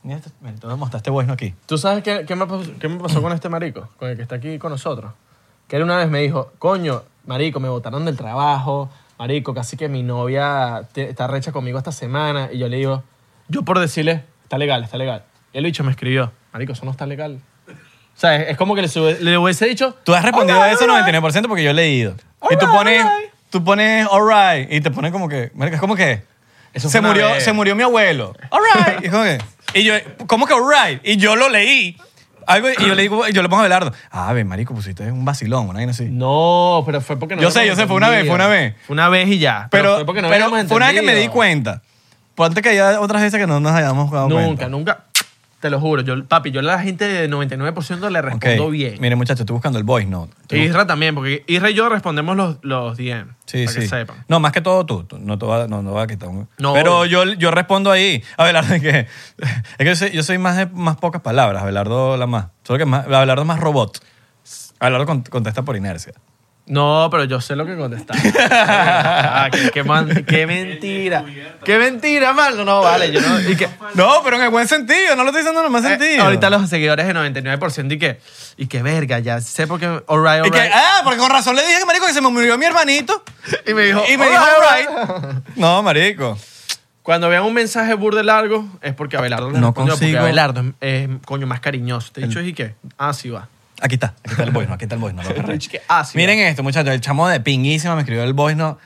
[SPEAKER 4] Mira, este- mira, te voy a mostrar este bueno aquí.
[SPEAKER 3] ¿Tú sabes qué, qué me pasó, qué me pasó con este marico? Con el que está aquí con nosotros. Que él una vez me dijo, coño, marico, me botaron del trabajo, marico, casi que mi novia te- está recha conmigo esta semana. Y yo le digo, yo por decirle, está legal, está legal. Y el bicho me escribió, marico, eso no está legal. O sea, es, es como que le, sube- le hubiese dicho... "Oh,
[SPEAKER 4] Tú has respondido
[SPEAKER 3] "Alright,
[SPEAKER 4] a eso
[SPEAKER 3] alright".
[SPEAKER 4] 99% porque yo he leído. y tú
[SPEAKER 3] Alright,
[SPEAKER 4] pones,
[SPEAKER 3] alright.
[SPEAKER 4] tú pones alright y te pones como que, marica, es como que
[SPEAKER 3] Eso
[SPEAKER 4] se
[SPEAKER 3] fue una
[SPEAKER 4] murió,
[SPEAKER 3] vez.
[SPEAKER 4] se murió mi abuelo. Alright. Y, es como que- y yo, ¿cómo que alright? Y yo lo leí. Algo, y yo le digo, yo le pongo a Belardo. Ah, ve, marico, pusiste un vacilón, una vaina así.
[SPEAKER 3] No, pero fue porque no...
[SPEAKER 4] Yo
[SPEAKER 3] lo
[SPEAKER 4] sé, yo
[SPEAKER 3] habíamos
[SPEAKER 4] sé, fue una vez, fue una
[SPEAKER 3] entendido.
[SPEAKER 4] vez.
[SPEAKER 3] Fue una vez y ya.
[SPEAKER 4] Pero,
[SPEAKER 3] fue porque no
[SPEAKER 4] pero
[SPEAKER 3] habíamos
[SPEAKER 4] fue una vez que me di
[SPEAKER 3] entendido.
[SPEAKER 4] cuenta. Ponte que hay otras veces que no nos hayamos dado
[SPEAKER 3] Nunca,
[SPEAKER 4] cuenta.
[SPEAKER 3] nunca. Te lo juro. Yo, papi, yo a la gente de 99% le respondo
[SPEAKER 4] Ok.
[SPEAKER 3] bien.
[SPEAKER 4] Mire, muchachos, estoy buscando el voice note. Estoy
[SPEAKER 3] Isra también, porque Isra y yo respondemos los, los DM.
[SPEAKER 4] Sí,
[SPEAKER 3] para
[SPEAKER 4] sí.
[SPEAKER 3] que sepan.
[SPEAKER 4] No, más que todo tú. tú, No te va, no, no va a quitar un-
[SPEAKER 3] No,
[SPEAKER 4] Pero
[SPEAKER 3] obvio.
[SPEAKER 4] yo, yo respondo ahí. Abelardo, <laughs> es que, es que yo, soy, yo soy más de más pocas palabras. Abelardo la más. Solo que más, Abelardo es más robot. Abelardo con- contesta por inercia.
[SPEAKER 3] No, pero yo sé lo que contestar.
[SPEAKER 4] <laughs>
[SPEAKER 3] Ah, qué, qué man- qué mentira. Qué mentira, mano. No, vale. Yo no, y
[SPEAKER 4] <laughs>
[SPEAKER 3] que,
[SPEAKER 4] No, pero en el buen sentido. No lo estoy diciendo en el buen
[SPEAKER 3] eh,
[SPEAKER 4] sentido.
[SPEAKER 3] ahorita los seguidores de 99% y que, y que verga, ya sé por qué. All right, all
[SPEAKER 4] Y que,
[SPEAKER 3] right.
[SPEAKER 4] ah, porque con razón le dije, marico, que se me murió mi hermanito.
[SPEAKER 3] Y me dijo,
[SPEAKER 4] ah, Y me
[SPEAKER 3] all
[SPEAKER 4] dijo,
[SPEAKER 3] right,
[SPEAKER 4] all
[SPEAKER 3] all
[SPEAKER 4] right. No, marico.
[SPEAKER 3] Cuando vean un mensaje burde largo, es porque Abelardo le
[SPEAKER 4] No
[SPEAKER 3] respondió,
[SPEAKER 4] consigo.
[SPEAKER 3] Porque Abelardo es, es, coño, más cariñoso. Te he dicho, y que, ah, sí va.
[SPEAKER 4] Aquí está.
[SPEAKER 3] <laughs>
[SPEAKER 4] Aquí está el voice note. Aquí está el voice note. lo agarré.
[SPEAKER 3] Rich, que ah, ácido.
[SPEAKER 4] Miren esto, muchachos. El chamo de pinguísima me escribió el voice note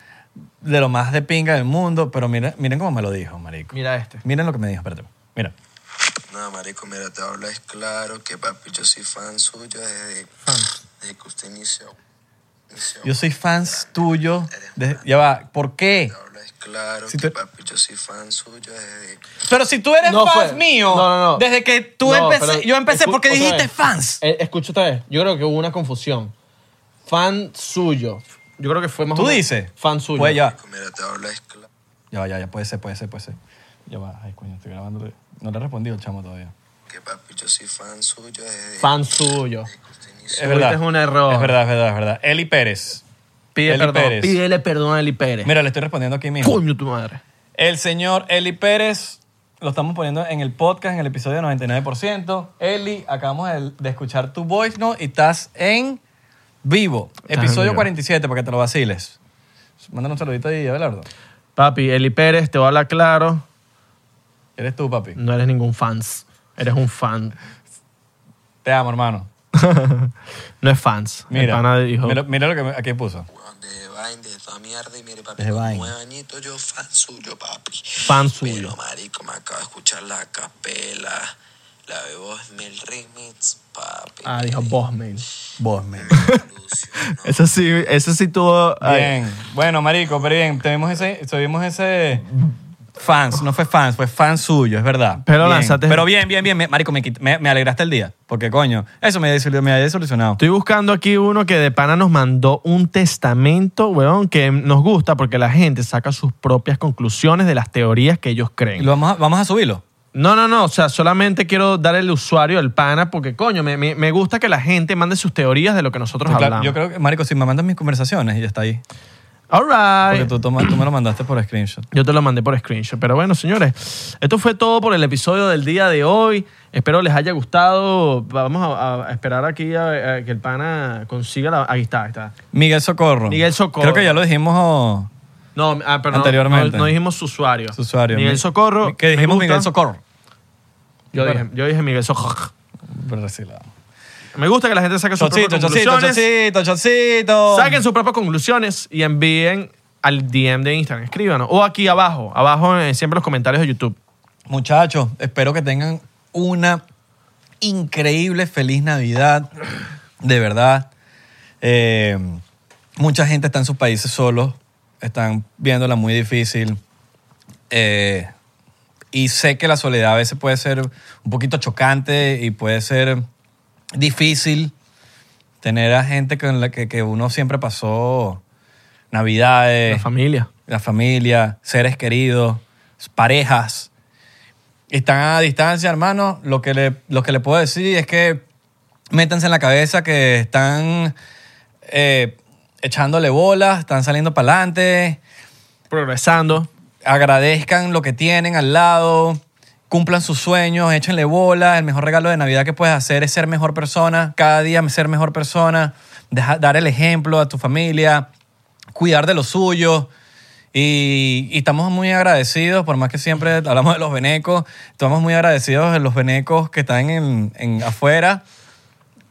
[SPEAKER 4] de lo más de pinga del mundo. Pero miren, miren cómo me lo dijo, marico.
[SPEAKER 3] Mira este.
[SPEAKER 4] Miren lo que me dijo, espérate. Mira.
[SPEAKER 7] No, marico, mira, te hablo es claro que papi, yo soy fan suyo desde, desde que usted inició. inició.
[SPEAKER 4] Yo soy fans tuyo. de- ya va. ¿Por qué?
[SPEAKER 7] Te hablo es claro
[SPEAKER 4] Si
[SPEAKER 7] que
[SPEAKER 4] tú-
[SPEAKER 7] papi, yo soy fan suyo desde...
[SPEAKER 4] Pero si tú eres
[SPEAKER 3] No
[SPEAKER 4] fans
[SPEAKER 3] fue.
[SPEAKER 4] mío,
[SPEAKER 3] No, no, no.
[SPEAKER 4] desde que tú
[SPEAKER 3] No,
[SPEAKER 4] empecé,
[SPEAKER 3] pero
[SPEAKER 4] yo empecé
[SPEAKER 3] escu-
[SPEAKER 4] porque
[SPEAKER 3] otra
[SPEAKER 4] dijiste
[SPEAKER 3] vez.
[SPEAKER 4] fans.
[SPEAKER 3] Eh, escucha otra vez. Yo creo que hubo una confusión. Fan suyo. Yo creo que fue más
[SPEAKER 4] ¿Tú
[SPEAKER 3] o menos
[SPEAKER 4] dices?
[SPEAKER 3] Fan suyo.
[SPEAKER 4] Pues ya. va.
[SPEAKER 7] Marico, mira, te hablo es claro.
[SPEAKER 4] Ya va, ya, ya. Puede ser, puede ser, puede ser. Ya va. Ay, coño, estoy grabando. No le he respondido al chamo todavía.
[SPEAKER 7] Que papi, yo soy fan suyo desde...
[SPEAKER 3] Fan suyo.
[SPEAKER 4] Es verdad.
[SPEAKER 3] es un error.
[SPEAKER 4] Es verdad, es verdad, es verdad. Eli Pérez.
[SPEAKER 3] Pide
[SPEAKER 4] Eli
[SPEAKER 3] perdón.
[SPEAKER 4] Pérez.
[SPEAKER 3] Pídele perdón a Eli Pérez.
[SPEAKER 4] Mira, le estoy respondiendo aquí mismo.
[SPEAKER 3] Eh. Coño, tu madre.
[SPEAKER 4] El señor Eli Pérez, lo estamos poniendo en el podcast, en el episodio 99%. Eli, acabamos de, de escuchar tu voice note y estás en vivo.
[SPEAKER 3] en
[SPEAKER 4] episodio
[SPEAKER 3] vivo.
[SPEAKER 4] 47, para que te lo vaciles. Mándame un saludito ahí, Abelardo.
[SPEAKER 3] Papi, Eli Pérez, te voy a hablar claro.
[SPEAKER 4] Eres tú, papi.
[SPEAKER 3] No eres ningún fans. Eres un
[SPEAKER 4] <laughs>
[SPEAKER 3] fan.
[SPEAKER 4] Te amo, hermano.
[SPEAKER 3] no es fans. El
[SPEAKER 4] Mira,
[SPEAKER 3] pana dijo,
[SPEAKER 4] mira, mira lo que me- aquí puso.
[SPEAKER 7] weón, Desde Vine, desde toda mierda. Y mire, papi,
[SPEAKER 4] Desde
[SPEAKER 7] con
[SPEAKER 4] Vine.
[SPEAKER 7] nueve añitos yo fan suyo, papi.
[SPEAKER 3] Fan suyo.
[SPEAKER 7] Pero, marico, me acabo de escuchar la capela, la de voz Mel Remix, papi.
[SPEAKER 3] Ah, dijo Bosman.
[SPEAKER 4] Vos, men.
[SPEAKER 7] Lucio,
[SPEAKER 3] <laughs> Eso sí, eso sí tuvo... ay.
[SPEAKER 4] Bien. Bueno, marico, pero bien. Tuvimos ese, tuvimos ese, Fans, no fue fans, fue fan suyo, es verdad.
[SPEAKER 3] Pero
[SPEAKER 4] Bien.
[SPEAKER 3] lanzaste-
[SPEAKER 4] Pero bien, bien, bien. me- Marico, me, quit- me, me alegraste el día. Porque, coño, eso me había, me había solucionado.
[SPEAKER 3] Estoy buscando aquí uno que de pana nos mandó un testamento, weón, que nos gusta porque la gente saca sus propias conclusiones de las teorías que ellos creen.
[SPEAKER 4] Lo vamos, a, vamos a subirlo.
[SPEAKER 3] No, no, no. O sea, solamente quiero dar el usuario, el pana, porque coño, me, me- me gusta que la gente mande sus teorías de lo que nosotros
[SPEAKER 4] Sí, claro,
[SPEAKER 3] hablamos.
[SPEAKER 4] yo creo que, Marico, si me mandas mis conversaciones y ya está ahí.
[SPEAKER 3] All right.
[SPEAKER 4] Porque tú, toma- tú me lo mandaste por screenshot.
[SPEAKER 3] Yo te lo mandé por screenshot. Pero bueno, señores, esto fue todo por el episodio del día de hoy. Espero les haya gustado. Vamos a, a esperar aquí a, a que el pana consiga la. Ahí está, ahí está.
[SPEAKER 4] Miguel Socorro.
[SPEAKER 3] Miguel Socorro.
[SPEAKER 4] Creo que ya lo dijimos. oh,
[SPEAKER 3] No, ah, pero no-
[SPEAKER 4] Anteriormente.
[SPEAKER 3] No, no dijimos su usuario.
[SPEAKER 4] su usuario.
[SPEAKER 3] Miguel
[SPEAKER 4] Mi-
[SPEAKER 3] Socorro.
[SPEAKER 4] Que dijimos
[SPEAKER 3] me gusta.
[SPEAKER 4] Miguel Socorro.
[SPEAKER 3] Yo dije, yo dije Miguel Socorro.
[SPEAKER 4] Pero sí, la-
[SPEAKER 3] Me gusta que la gente saque sus
[SPEAKER 4] Chocito,
[SPEAKER 3] propias
[SPEAKER 4] chocito,
[SPEAKER 3] conclusiones.
[SPEAKER 4] chocito, chocito.
[SPEAKER 3] Saquen sus propias conclusiones y envíen al DM de Instagram. Escríbanos. O aquí abajo. Abajo eh, siempre los comentarios de YouTube.
[SPEAKER 4] Muchachos, espero que tengan una increíble feliz Navidad. De verdad. Eh, mucha gente está en sus países solos. Están viéndola muy difícil. Eh, y sé que la soledad a veces puede ser un poquito chocante y puede ser difícil tener a gente con la que, que uno siempre pasó Navidades
[SPEAKER 3] La familia.
[SPEAKER 4] la familia, seres queridos, parejas. Están a distancia, hermano. Lo que le, lo que le puedo decir es que métanse en la cabeza que están eh, echándole bolas, están saliendo para adelante
[SPEAKER 3] Progresando.
[SPEAKER 4] agradezcan lo que tienen al lado, cumplan sus sueños, échenle bola. El mejor regalo de Navidad que puedes hacer es ser mejor persona, cada día ser mejor persona, deja- dar el ejemplo a tu familia, cuidar de lo suyo. Y, y estamos muy agradecidos, por más que siempre hablamos de los venecos, estamos muy agradecidos de los venecos que están en, en afuera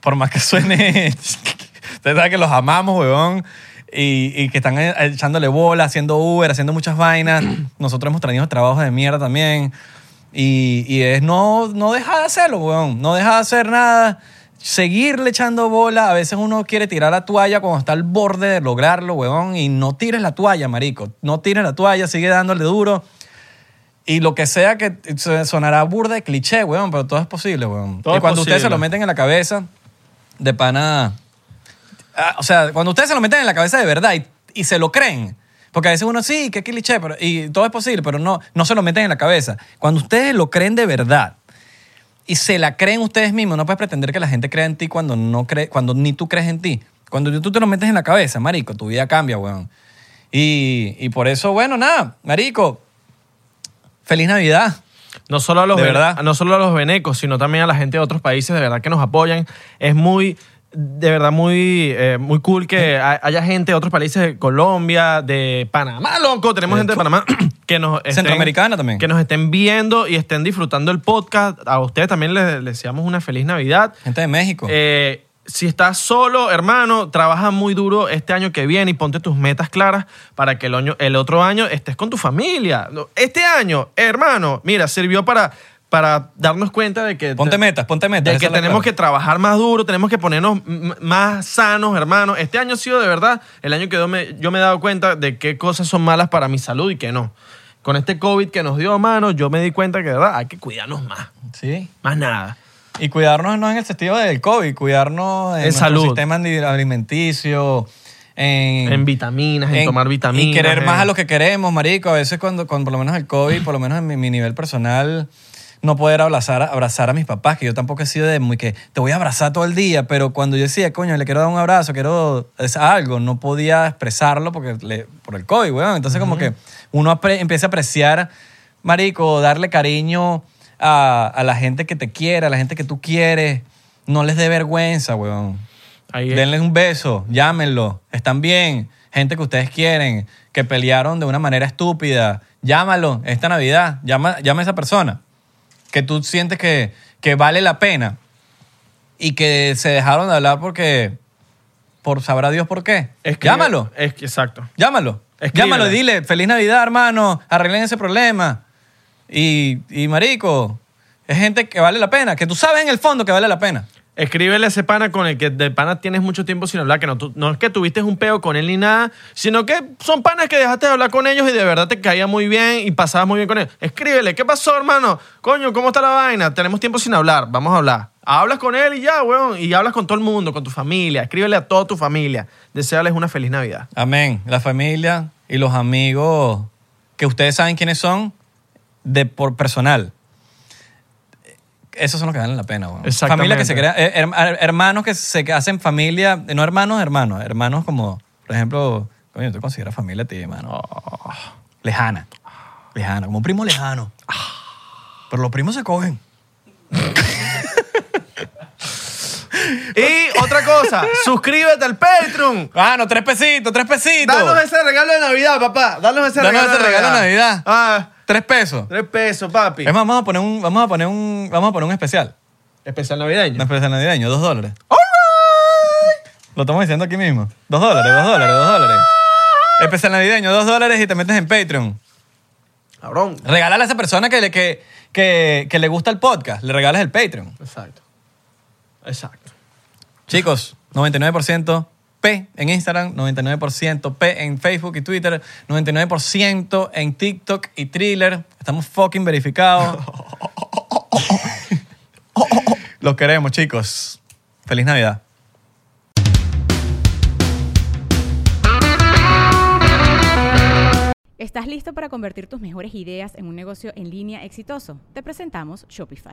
[SPEAKER 4] por más que suene, <laughs> ustedes saben que los amamos, weón, y, y que están eh, echándole bola, haciendo Uber, haciendo
[SPEAKER 3] <clears throat>
[SPEAKER 4] muchas vainas. Nosotros hemos tenido trabajos de mierda también. Y, y es no, no dejar de hacerlo, weón. No dejar de hacer nada. Seguirle echando bola. A veces uno quiere tirar la toalla cuando está al borde de lograrlo, weón. Y no tires la toalla, marico. No tires la toalla, sigue dándole duro. Y lo que sea que eh, se- sonará burda de cliché, weón, pero todo es posible, weón.
[SPEAKER 3] Todo
[SPEAKER 4] y
[SPEAKER 3] es
[SPEAKER 4] cuando ustedes se
[SPEAKER 3] posible.
[SPEAKER 4] lo meten en la cabeza, de pana. Ah, o sea, cuando ustedes se lo meten en la cabeza de verdad y, y se lo creen. Porque a veces uno sí, qué cliché, pero, y todo es posible, pero no, no se lo meten en la cabeza. Cuando ustedes lo creen de verdad y se la creen ustedes mismos, no puedes pretender que la gente crea en ti cuando, no cree, cuando ni tú crees en ti. Cuando tú te lo metes en la cabeza, marico, tu vida cambia, weón. Y, y por eso, bueno, nada, marico, feliz Navidad.
[SPEAKER 3] No solo, a los
[SPEAKER 4] De
[SPEAKER 3] vene-
[SPEAKER 4] verdad.
[SPEAKER 3] no solo a los venecos, sino también a la gente de otros países de verdad que nos apoyan. Es muy, de verdad, muy, eh, muy cool que ha- haya gente de otros países de Colombia, de Panamá, loco. Tenemos gente de Panamá <clears throat> que nos estén-
[SPEAKER 4] Centroamericana también.
[SPEAKER 3] Que nos estén viendo y estén disfrutando el podcast. A ustedes también les les deseamos una feliz Navidad.
[SPEAKER 4] Gente de México.
[SPEAKER 3] Eh, si estás solo, hermano, trabaja muy duro este año que viene y ponte tus metas claras para que el, oño- el otro año estés con tu familia. No, Este año, hermano, mira, sirvió para, para darnos cuenta de que...
[SPEAKER 4] ponte metas, ponte metas.
[SPEAKER 3] De
[SPEAKER 4] esa
[SPEAKER 3] que
[SPEAKER 4] es la
[SPEAKER 3] tenemos
[SPEAKER 4] clave.
[SPEAKER 3] que trabajar más duro, tenemos que ponernos m- más sanos, hermano. Este año ha sido de verdad el año que yo me, yo me he dado cuenta de qué cosas son malas para mi salud y qué no. Con este COVID que nos dio, mano, yo me di cuenta que de verdad hay que cuidarnos más.
[SPEAKER 4] Sí.
[SPEAKER 3] Más nada.
[SPEAKER 4] Y cuidarnos no en el sentido del COVID, cuidarnos en
[SPEAKER 3] En
[SPEAKER 4] nuestro
[SPEAKER 3] salud.
[SPEAKER 4] sistema andi- alimenticio, en,
[SPEAKER 3] En vitaminas, en, tomar vitaminas.
[SPEAKER 4] Y querer
[SPEAKER 3] en-
[SPEAKER 4] más a lo que queremos, marico. A veces cuando, con por lo menos el COVID, por lo menos en mi, mi nivel personal, no poder abrazar, abrazar a mis papás, que yo tampoco he sido de muy que te voy a abrazar todo el día, pero cuando yo decía, coño, le quiero dar un abrazo, quiero es algo, no podía expresarlo porque le- por el COVID, weón. Entonces como que uno apre- empieza a apreciar, marico, darle cariño a, a la gente que te quiere, a la gente que tú quieres. No les dé vergüenza, weón.
[SPEAKER 3] Ahí es.
[SPEAKER 4] Denles un beso, llámenlo, están bien. Gente que ustedes quieren, que pelearon de una manera estúpida, llámalo esta Navidad, llama, llama a esa persona que tú sientes que, que vale la pena y que se dejaron de hablar porque, por sabrá Dios por qué.
[SPEAKER 3] Escribe-
[SPEAKER 4] llámalo,
[SPEAKER 3] Es, exacto.
[SPEAKER 4] llámalo,
[SPEAKER 3] Escríbele.
[SPEAKER 4] llámalo y dile, feliz Navidad hermano, arreglen ese problema. Y, y marico, es gente que vale la pena, que tú sabes en el fondo que vale la pena.
[SPEAKER 3] Escríbele a ese pana con el que de pana tienes mucho tiempo sin hablar, que no, tú- no es que tuviste un peo con él ni nada, sino que son panas que dejaste de hablar con ellos y de verdad te caía muy bien y pasabas muy bien con ellos. Escríbele, ¿qué pasó, hermano? Coño, ¿cómo está la vaina? Tenemos tiempo sin hablar, vamos a hablar. Hablas con él y ya, weón, y hablas con todo el mundo, con tu familia. Escríbele a toda tu familia. Deseales una feliz Navidad.
[SPEAKER 4] Amén. La familia y los amigos que ustedes saben quiénes son de por personal. Esos son los que valen la pena, weón.
[SPEAKER 3] Exactamente.
[SPEAKER 4] Familia que se crea, eh, her- her- hermanos que se hacen familia, eh, no hermanos, hermanos, hermanos como, por ejemplo, coño, tú consideras familia a ti, hermano. Lejana. Lejana, como un primo lejano. Pero los primos se cogen.
[SPEAKER 3] Y otra cosa, <laughs> suscríbete al Patreon.
[SPEAKER 4] Ah, no, tres pesitos, tres pesitos.
[SPEAKER 3] Danos ese regalo de Navidad, papá. Danos ese
[SPEAKER 4] Danos
[SPEAKER 3] regalo
[SPEAKER 4] ese regalo de Navidad.
[SPEAKER 3] Ah,
[SPEAKER 4] Tres pesos.
[SPEAKER 3] tres pesos, papi.
[SPEAKER 4] Es más, vamos a poner un, vamos a poner un, vamos a poner un especial.
[SPEAKER 3] Especial navideño.
[SPEAKER 4] Un especial navideño, dos dólares. Lo estamos diciendo aquí mismo. Dos dólares, dos dólares, dos dólares. Especial navideño, dos dólares y te metes en Patreon.
[SPEAKER 3] Cabrón.
[SPEAKER 4] Regálale a esa persona que le, que, que, que le gusta el podcast, le regalas el Patreon.
[SPEAKER 3] Exacto. Exacto.
[SPEAKER 4] Chicos, 99% P en Instagram, 99% P en Facebook y Twitter, 99% en TikTok y Thriller. Estamos fucking verificados. Los queremos, chicos. Feliz Navidad.
[SPEAKER 8] ¿Estás listo para convertir tus mejores ideas en un negocio en línea exitoso? Te presentamos Shopify.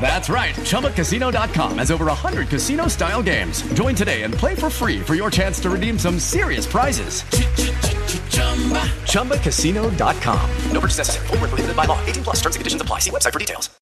[SPEAKER 9] That's right. ChumbaCasino.com has over 100 casino style games. Join today and play for free for your chance to redeem some serious prizes. ChumbaCasino.com. No purchase necessary. Void where prohibited by law. 18 plus terms and conditions apply. See website for details.